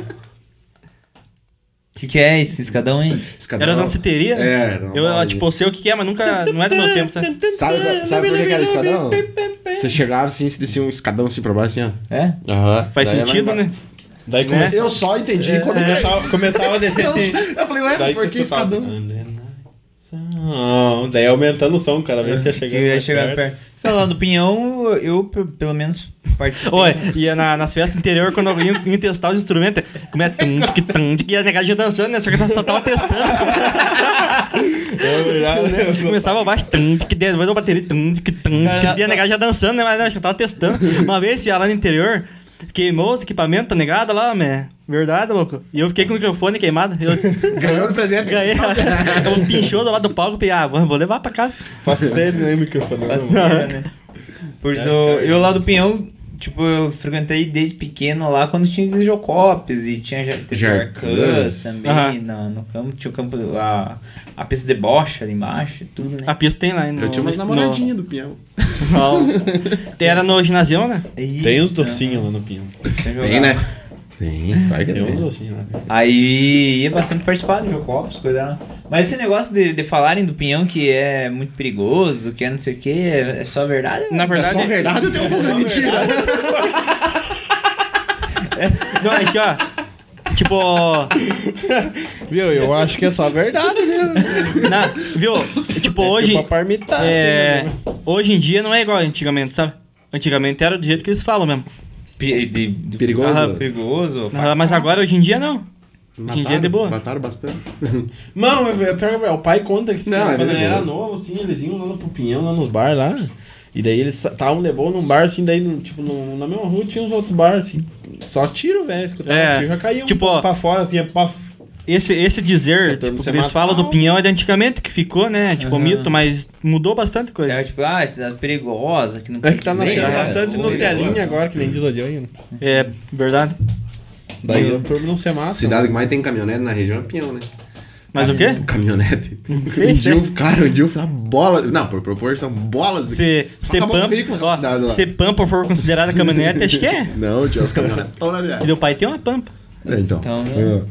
[SPEAKER 3] que, que é esse escadão, hein?
[SPEAKER 2] Escadão.
[SPEAKER 4] Era danceteria. né?
[SPEAKER 2] É, era uma
[SPEAKER 4] Eu,
[SPEAKER 2] loja.
[SPEAKER 4] tipo, eu sei o que que é, mas nunca. Não é do meu tempo, sabe?
[SPEAKER 2] Sabe, sabe por que que era o escadão? Você chegava assim, você descia um escadão assim pra baixo, assim, ó.
[SPEAKER 3] É?
[SPEAKER 6] Aham.
[SPEAKER 4] Faz
[SPEAKER 2] Daí ela
[SPEAKER 4] sentido,
[SPEAKER 2] emba-
[SPEAKER 4] né?
[SPEAKER 6] Daí
[SPEAKER 4] Né?
[SPEAKER 6] começou.
[SPEAKER 2] Eu só entendi quando eu
[SPEAKER 6] Começava, começava a descer assim.
[SPEAKER 2] Eu, eu falei, ué,
[SPEAKER 6] Daí
[SPEAKER 2] por
[SPEAKER 6] você
[SPEAKER 2] que
[SPEAKER 6] escutava assim,
[SPEAKER 2] escadão?
[SPEAKER 6] "And the night sound". Daí aumentando o som, cada vez que ia
[SPEAKER 3] Uhum. Que
[SPEAKER 6] chegando.
[SPEAKER 3] eu ia
[SPEAKER 6] mais
[SPEAKER 3] chegar
[SPEAKER 6] perto.
[SPEAKER 3] perto. Então, lá no Pinhão, eu pe- pelo menos participei.
[SPEAKER 4] Oi, ia na, nas festas interior, quando eu ia, ia testar os instrumentos, como é tum, tic, tum, tic, e a negadinha dançando, né? Só que eu só tava testando. Né?
[SPEAKER 6] Eu já- eu já-
[SPEAKER 4] Começava abaixo, tum, tic, depois eu bateria, tum, tic, tum, tic, e a negadinha dançando, né? Mas eu acho que eu tava testando. Uma vez, ia lá no interior, queimou os equipamentos, tá negada lá, né? Verdade, louco. E eu fiquei com o microfone queimado. Eu
[SPEAKER 2] Ganhou do presente.
[SPEAKER 4] ganhei, eu pinchou do lado do palco, falei, ah, vou vou levar pra casa.
[SPEAKER 6] Faço sério, né, microfone?
[SPEAKER 3] Parceira, né? Por isso, eu lá do Pinhão tipo, eu frequentei desde pequeno lá quando tinha os Jocopes e tinha ja- teve
[SPEAKER 2] Jarcãs.
[SPEAKER 3] Jarcãs também
[SPEAKER 4] Aham.
[SPEAKER 3] no, no campo, tinha o campo, a, a pista de bocha ali embaixo, tudo, né?
[SPEAKER 4] A pista tem lá, né?
[SPEAKER 2] Eu tinha umas namoradinhas do Pinhão.
[SPEAKER 4] Não. Tem- Era no ginásio, né?
[SPEAKER 6] Tem uns
[SPEAKER 3] Isso,
[SPEAKER 6] docinhos lá no Pinho.
[SPEAKER 3] tinha
[SPEAKER 2] Tem,
[SPEAKER 3] jogado.
[SPEAKER 2] né? Tem, claro que
[SPEAKER 6] Tem uns
[SPEAKER 2] tem.
[SPEAKER 6] docinhos lá.
[SPEAKER 3] Aí ia bastante participar do Jocopes, coisa lá. Mas esse negócio de, de falarem do pinhão que é muito perigoso, que é não sei o que, é, é só verdade?
[SPEAKER 4] Na verdade.
[SPEAKER 2] É só verdade ou tem um pouco de mentira?
[SPEAKER 4] Não, é que, ó. Tipo,
[SPEAKER 11] Viu? Eu acho que é só verdade, né?
[SPEAKER 4] na, viu? Tipo, hoje.
[SPEAKER 6] Tipo a né? parmitada. assim,
[SPEAKER 4] é, hoje em dia não é igual antigamente, sabe? Antigamente era do jeito que eles falam mesmo.
[SPEAKER 3] Pe- de- de-
[SPEAKER 2] Perigoso?
[SPEAKER 3] Ah, perigoso.
[SPEAKER 4] Ah, Mas agora, hoje em dia, não. Hoje em dia é de boa.
[SPEAKER 2] Mataram bastante.
[SPEAKER 6] Mano, é- é pior, é, o pai conta que assim,
[SPEAKER 2] Não, é
[SPEAKER 6] quando ele
[SPEAKER 2] verdade.
[SPEAKER 6] era novo, assim, eles iam lá no Pupinhão, lá nos bar lá. E daí eles estavam de boa num bar, assim, daí, no- tipo, no- na mesma rua tinha uns outros bar, assim. Só tiro, velho. Escutava
[SPEAKER 4] É,
[SPEAKER 6] um tiro, já caiu
[SPEAKER 4] tipo,
[SPEAKER 6] um pouco
[SPEAKER 4] ó,
[SPEAKER 6] pra fora, assim, é paf.
[SPEAKER 4] Esse, esse dizer,
[SPEAKER 6] Tentando
[SPEAKER 4] tipo,
[SPEAKER 6] ser
[SPEAKER 4] que eles
[SPEAKER 6] matar.
[SPEAKER 4] falam do pinhão é de antigamente que ficou, né? Tipo,
[SPEAKER 3] Aham.
[SPEAKER 4] mito, mas mudou bastante coisa.
[SPEAKER 3] É tipo, ah, cidade perigosa, que não
[SPEAKER 6] É que tá
[SPEAKER 3] na
[SPEAKER 2] Sim,
[SPEAKER 6] nascendo
[SPEAKER 2] é,
[SPEAKER 6] bastante
[SPEAKER 2] o
[SPEAKER 6] no telinha
[SPEAKER 2] negócio.
[SPEAKER 6] agora, que nem diz o Johnny.
[SPEAKER 4] É, verdade.
[SPEAKER 6] Daí o turma não se mata.
[SPEAKER 2] Cidade que mais tem caminhonete na região é Pinhão, né?
[SPEAKER 4] Mas o
[SPEAKER 2] é.
[SPEAKER 4] quê?
[SPEAKER 2] Caminhonete.
[SPEAKER 4] Sim,
[SPEAKER 2] um
[SPEAKER 4] sim.
[SPEAKER 2] dia, eu- cara, um dia eu fui na bola. Não, por proporção, bolas. de-
[SPEAKER 4] Se,
[SPEAKER 2] Só
[SPEAKER 4] se
[SPEAKER 2] acabou o
[SPEAKER 4] Pampa,
[SPEAKER 2] currículo
[SPEAKER 4] ó,
[SPEAKER 2] assinado lá.
[SPEAKER 4] se Pampa for considerada caminhonete, acho que é.
[SPEAKER 2] Não, tinha os caminhonetes na
[SPEAKER 4] Que
[SPEAKER 2] viagem.
[SPEAKER 4] meu pai tem uma Pampa.
[SPEAKER 2] É, então.
[SPEAKER 3] Então, né?
[SPEAKER 2] É,
[SPEAKER 3] sei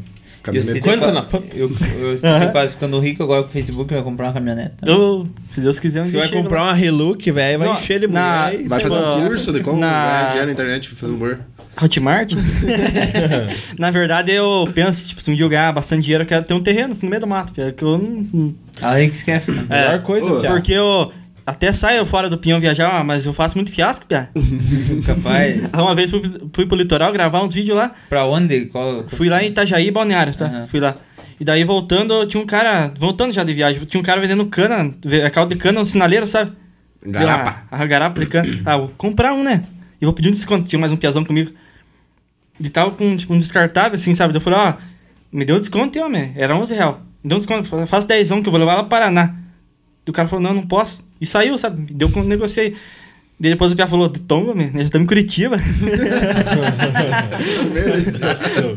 [SPEAKER 2] caminhonete.
[SPEAKER 3] que-
[SPEAKER 6] Quanto na pampa?
[SPEAKER 3] Eu, eu sinto quase ficando rico agora com o Facebook, vai comprar uma caminhonete.
[SPEAKER 4] Eu, se Deus quiser, um
[SPEAKER 6] Você
[SPEAKER 4] dia
[SPEAKER 6] vai
[SPEAKER 4] chega
[SPEAKER 6] comprar
[SPEAKER 4] lá.
[SPEAKER 6] uma Relook, velho, vai
[SPEAKER 4] Não,
[SPEAKER 6] encher de
[SPEAKER 4] na-
[SPEAKER 6] mulher. e
[SPEAKER 2] Vai
[SPEAKER 6] sei
[SPEAKER 2] fazer
[SPEAKER 6] lá.
[SPEAKER 2] um curso de como
[SPEAKER 4] Na-
[SPEAKER 2] ganhar dinheiro então. na internet fazendo burro.
[SPEAKER 4] Hotmart? Na verdade, eu penso, tipo, se um dia eu ganhar bastante dinheiro, eu quero ter um terreno assim, no meio do mato. Que eu não-
[SPEAKER 3] A né? Rix quer
[SPEAKER 4] É,
[SPEAKER 6] Melhor coisa
[SPEAKER 2] Ô,
[SPEAKER 6] que há.
[SPEAKER 4] Porque eu até saio fora do pinhão viajar, ah, mas eu faço muito fiasco, piá.
[SPEAKER 3] capaz.
[SPEAKER 4] Uma vez fui, fui pro litoral gravar uns vídeos lá.
[SPEAKER 3] pra onde? Qual?
[SPEAKER 4] Fui lá em Itajaí, Balneário, tá?
[SPEAKER 3] Aham.
[SPEAKER 4] Fui lá. E daí voltando, tinha um cara, voltando já de viagem, tinha um cara vendendo cana, ve- caldo de cana, um sinaleiro, sabe?
[SPEAKER 2] Garapa.
[SPEAKER 4] Ah, garapa de cana. Ah, vou comprar um, né? E vou pedir um desconto. Tinha mais um piazão comigo. E tava com tipo, um descartável, assim, sabe? Daí Eu falei, ó, me deu um desconto, hein, homem. Era 11 real. Me deu um desconto, fa- faço 10 que eu vou levar lá pro Paraná. E o cara falou, não, não posso. E saiu, sabe? Deu com negociei. Daí depois o piá falou, toma, meu, nós estamos em Curitiba.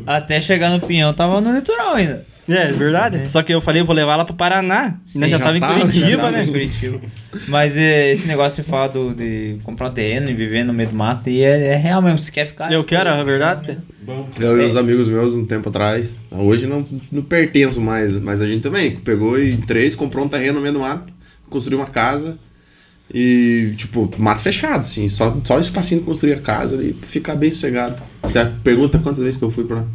[SPEAKER 3] Até chegar no pinhão, tava no litoral ainda.
[SPEAKER 4] É, verdade. Só que eu falei, eu vou levar lá pro Paraná.
[SPEAKER 3] Sim,
[SPEAKER 4] né? já,
[SPEAKER 2] já
[SPEAKER 4] tava em
[SPEAKER 2] tava, já
[SPEAKER 4] Curitiba,
[SPEAKER 3] Tava
[SPEAKER 4] né?
[SPEAKER 3] em Curitiba. Mas é, esse negócio de falar do- de comprar um terreno e viver no meio do mato, e é, é real mesmo, você quer ficar...
[SPEAKER 4] Eu quero, é verdade. pé.
[SPEAKER 2] Eu
[SPEAKER 3] É.
[SPEAKER 2] e os amigos meus um tempo atrás. Hoje não, não pertenço mais, mas a gente também pegou e em três, comprou um terreno no meio do mato, construiu uma casa. E, tipo, mato fechado, assim, só, só um espacinho de construir a casa ali, ficar bem sossegado. Você pergunta quantas vezes que eu fui pra lá?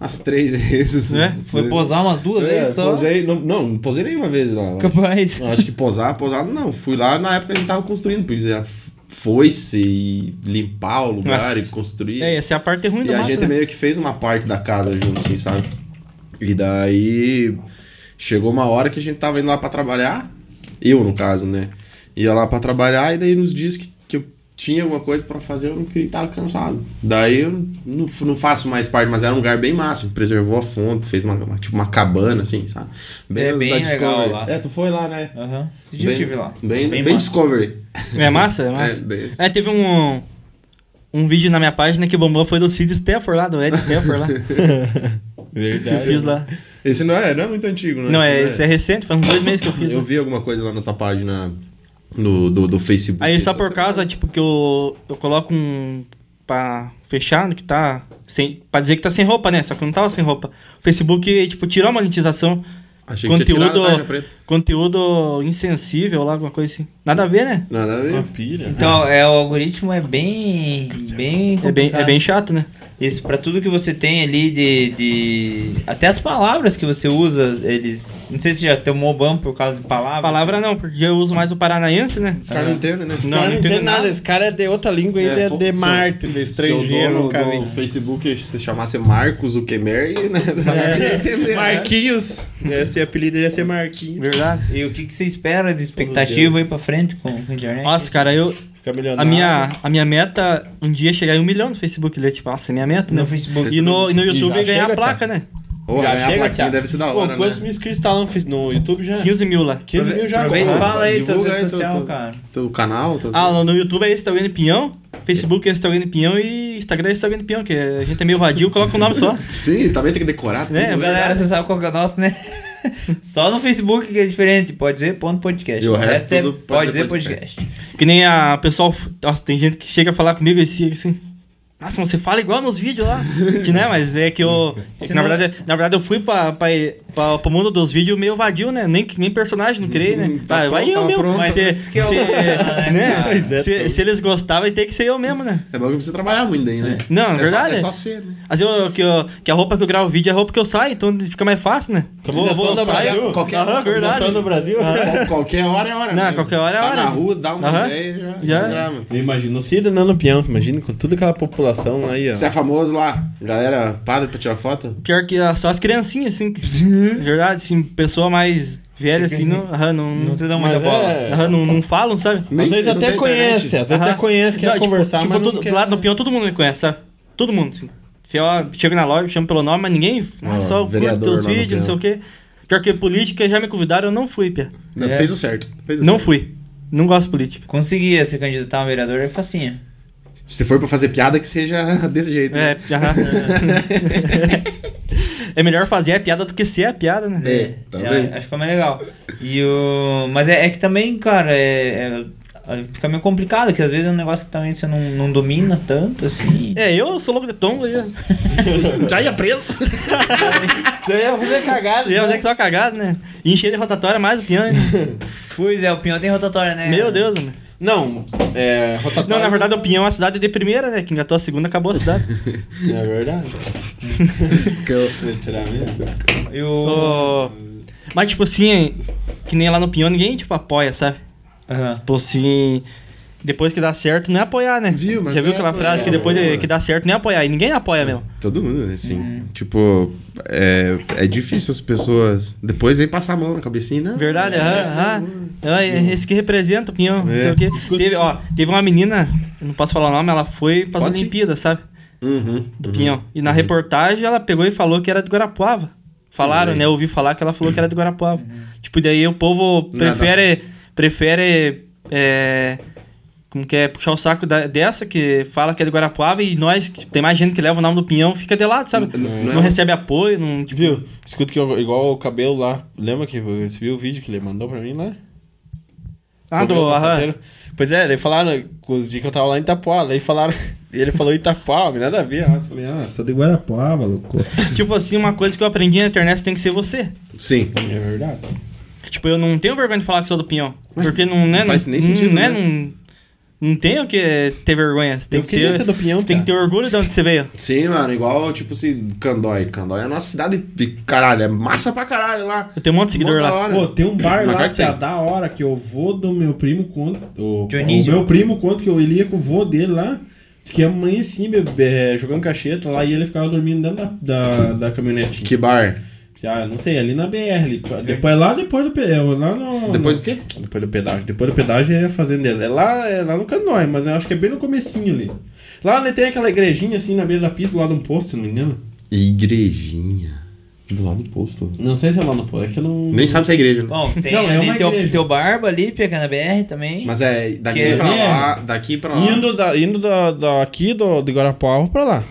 [SPEAKER 2] As três vezes.
[SPEAKER 4] Né?
[SPEAKER 3] Foi posar umas duas
[SPEAKER 2] É,
[SPEAKER 3] vezes só.
[SPEAKER 2] Posei, não, não, não posei nenhuma vez lá. eu acho.
[SPEAKER 3] Capaz.
[SPEAKER 2] Eu acho que posar, posar, não. Fui lá na época que a gente tava construindo, pois era foice e limpar o lugar e
[SPEAKER 4] Nossa.
[SPEAKER 2] construir.
[SPEAKER 4] É, essa é a parte ruim do
[SPEAKER 2] E a
[SPEAKER 4] mato,
[SPEAKER 2] gente
[SPEAKER 4] né?
[SPEAKER 2] meio que fez uma parte da casa junto, assim, sabe? E daí chegou uma hora que a gente tava indo lá pra trabalhar, eu no caso, né? Ia lá pra trabalhar e daí nos dias que, que eu tinha alguma coisa pra fazer, eu não queria, tava cansado. Daí eu não, não faço mais parte, mas era um lugar bem massa, preservou a fonte, fez uma, uma- tipo uma cabana, assim, sabe?
[SPEAKER 3] É
[SPEAKER 2] da
[SPEAKER 3] bem legal
[SPEAKER 2] Discovery.
[SPEAKER 3] lá.
[SPEAKER 2] É, tu foi lá, né?
[SPEAKER 3] Aham. Esse dia eu
[SPEAKER 2] Bem,
[SPEAKER 3] estive lá.
[SPEAKER 2] bem, bem,
[SPEAKER 3] massa.
[SPEAKER 2] Discovery.
[SPEAKER 4] É massa, é
[SPEAKER 2] É,
[SPEAKER 4] massa.
[SPEAKER 2] daí-
[SPEAKER 4] É, teve um, um vídeo na minha página que bombou, foi do Cid Stafford lá, do Ed Stafford lá. que eu
[SPEAKER 6] Verdade.
[SPEAKER 4] fiz lá.
[SPEAKER 2] Esse não é, não é muito antigo, né?
[SPEAKER 4] Não,
[SPEAKER 2] Esse
[SPEAKER 4] é, isso é recente, faz uns dois meses que eu fiz.
[SPEAKER 2] Eu
[SPEAKER 4] né?
[SPEAKER 2] vi alguma coisa lá na tua página no, do, do Facebook.
[SPEAKER 4] Aí só
[SPEAKER 2] essa
[SPEAKER 4] por causa, tipo, que eu, eu coloco um pra fechar, que tá sem... Pra dizer que tá sem roupa, né? Só que eu não tava sem roupa. O Facebook, tipo, tirou a monetização.
[SPEAKER 2] semana. Achei que tinha tirado
[SPEAKER 4] conteúdo-
[SPEAKER 2] a tarja preta.
[SPEAKER 4] Conteúdo insensível lá, alguma coisa assim. Nada a ver, né?
[SPEAKER 2] Nada a
[SPEAKER 6] Uma
[SPEAKER 2] ver.
[SPEAKER 6] pilha.
[SPEAKER 3] Então, é, o algoritmo é bem. bem
[SPEAKER 4] É bem, é
[SPEAKER 3] complicado.
[SPEAKER 4] bem chato, né?
[SPEAKER 3] Isso, pra tudo que você tem ali de, de. Até as palavras que você usa, eles. Não sei se já tomou ban por causa de palavra.
[SPEAKER 4] Palavra não, porque eu uso mais o paranaense, né?
[SPEAKER 2] Os caras não entendem, né?
[SPEAKER 6] Não,
[SPEAKER 4] Não, não
[SPEAKER 6] não
[SPEAKER 4] entendo
[SPEAKER 6] entende nada.
[SPEAKER 4] nada.
[SPEAKER 6] Esse cara é de outra língua, ele é, de Marte, de estrangeiro,
[SPEAKER 2] Se o
[SPEAKER 6] cara.
[SPEAKER 2] dono do Facebook se chamasse Marcos Zuckerberg, né? É. Entender, né?
[SPEAKER 6] Marquinhos. Esse apelido ia ser Marquinhos.
[SPEAKER 4] Verdade.
[SPEAKER 3] E o que, que você espera de expectativa aí pra frente com com a internet?
[SPEAKER 4] Nossa, cara, eu,
[SPEAKER 6] Fica
[SPEAKER 4] a,
[SPEAKER 6] milionário.
[SPEAKER 4] minha, a minha meta um dia é chegar em um milhão no Facebook. Ele é tipo, nossa, é minha meta, né?
[SPEAKER 3] No Facebook.
[SPEAKER 4] E no, e no
[SPEAKER 6] E já
[SPEAKER 4] YouTube é ganhar
[SPEAKER 6] chega,
[SPEAKER 4] a placa, né?
[SPEAKER 2] Ô, ganhar
[SPEAKER 6] já
[SPEAKER 2] a
[SPEAKER 6] chega aqui.
[SPEAKER 2] plaquinha deve ser da hora, né?
[SPEAKER 6] quantos mil inscritos tá lá no, Face- no YouTube já?
[SPEAKER 4] 15 mil lá.
[SPEAKER 6] 15 mil já.
[SPEAKER 4] Aproveita e
[SPEAKER 6] agora.
[SPEAKER 4] fala aí tuas
[SPEAKER 2] Divulga
[SPEAKER 4] redes
[SPEAKER 2] teu-
[SPEAKER 4] social,
[SPEAKER 2] teu-
[SPEAKER 4] cara.
[SPEAKER 2] Teu canal, tuas-
[SPEAKER 4] Ah, no- no YouTube é Instagram de Pinhão, Facebook é Instagram de Pinhão e Instagram é Instagram de Pinhão, que a gente é meio vadio, coloca o nome só.
[SPEAKER 2] Sim, também tem que decorar tudo,
[SPEAKER 4] É,
[SPEAKER 2] né?
[SPEAKER 3] Galera, você sabe qual que é o nosso, né? Só no Facebook que é diferente. Pode dizer ponto podcast.
[SPEAKER 2] E o resto
[SPEAKER 3] é
[SPEAKER 2] tudo
[SPEAKER 3] pode,
[SPEAKER 2] pode
[SPEAKER 3] dizer
[SPEAKER 2] dizer
[SPEAKER 3] podcast.
[SPEAKER 4] Que nem a pessoal. Nossa, tem gente que chega a falar comigo assim, assim. Nossa, mas você fala igual nos vídeos lá. que né, mas é que eu. é que na, verdade, na verdade, eu fui pra, pra, pra, pro mundo dos vídeos meio vadio, né? Nem, nem personagem, não criei,
[SPEAKER 3] Hum,
[SPEAKER 4] né?
[SPEAKER 2] tá
[SPEAKER 4] Vai- vai
[SPEAKER 2] pronto,
[SPEAKER 4] eu
[SPEAKER 2] tá
[SPEAKER 4] mesmo.
[SPEAKER 2] pronto.
[SPEAKER 4] Mas se,
[SPEAKER 3] Isso que é o
[SPEAKER 4] se-
[SPEAKER 3] problema, né,
[SPEAKER 4] né?
[SPEAKER 3] cara?
[SPEAKER 4] se, se eles gostavam, tem que ser eu mesmo, né?
[SPEAKER 2] É bom que precisa trabalhar muito aí, né?
[SPEAKER 4] Não,
[SPEAKER 2] é
[SPEAKER 4] na verdade.
[SPEAKER 2] Só, é só ser, né?
[SPEAKER 4] Mas eu, que, eu- que a roupa que eu gravo o vídeo é a roupa que eu saio, então fica mais fácil, né?
[SPEAKER 6] Eu vou- eu vou andar
[SPEAKER 4] saio-
[SPEAKER 6] Brasil.
[SPEAKER 2] Qualquer- um,
[SPEAKER 4] Aham, é verdade.
[SPEAKER 6] Representando o Brasil.
[SPEAKER 2] Qual- Qualquer hora é hora,
[SPEAKER 4] Não,
[SPEAKER 2] né?
[SPEAKER 4] qualquer hora é
[SPEAKER 2] tá
[SPEAKER 4] hora.
[SPEAKER 2] na rua, dá uma
[SPEAKER 4] Aham.
[SPEAKER 2] ideia e já,
[SPEAKER 4] Já. é.
[SPEAKER 2] já grava.
[SPEAKER 6] Eu imagino se danando peão, você imagina com toda aquela população aí, ó.
[SPEAKER 2] Você é famoso lá, galera, padre pra tirar foto?
[SPEAKER 4] Pior que a- só as criancinhas, assim. que- na verdade, assim, pessoa mais velha, assim, não, aham, não,
[SPEAKER 3] Não te dão
[SPEAKER 6] Mas
[SPEAKER 3] muita bola.
[SPEAKER 6] é-
[SPEAKER 4] aham, não, não falam, sabe?
[SPEAKER 2] Nem-
[SPEAKER 6] Às vezes
[SPEAKER 2] não
[SPEAKER 6] até
[SPEAKER 2] tem
[SPEAKER 6] conhece,
[SPEAKER 2] internet.
[SPEAKER 6] às vezes até
[SPEAKER 4] Aham.
[SPEAKER 6] conhece, quer
[SPEAKER 4] Não, tipo-
[SPEAKER 6] conversar,
[SPEAKER 4] tipo,
[SPEAKER 6] mas
[SPEAKER 4] todo-
[SPEAKER 6] não quer...
[SPEAKER 4] lá no peão todo mundo me conhece, sabe? Todo mundo, assim. Se eu chego na loja, chamo pelo nome, mas ninguém. Ah,
[SPEAKER 2] Ah,
[SPEAKER 4] só eu curto
[SPEAKER 2] vereador
[SPEAKER 4] teus
[SPEAKER 2] lá no
[SPEAKER 4] vídeos, não
[SPEAKER 2] Peão.
[SPEAKER 4] sei o quê. Pior que política já me convidaram, eu não fui, Pia.
[SPEAKER 2] Não,
[SPEAKER 3] É.
[SPEAKER 2] Fez o certo. Fez o
[SPEAKER 4] Não
[SPEAKER 2] certo.
[SPEAKER 4] fui. Não gosto de política.
[SPEAKER 3] Conseguia se candidatar a um vereador é facinha.
[SPEAKER 2] Se for pra fazer piada, que seja desse jeito.
[SPEAKER 4] É,
[SPEAKER 2] né?
[SPEAKER 4] aham. é melhor fazer a piada do que ser a piada, né?
[SPEAKER 2] É, tá vendo?
[SPEAKER 3] acho que é mais legal. E o... Mas é, é que também, cara, é, é- fica meio complicado, que às vezes é um negócio que também você não, não domina tanto, assim.
[SPEAKER 4] É, eu sou louco de tombo aí.
[SPEAKER 2] Já ia preso.
[SPEAKER 6] Você ia fazer cagada.
[SPEAKER 4] Eu sei que tô cagado, né? E encher de rotatória mais o pião, né?
[SPEAKER 3] Pois é, o Pinhão tem rotatória, né?
[SPEAKER 4] Meu Deus, mano.
[SPEAKER 6] Não, é... Rotatório...
[SPEAKER 4] Não, na verdade, o Pinhão é uma cidade de primeira, né? Que engatou a segunda, acabou a cidade.
[SPEAKER 6] É verdade.
[SPEAKER 2] Que eu-
[SPEAKER 6] Literalmente.
[SPEAKER 3] E o...
[SPEAKER 4] Ô, Mas, tipo assim, que nem lá no Pinhão, ninguém, tipo, apoia, sabe?
[SPEAKER 3] Aham.
[SPEAKER 4] Tipo assim, depois que dá certo, não é apoiar, né?
[SPEAKER 2] Viu, mas
[SPEAKER 4] Já viu
[SPEAKER 2] é
[SPEAKER 4] aquela
[SPEAKER 2] apoiar,
[SPEAKER 4] frase que depois de-
[SPEAKER 2] mano.
[SPEAKER 4] que dá certo, nem apoiar. E ninguém apoia mesmo.
[SPEAKER 2] Todo mundo, assim. Tipo, é, é difícil as pessoas. Depois vem passar a mão na cabecinha, né?
[SPEAKER 4] Verdade, aham, aham. Ah, Esse que representa o Pinhão,
[SPEAKER 2] É.
[SPEAKER 4] não sei o quê.
[SPEAKER 6] Escuta.
[SPEAKER 4] Teve, ó, teve uma menina, eu não posso falar o nome, ela foi para as
[SPEAKER 2] Pode sim.
[SPEAKER 4] Olimpíadas, sabe?
[SPEAKER 2] Uhum.
[SPEAKER 4] do Pinhão. E na reportagem ela pegou e falou que era de Guarapuava.
[SPEAKER 2] Sim.
[SPEAKER 4] Falaram,
[SPEAKER 2] Uhum.
[SPEAKER 4] né? Eu ouvi falar que ela falou que era de Guarapuava. Tipo, daí o povo
[SPEAKER 2] Nada.
[SPEAKER 4] prefere. Prefere. é, como que é? Puxar o saco da- dessa que fala que é de Guarapuava e nós, que tem mais gente que leva o nome do Pinhão, fica de lado, sabe?
[SPEAKER 2] N-
[SPEAKER 4] Não,
[SPEAKER 2] não é um-
[SPEAKER 4] recebe apoio, não. Tipo,
[SPEAKER 6] Viu? Escuta que eu- igual o cabelo lá. Lembra que você viu o vídeo que ele mandou pra mim lá?
[SPEAKER 4] ah, do.
[SPEAKER 6] Cabelo
[SPEAKER 4] Aham.
[SPEAKER 6] rotatório. Pois é, daí falaram com os dias que eu tava lá em Itapuá. Daí falaram... E ele falou Itapuá, nada a ver. Nossa, eu falei, ah, sou de Guarapuá, maluco.
[SPEAKER 4] tipo assim, uma coisa que eu aprendi na internet tem que ser você.
[SPEAKER 2] Sim.
[SPEAKER 6] É verdade.
[SPEAKER 4] Tipo, eu não tenho vergonha de falar que sou do Pinhão. Porque não, né,
[SPEAKER 2] não faz
[SPEAKER 4] não-
[SPEAKER 2] nem
[SPEAKER 4] não,
[SPEAKER 2] sentido,
[SPEAKER 4] né,
[SPEAKER 2] né?
[SPEAKER 4] Não, não tenho que ter vergonha. Você tem
[SPEAKER 6] Eu
[SPEAKER 4] que
[SPEAKER 6] queria
[SPEAKER 4] ser,
[SPEAKER 6] ser do Pinhão,
[SPEAKER 4] Você tem que ter
[SPEAKER 6] cara.
[SPEAKER 4] orgulho de onde você veio.
[SPEAKER 2] Sim, mano. Igual, tipo, assim, Candói. Candói é a nossa cidade de caralho. É massa pra caralho lá.
[SPEAKER 4] Eu tenho um monte de seguidor
[SPEAKER 2] Mó da
[SPEAKER 4] lá.
[SPEAKER 2] hora.
[SPEAKER 6] Pô, tem um bar
[SPEAKER 2] Mas
[SPEAKER 6] lá
[SPEAKER 2] claro que
[SPEAKER 6] que é
[SPEAKER 2] tem.
[SPEAKER 6] da hora que o vô do meu primo conta. O, o
[SPEAKER 3] Dionísio.
[SPEAKER 6] meu primo conta que eu ia com o vô dele lá. Fiquei amanhã assim, bebê, eh, jogando cacheta lá e ele ficava dormindo dentro da, da, da caminhonete.
[SPEAKER 2] Que bar?
[SPEAKER 6] Ah, não sei, ali na BR. ali, pa- depois lá depois do pedágio. Lá no,
[SPEAKER 2] Depois do quê?
[SPEAKER 6] no- depois do pedágio. Depois do pedágio é a fazenda dele. É lá, é lá no Canoé, mas eu acho que é bem no comecinho ali. Lá né, tem aquela igrejinha assim na beira da pista, lá de um posto, se não me engano.
[SPEAKER 2] Igrejinha.
[SPEAKER 6] Do lado do posto. Não sei se é lá no posto, é que eu não.
[SPEAKER 2] Nem sabe se é igreja, né?
[SPEAKER 3] Bom, tem,
[SPEAKER 6] Não, é
[SPEAKER 3] tem
[SPEAKER 6] uma
[SPEAKER 3] teu,
[SPEAKER 6] igreja.
[SPEAKER 3] teu Barba ali, pega na BR também.
[SPEAKER 2] Mas é daqui
[SPEAKER 3] Que
[SPEAKER 2] pra
[SPEAKER 6] é?
[SPEAKER 2] lá, daqui pra lá.
[SPEAKER 6] Indo, da, indo da, daqui do, de Guarapuava pra lá.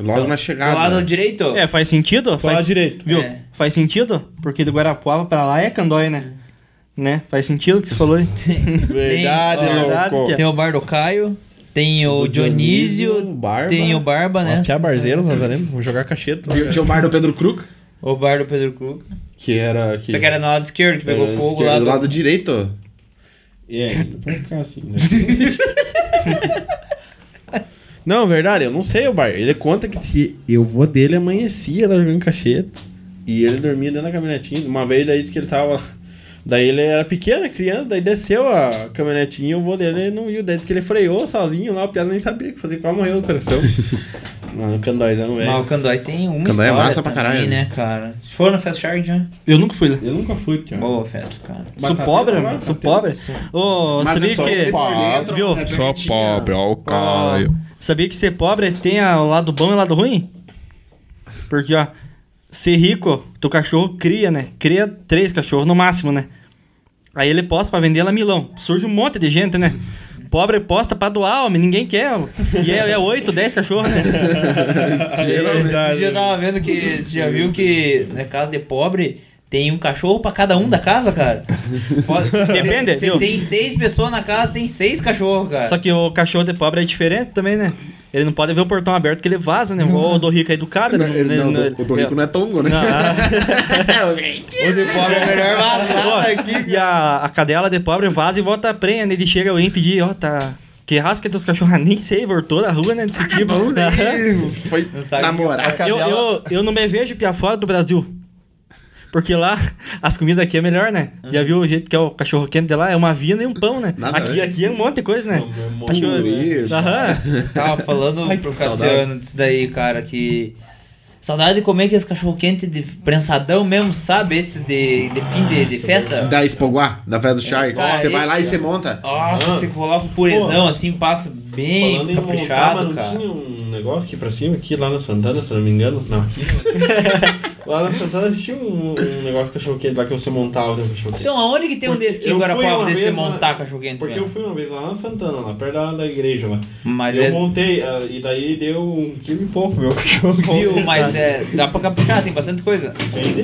[SPEAKER 2] Logo na
[SPEAKER 3] do
[SPEAKER 2] chegada.
[SPEAKER 3] lado direito.
[SPEAKER 4] É, faz sentido?
[SPEAKER 6] Fala
[SPEAKER 4] Faz,
[SPEAKER 6] direito.
[SPEAKER 4] viu?
[SPEAKER 3] É.
[SPEAKER 4] Faz sentido? Porque do Guarapuava pra lá é Candói, né? Né? Faz sentido o que você falou aí?
[SPEAKER 6] Verdade,
[SPEAKER 3] Tem- ó,
[SPEAKER 4] verdade,
[SPEAKER 6] louco.
[SPEAKER 4] tia.
[SPEAKER 3] Tem o bar do Caio, tem o
[SPEAKER 6] Do Dionísio,
[SPEAKER 3] Dionísio,
[SPEAKER 6] Barba.
[SPEAKER 3] tem o Barba, né?
[SPEAKER 6] Nossa, que é barzeiro, Nazareno. Vou jogar cacheta.
[SPEAKER 2] Tinha- Tinha o bar do Pedro Kruk,
[SPEAKER 3] O bar do Pedro Krug.
[SPEAKER 2] que era aqui.
[SPEAKER 3] Só que era no lado esquerdo que pegou
[SPEAKER 2] Era
[SPEAKER 3] fogo
[SPEAKER 2] esquerda,
[SPEAKER 3] lá.
[SPEAKER 2] do
[SPEAKER 3] do-
[SPEAKER 2] lado direito.
[SPEAKER 6] É, indo pra cá, assim, né? Não, verdade, eu não sei o bar. Ele conta que, que eu vou dele amanhecia lá jogando cacheta. E ele dormia dentro da caminhonetinha. Uma vez daí disse que ele tava. Daí ele era pequeno, criança, daí desceu a caminhonetinha e o vô dele não viu. Daí disse que ele freou sozinho lá, o piada nem sabia o que fazer, quase morreu do coração. Mano, o candóizão,
[SPEAKER 3] Mas
[SPEAKER 6] velho.
[SPEAKER 3] o Candói tem uma
[SPEAKER 2] Candói é
[SPEAKER 3] história
[SPEAKER 2] massa pra
[SPEAKER 3] também,
[SPEAKER 2] caralho.
[SPEAKER 3] né, cara? Vocês foram no Fast né? Shark já?
[SPEAKER 4] Eu nunca fui lá.
[SPEAKER 6] Eu nunca fui, tio.
[SPEAKER 3] Boa festa, cara.
[SPEAKER 4] Sou
[SPEAKER 6] Batateiro,
[SPEAKER 4] pobre,
[SPEAKER 6] né?
[SPEAKER 4] mano. Sou pobre.
[SPEAKER 6] Batateiro.
[SPEAKER 4] Ô,
[SPEAKER 2] é
[SPEAKER 6] é
[SPEAKER 4] sabia
[SPEAKER 6] um
[SPEAKER 4] que. é Viu?
[SPEAKER 2] Só pobre.
[SPEAKER 6] ó o
[SPEAKER 4] Ó, sabia que ser pobre tem a- o lado bom e o lado ruim? Porque, ó, ser rico, teu cachorro cria, né? Cria três cachorros no máximo, né? Aí ele posta pra vender lá em Milão. Surge um monte de gente, né? Pobre posta pra doar, homem, ninguém quer. ó. E é, é 8, 10 cachorros, né? É
[SPEAKER 3] Esse dia eu tava vendo que. Você já viu que na casa de pobre tem um cachorro pra cada um da casa, cara? Pode-
[SPEAKER 4] Depende,
[SPEAKER 3] Você
[SPEAKER 4] viu?
[SPEAKER 3] tem seis pessoas na casa, tem seis cachorros, cara.
[SPEAKER 4] Só que o cachorro de pobre é diferente também, né? Ele não pode ver o portão aberto que ele vaza, né? Ou o do rico é educado, né?
[SPEAKER 11] Ele, não,
[SPEAKER 4] Ele-
[SPEAKER 11] o do rico não é tongo, né?
[SPEAKER 3] O de pobre é melhor
[SPEAKER 4] Ó,
[SPEAKER 3] vazar.
[SPEAKER 4] E a, a cadela de pobre vaza e volta a prenha, né? Ele chega alguém pedir, ó, tá. Que rasca teus cachorros, nem sei, voltou da rua, né? Desse tipo.
[SPEAKER 11] Foi
[SPEAKER 3] Não sabe
[SPEAKER 11] namorar.
[SPEAKER 4] eu, eu, eu não me vejo piar fora do Brasil. Porque lá as comidas aqui é melhor, né? Já viu o jeito que é o cachorro quente de lá? É uma vina e um pão, né?
[SPEAKER 11] Nada
[SPEAKER 4] aqui,
[SPEAKER 11] a ver.
[SPEAKER 4] aqui é um monte de coisa, né? Cachorro-
[SPEAKER 11] Purê,
[SPEAKER 4] Aham.
[SPEAKER 3] Tava falando pro Cassiano disso daí, cara, que. Saudade de comer aqueles cachorro quente de prensadão mesmo, sabe? Esses de, de fim de, de festa.
[SPEAKER 11] Da Espoguá, da Fé do Char.
[SPEAKER 3] cara,
[SPEAKER 11] Você vai
[SPEAKER 3] é,
[SPEAKER 11] lá e você monta.
[SPEAKER 3] Nossa, você coloca o purezão assim, passa bem
[SPEAKER 6] Falando em montar,
[SPEAKER 3] caprichado,
[SPEAKER 6] mas não
[SPEAKER 3] cara.
[SPEAKER 6] tinha um negócio aqui pra cima, aqui lá na Santana, se eu não me engano. Não, aqui. lá na Santana tinha um, um negócio cachorro quente lá que você montava o teu cachorro quente.
[SPEAKER 3] Então, aonde que tem um
[SPEAKER 6] Porque
[SPEAKER 3] desse que
[SPEAKER 6] eu
[SPEAKER 3] agora
[SPEAKER 6] fui
[SPEAKER 3] pode
[SPEAKER 6] uma
[SPEAKER 3] desse de
[SPEAKER 6] vez
[SPEAKER 3] montar
[SPEAKER 6] na-
[SPEAKER 3] cachorro quente?
[SPEAKER 6] Porque
[SPEAKER 3] mesmo?
[SPEAKER 6] eu fui uma vez lá na Santana, lá perto da, da igreja lá.
[SPEAKER 3] Mas
[SPEAKER 6] eu
[SPEAKER 3] é.
[SPEAKER 6] montei, ah, e daí deu um quilo e pouco meu cachorro
[SPEAKER 3] Viu, mas é. Dá pra caprichar, tem bastante coisa.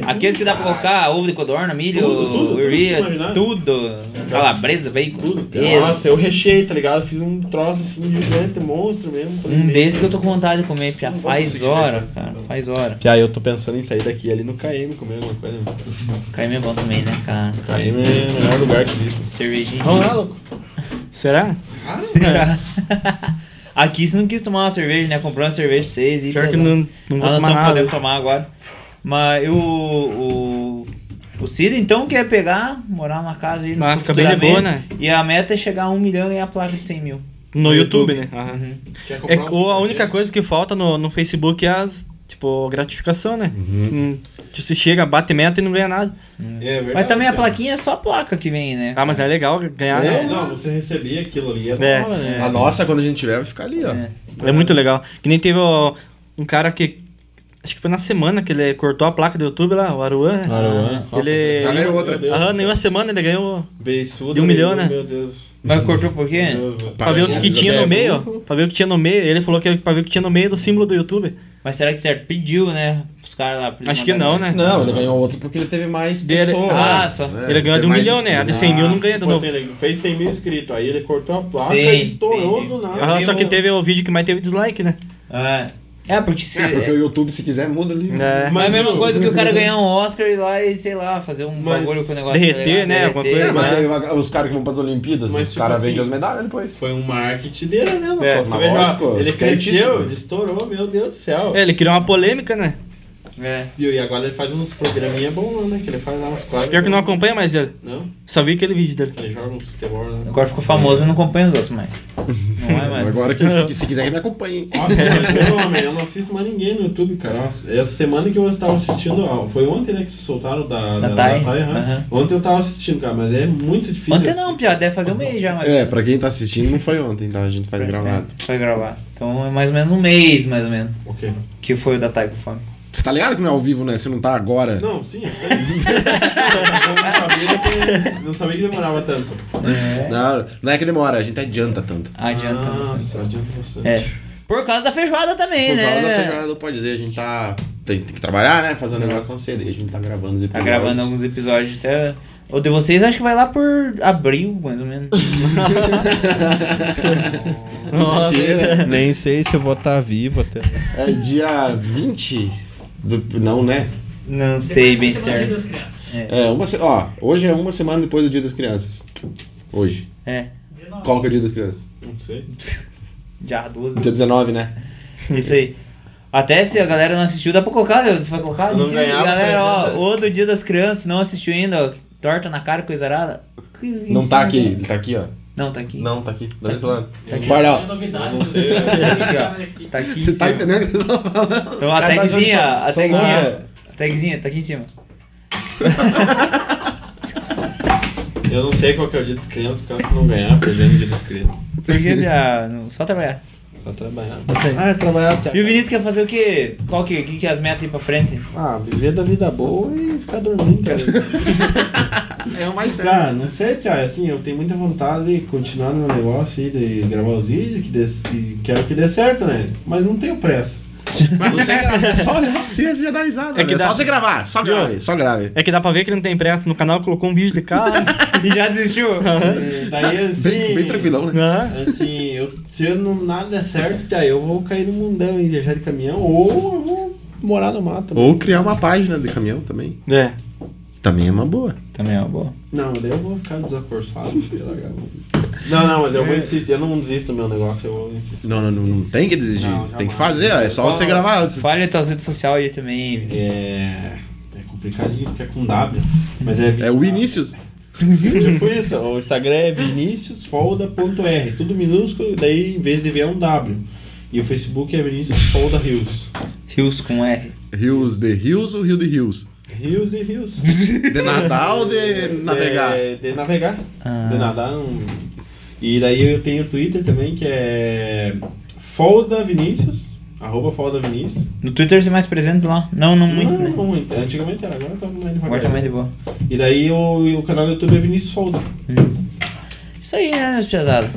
[SPEAKER 3] Aqueles que dá pra colocar ovo de codorna, milho,
[SPEAKER 6] Tudo, tudo, tudo que
[SPEAKER 3] uria,
[SPEAKER 6] você imaginar.
[SPEAKER 3] tudo, Calabresa, bacon.
[SPEAKER 6] Tudo.
[SPEAKER 3] Meu,
[SPEAKER 6] Nossa, eu recheei, tá ligado? Fiz um troço assim gigante, monstro mesmo. Falei,
[SPEAKER 3] Um
[SPEAKER 6] "Meu
[SPEAKER 3] desse que eu tô com vontade de comer, Pia. Faz
[SPEAKER 6] conseguir
[SPEAKER 3] hora,
[SPEAKER 6] fechar
[SPEAKER 3] cara. Faz hora.
[SPEAKER 6] Já eu tô pensando em sair daqui ali no KM, comer alguma coisa. O
[SPEAKER 3] Caim é bom também, né, cara?
[SPEAKER 6] KM é o melhor lugar que existe.
[SPEAKER 3] Cervejinha.
[SPEAKER 4] Vamos lá, louco. Será?
[SPEAKER 3] Será? Aqui você não quis tomar uma cerveja, né? Comprou uma cerveja pra vocês. E tá
[SPEAKER 4] Pior que
[SPEAKER 3] beleza.
[SPEAKER 4] não, não vou
[SPEAKER 3] Nós não
[SPEAKER 4] tomar
[SPEAKER 3] estamos
[SPEAKER 4] nada.
[SPEAKER 3] podendo Ah, então tomar agora. Mas eu, o, o Cid então quer pegar, morar numa casa aí no
[SPEAKER 4] Ah, fica bem de boa, né?
[SPEAKER 3] E a meta é chegar a um milhão e ganhar a placa de 100 mil. Uhum.
[SPEAKER 4] No YouTube, né? Aham.
[SPEAKER 6] Quer
[SPEAKER 4] É,
[SPEAKER 6] comprar um
[SPEAKER 4] ou a
[SPEAKER 6] supermercado?
[SPEAKER 4] única coisa que falta no, no Facebook é as, tipo, gratificação, né?
[SPEAKER 6] Uhum.
[SPEAKER 4] Hum, Tipo, você chega, bate meta e não ganha nada.
[SPEAKER 6] É verdade,
[SPEAKER 3] Mas também a
[SPEAKER 6] cara.
[SPEAKER 3] plaquinha é só a placa que vem, né?
[SPEAKER 4] Ah, mas é legal ganhar,
[SPEAKER 6] É,
[SPEAKER 4] né?
[SPEAKER 6] não, você recebia aquilo ali, é
[SPEAKER 4] É.
[SPEAKER 6] da hora, né?
[SPEAKER 2] A nossa, quando a gente tiver, vai ficar ali, ó.
[SPEAKER 4] É muito legal. Que nem teve ó, um cara que. Acho que foi na semana que ele cortou a placa do YouTube lá, o Aruan. né?
[SPEAKER 6] Aruan, nossa,
[SPEAKER 4] ele.
[SPEAKER 2] já ganhou outra.
[SPEAKER 6] Meu Deus.
[SPEAKER 4] Aham, em uma semana ele ganhou.
[SPEAKER 6] Beiçudo.
[SPEAKER 4] De um milhão, né?
[SPEAKER 6] Meu Deus.
[SPEAKER 3] Mas cortou por quê?
[SPEAKER 6] Meu Deus.
[SPEAKER 4] Pra ver o que, que tinha no
[SPEAKER 6] Parabéns.
[SPEAKER 4] meio, ó. Pra ver o que tinha no meio. Ele falou que era pra ver o que tinha no meio do símbolo do YouTube.
[SPEAKER 3] Mas será que certo? Pediu, né? Os caras lá. pra eles
[SPEAKER 4] Acho que
[SPEAKER 3] mandarem.
[SPEAKER 4] não, né?
[SPEAKER 2] Não, ele ganhou outro porque ele teve mais
[SPEAKER 4] Dele-
[SPEAKER 2] pessoas.
[SPEAKER 3] Ah, só.
[SPEAKER 2] né?
[SPEAKER 4] Ele ganhou de
[SPEAKER 2] Tem
[SPEAKER 4] um
[SPEAKER 2] mais Ah,
[SPEAKER 4] milhão, né? A de 100 mil não ganha de
[SPEAKER 6] Tipo assim,
[SPEAKER 4] novo.
[SPEAKER 6] ele fez 100 mil inscritos, aí ele cortou a placa
[SPEAKER 3] Sim,
[SPEAKER 6] e estourou
[SPEAKER 3] entendi.
[SPEAKER 6] do nada.
[SPEAKER 4] Aham,
[SPEAKER 6] Deu
[SPEAKER 4] só que
[SPEAKER 6] um-
[SPEAKER 4] teve o vídeo que mais teve dislike, né?
[SPEAKER 3] Ah, É, porque se.
[SPEAKER 2] É, porque o YouTube, se quiser, muda ali.
[SPEAKER 4] É.
[SPEAKER 3] Mas é a mesma
[SPEAKER 6] viu?
[SPEAKER 3] coisa que o cara ganhar um Oscar e ir lá e, sei lá, fazer um
[SPEAKER 6] Mas
[SPEAKER 3] bagulho com o negócio.
[SPEAKER 4] derreter,
[SPEAKER 3] tá ligado?
[SPEAKER 4] né? Alguma
[SPEAKER 2] É,
[SPEAKER 4] coisa.
[SPEAKER 2] mas
[SPEAKER 4] Mas-
[SPEAKER 2] aí vaga- os caras que vão para as Olimpíadas,
[SPEAKER 6] Mas,
[SPEAKER 2] os
[SPEAKER 6] tipo
[SPEAKER 2] caras
[SPEAKER 6] assim,
[SPEAKER 2] vendem as medalhas depois.
[SPEAKER 6] Foi um marketing dele, né,
[SPEAKER 4] É,
[SPEAKER 6] Você
[SPEAKER 2] mas
[SPEAKER 6] vê, ó,
[SPEAKER 2] lógico,
[SPEAKER 6] ele
[SPEAKER 2] espertíssimo.
[SPEAKER 6] cresceu, ele estourou, meu Deus do céu.
[SPEAKER 4] É, ele criou uma polêmica, né?
[SPEAKER 3] É.
[SPEAKER 6] Viu? E agora ele faz uns programinha bom lá, né? Que ele faz lá uns quadros.
[SPEAKER 4] Pior que não acompanha mais ele.
[SPEAKER 6] Não?
[SPEAKER 4] Só vi aquele vídeo dele.
[SPEAKER 6] Ele joga uns futebol lá.
[SPEAKER 3] Agora É, ficou famoso e não acompanha os outros mais. Não
[SPEAKER 6] né,
[SPEAKER 3] é mais.
[SPEAKER 2] Agora, quem, se, se quiser, que me acompanhe.
[SPEAKER 6] Nossa, mas eu, homem, eu não assisto mais ninguém no YouTube, cara. Nossa, essa semana que eu estava assistindo, ó, foi ontem, né, que soltaram da,
[SPEAKER 3] Da
[SPEAKER 6] da,
[SPEAKER 3] Thay.
[SPEAKER 6] da aham. Ontem eu tava assistindo, cara, mas é muito difícil.
[SPEAKER 3] Ontem não, pior, deve fazer um mês já, mas.
[SPEAKER 2] É, pra quem tá assistindo, não foi ontem, tá? A gente
[SPEAKER 6] É.
[SPEAKER 2] faz gravado.
[SPEAKER 3] Foi gravar. Então é mais ou menos um mês, mais ou menos.
[SPEAKER 6] O quê?
[SPEAKER 3] Que foi o da Taiko Fome.
[SPEAKER 2] Você tá ligado que não é ao vivo, né? Você não tá agora.
[SPEAKER 6] Não, sim, eu sei. eu não sabia, que, não sabia que demorava tanto.
[SPEAKER 2] Não, não é que demora, a gente adianta tanto.
[SPEAKER 3] Adianta.
[SPEAKER 6] Nossa, Ah, adianta
[SPEAKER 3] assim.
[SPEAKER 6] bastante.
[SPEAKER 3] É. Por causa da feijoada
[SPEAKER 4] É,
[SPEAKER 3] também,
[SPEAKER 2] Ah, Por
[SPEAKER 3] né?
[SPEAKER 2] causa da feijoada, pode dizer, a gente tá. Tem, tem que trabalhar, né? Fazer um
[SPEAKER 6] É.
[SPEAKER 2] negócio com cedo. E a gente tá gravando os
[SPEAKER 3] Tá
[SPEAKER 2] episódios.
[SPEAKER 3] gravando alguns episódios até. O de vocês acho que vai lá por abril, mais ou menos.
[SPEAKER 2] Mentira.
[SPEAKER 6] Nem sei se eu vou estar vivo até.
[SPEAKER 2] É dia 20. Do, não, né?
[SPEAKER 3] Não sei bem
[SPEAKER 5] Semana
[SPEAKER 3] certo.
[SPEAKER 5] das crianças.
[SPEAKER 2] É, uma se... Ó, hoje é uma semana depois do Dia das Crianças. Hoje.
[SPEAKER 3] É,
[SPEAKER 2] Qual que é o Dia das Crianças?
[SPEAKER 6] Não sei.
[SPEAKER 3] já 12.
[SPEAKER 2] Dia 19, né?
[SPEAKER 3] Isso aí. Até se a galera não assistiu, dá pra colocar, Leandro? Você vai colocar?
[SPEAKER 6] Eu não
[SPEAKER 3] Sim,
[SPEAKER 6] ganhava,
[SPEAKER 3] galera, ó,
[SPEAKER 2] tá
[SPEAKER 6] presente.
[SPEAKER 3] o do Dia das Crianças, se não assistiu ainda, ó, torta na cara, coisa arada.
[SPEAKER 2] Não tá aqui, ele tá aqui, ó.
[SPEAKER 3] Não, tá aqui.
[SPEAKER 2] Não, tá aqui. Tá desse lado.
[SPEAKER 3] Tá aqui.
[SPEAKER 2] Guarda, ó.
[SPEAKER 5] novidade.
[SPEAKER 6] Não sei.
[SPEAKER 5] Aqui,
[SPEAKER 3] Tá aqui em
[SPEAKER 2] Você
[SPEAKER 3] cima.
[SPEAKER 2] tá entendendo o que eu tô falando?
[SPEAKER 3] Então a
[SPEAKER 2] Os caras tá jogando
[SPEAKER 3] tagzinha,
[SPEAKER 2] só-
[SPEAKER 3] a
[SPEAKER 2] só
[SPEAKER 3] tagzinha.
[SPEAKER 2] nada.
[SPEAKER 3] A tagzinha, tá aqui em cima.
[SPEAKER 6] Eu não sei qual que é o dia dos crianças, porque eu acho que não ganhar presente no dia dos crianças.
[SPEAKER 3] Por que, Bia? Não- Só trabalhar.
[SPEAKER 6] Pra trabalhar.
[SPEAKER 3] Ah, é trabalhar E o Vinícius quer fazer o quê? Qual que, que, que é as metas aí pra frente?
[SPEAKER 6] Ah, viver da vida boa e ficar dormindo.
[SPEAKER 2] É o mais
[SPEAKER 6] Cara, não sei, Tia. Assim, eu tenho muita vontade de continuar no meu negócio aí, de gravar os vídeos, que dê, que quero que dê certo, né? Mas não tenho pressa.
[SPEAKER 2] Mas você é só olhar pra você, você já dá risada.
[SPEAKER 4] É que
[SPEAKER 2] né?
[SPEAKER 4] dá-
[SPEAKER 2] Só você gravar, só
[SPEAKER 4] Viu?
[SPEAKER 2] grave, só grave.
[SPEAKER 4] É que dá pra ver que ele não tem pressa. No canal colocou um vídeo de cara.
[SPEAKER 3] e já desistiu?
[SPEAKER 6] Daí assim.
[SPEAKER 2] É. Bem- bem tranquilão, né?
[SPEAKER 6] Aham. Assim, eu, se eu não, nada der certo, Tia, eu vou cair no mundão e viajar de caminhão, ou eu vou morar no mato.
[SPEAKER 2] Ou criar uma página de caminhão também.
[SPEAKER 4] É.
[SPEAKER 2] Também é uma boa.
[SPEAKER 3] Também é uma boa.
[SPEAKER 6] Não, daí eu vou ficar desacorçado. porque eu largar a mão. não, não, mas eu
[SPEAKER 2] É.
[SPEAKER 6] vou insistir. Eu não desisto do meu negócio, eu vou insistir.
[SPEAKER 2] Não, não, não, não tem que desistir.
[SPEAKER 6] Não,
[SPEAKER 2] você tem que
[SPEAKER 6] jamais.
[SPEAKER 2] fazer, ó, é só
[SPEAKER 6] Fala-
[SPEAKER 2] você gravar.
[SPEAKER 3] Fale as tuas redes sociais aí também, Vinícius.
[SPEAKER 6] É. É complicadinho, porque é com W. Mas é.
[SPEAKER 2] É o Vinícius.
[SPEAKER 6] Tipo isso, o Instagram é viniciusfolda.r, tudo minúsculo, daí em vez de V é um W. E o Facebook é Vinícius Folda Rios.
[SPEAKER 3] Rios com R.
[SPEAKER 2] Rios de Rios ou Rio de Rios?
[SPEAKER 6] Rios e Rios. É,
[SPEAKER 2] De Natal de navegar.
[SPEAKER 6] De, de navegar.
[SPEAKER 3] Ah.
[SPEAKER 6] De nadar. um- E daí eu tenho o Twitter também, que é Folda Vinícius, arroba Folda Vinícius.
[SPEAKER 3] No Twitter você é mais presente lá? Não, não muito,
[SPEAKER 6] não,
[SPEAKER 3] né?
[SPEAKER 6] não muito. Antigamente era, agora tá mais
[SPEAKER 3] Agora tá mais de
[SPEAKER 6] devagar.
[SPEAKER 3] boa.
[SPEAKER 6] E daí o, o canal do YouTube é Vinícius Folda.
[SPEAKER 3] Isso aí, né, meus pesados?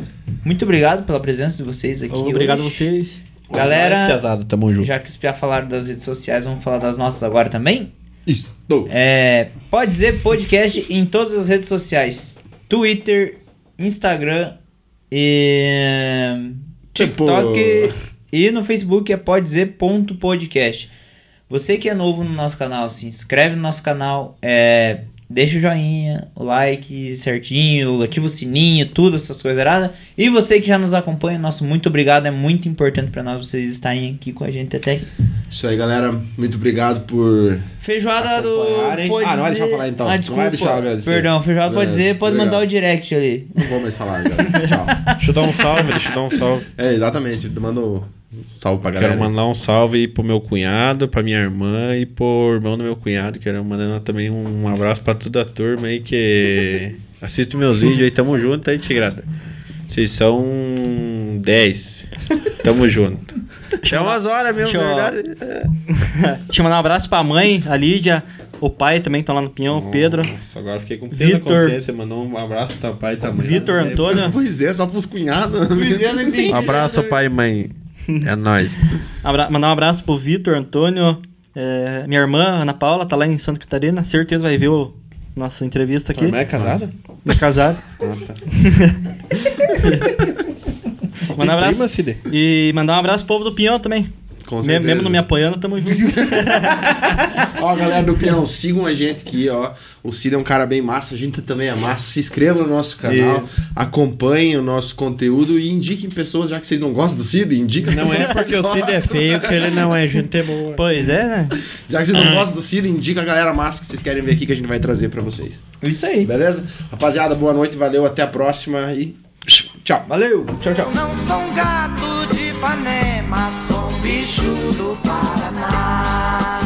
[SPEAKER 3] Muito obrigado pela presença de vocês aqui.
[SPEAKER 4] Obrigado a
[SPEAKER 3] hoje.
[SPEAKER 4] vocês.
[SPEAKER 3] Galera-
[SPEAKER 6] Mais pesado, tamo junto.
[SPEAKER 3] Já que os Pia falaram das redes sociais, vamos falar das nossas agora também?
[SPEAKER 2] Estou.
[SPEAKER 3] É, pode dizer podcast em todas as redes sociais: Twitter, Instagram e
[SPEAKER 2] Tipo-
[SPEAKER 3] TikTok e no Facebook é pode dizer.podcast. Você que é novo no nosso canal, se inscreve no nosso canal, é, deixa o joinha, o like certinho, ativa o sininho, tudo essas coisas erradas. E você que já nos acompanha, nosso muito obrigado, é muito importante pra nós vocês estarem aqui com a gente até aqui.
[SPEAKER 2] Isso aí, galera. Muito obrigado por.
[SPEAKER 3] Feijoada do.
[SPEAKER 2] Acompanharem.
[SPEAKER 3] pode
[SPEAKER 2] Ah, não vai
[SPEAKER 3] dizer-
[SPEAKER 2] deixar eu falar, então.
[SPEAKER 3] Ah,
[SPEAKER 2] Não vai
[SPEAKER 3] desculpa.
[SPEAKER 2] deixar eu agradecer.
[SPEAKER 3] Perdão, feijoada pode
[SPEAKER 2] Beleza,
[SPEAKER 3] dizer, pode
[SPEAKER 2] obrigado.
[SPEAKER 3] mandar o direct ali.
[SPEAKER 2] Não vou mais falar, galera. Tchau.
[SPEAKER 6] Deixa eu dar um salve, deixa eu dar um salve.
[SPEAKER 2] É, exatamente. Manda um salve pra galera.
[SPEAKER 6] Quero mandar um salve aí pro meu cunhado, pra minha irmã e pro irmão do meu cunhado. Quero mandar também um abraço pra toda a turma aí que assiste meus vídeos aí. Tamo junto aí, Tigrada. Vocês são 10. Tamo junto. É umas horas mesmo,
[SPEAKER 4] Deixa eu-
[SPEAKER 6] verdade.
[SPEAKER 4] Te mandar um abraço pra mãe, a Lídia, o pai também que tá lá no Pinhão, o Pedro.
[SPEAKER 6] Nossa, agora fiquei com peso na
[SPEAKER 4] Vitor.
[SPEAKER 6] consciência. Mandou um abraço pro teu pai e tua mãe.
[SPEAKER 4] Vitor Antônio.
[SPEAKER 2] Pois é, só pros cunhados.
[SPEAKER 6] Abraço, pai e mãe. É nóis.
[SPEAKER 4] Abra- mandar um abraço pro Vitor Antônio. é, minha irmã, Ana Paula, tá lá em Santa Catarina. Certeza vai ver o nossa entrevista aqui.
[SPEAKER 6] é casada?
[SPEAKER 4] Tá casado.
[SPEAKER 6] Ah, tá.
[SPEAKER 4] Mandar um abraço.
[SPEAKER 6] Prima, Cid?
[SPEAKER 4] E mandar um abraço pro povo do Pinhão também.
[SPEAKER 2] Com
[SPEAKER 4] Me-
[SPEAKER 2] certeza.
[SPEAKER 4] mesmo não me apoiando, tamo junto.
[SPEAKER 2] Ó, galera do Pinhão, sigam a gente aqui, ó. O Cid é um cara bem massa, a gente também é massa. Se inscreva no nosso canal, acompanhem o nosso conteúdo e indiquem pessoas, já que vocês não gostam do Cid, indica
[SPEAKER 6] Não
[SPEAKER 2] pessoas
[SPEAKER 6] é
[SPEAKER 2] que
[SPEAKER 6] porque o Cid é
[SPEAKER 2] gostam.
[SPEAKER 6] feio que ele não é gente boa.
[SPEAKER 4] pois é, né?
[SPEAKER 2] Já que vocês
[SPEAKER 6] Ah.
[SPEAKER 2] não gostam do Cid, indica a galera massa que vocês querem ver aqui que a gente vai trazer pra vocês.
[SPEAKER 3] Isso aí.
[SPEAKER 2] Beleza? Rapaziada, boa noite, valeu, até a próxima e tchau.
[SPEAKER 3] Valeu! Tchau, tchau.
[SPEAKER 5] Não sou um gato de Ipanema, sou um bicho do Paraná.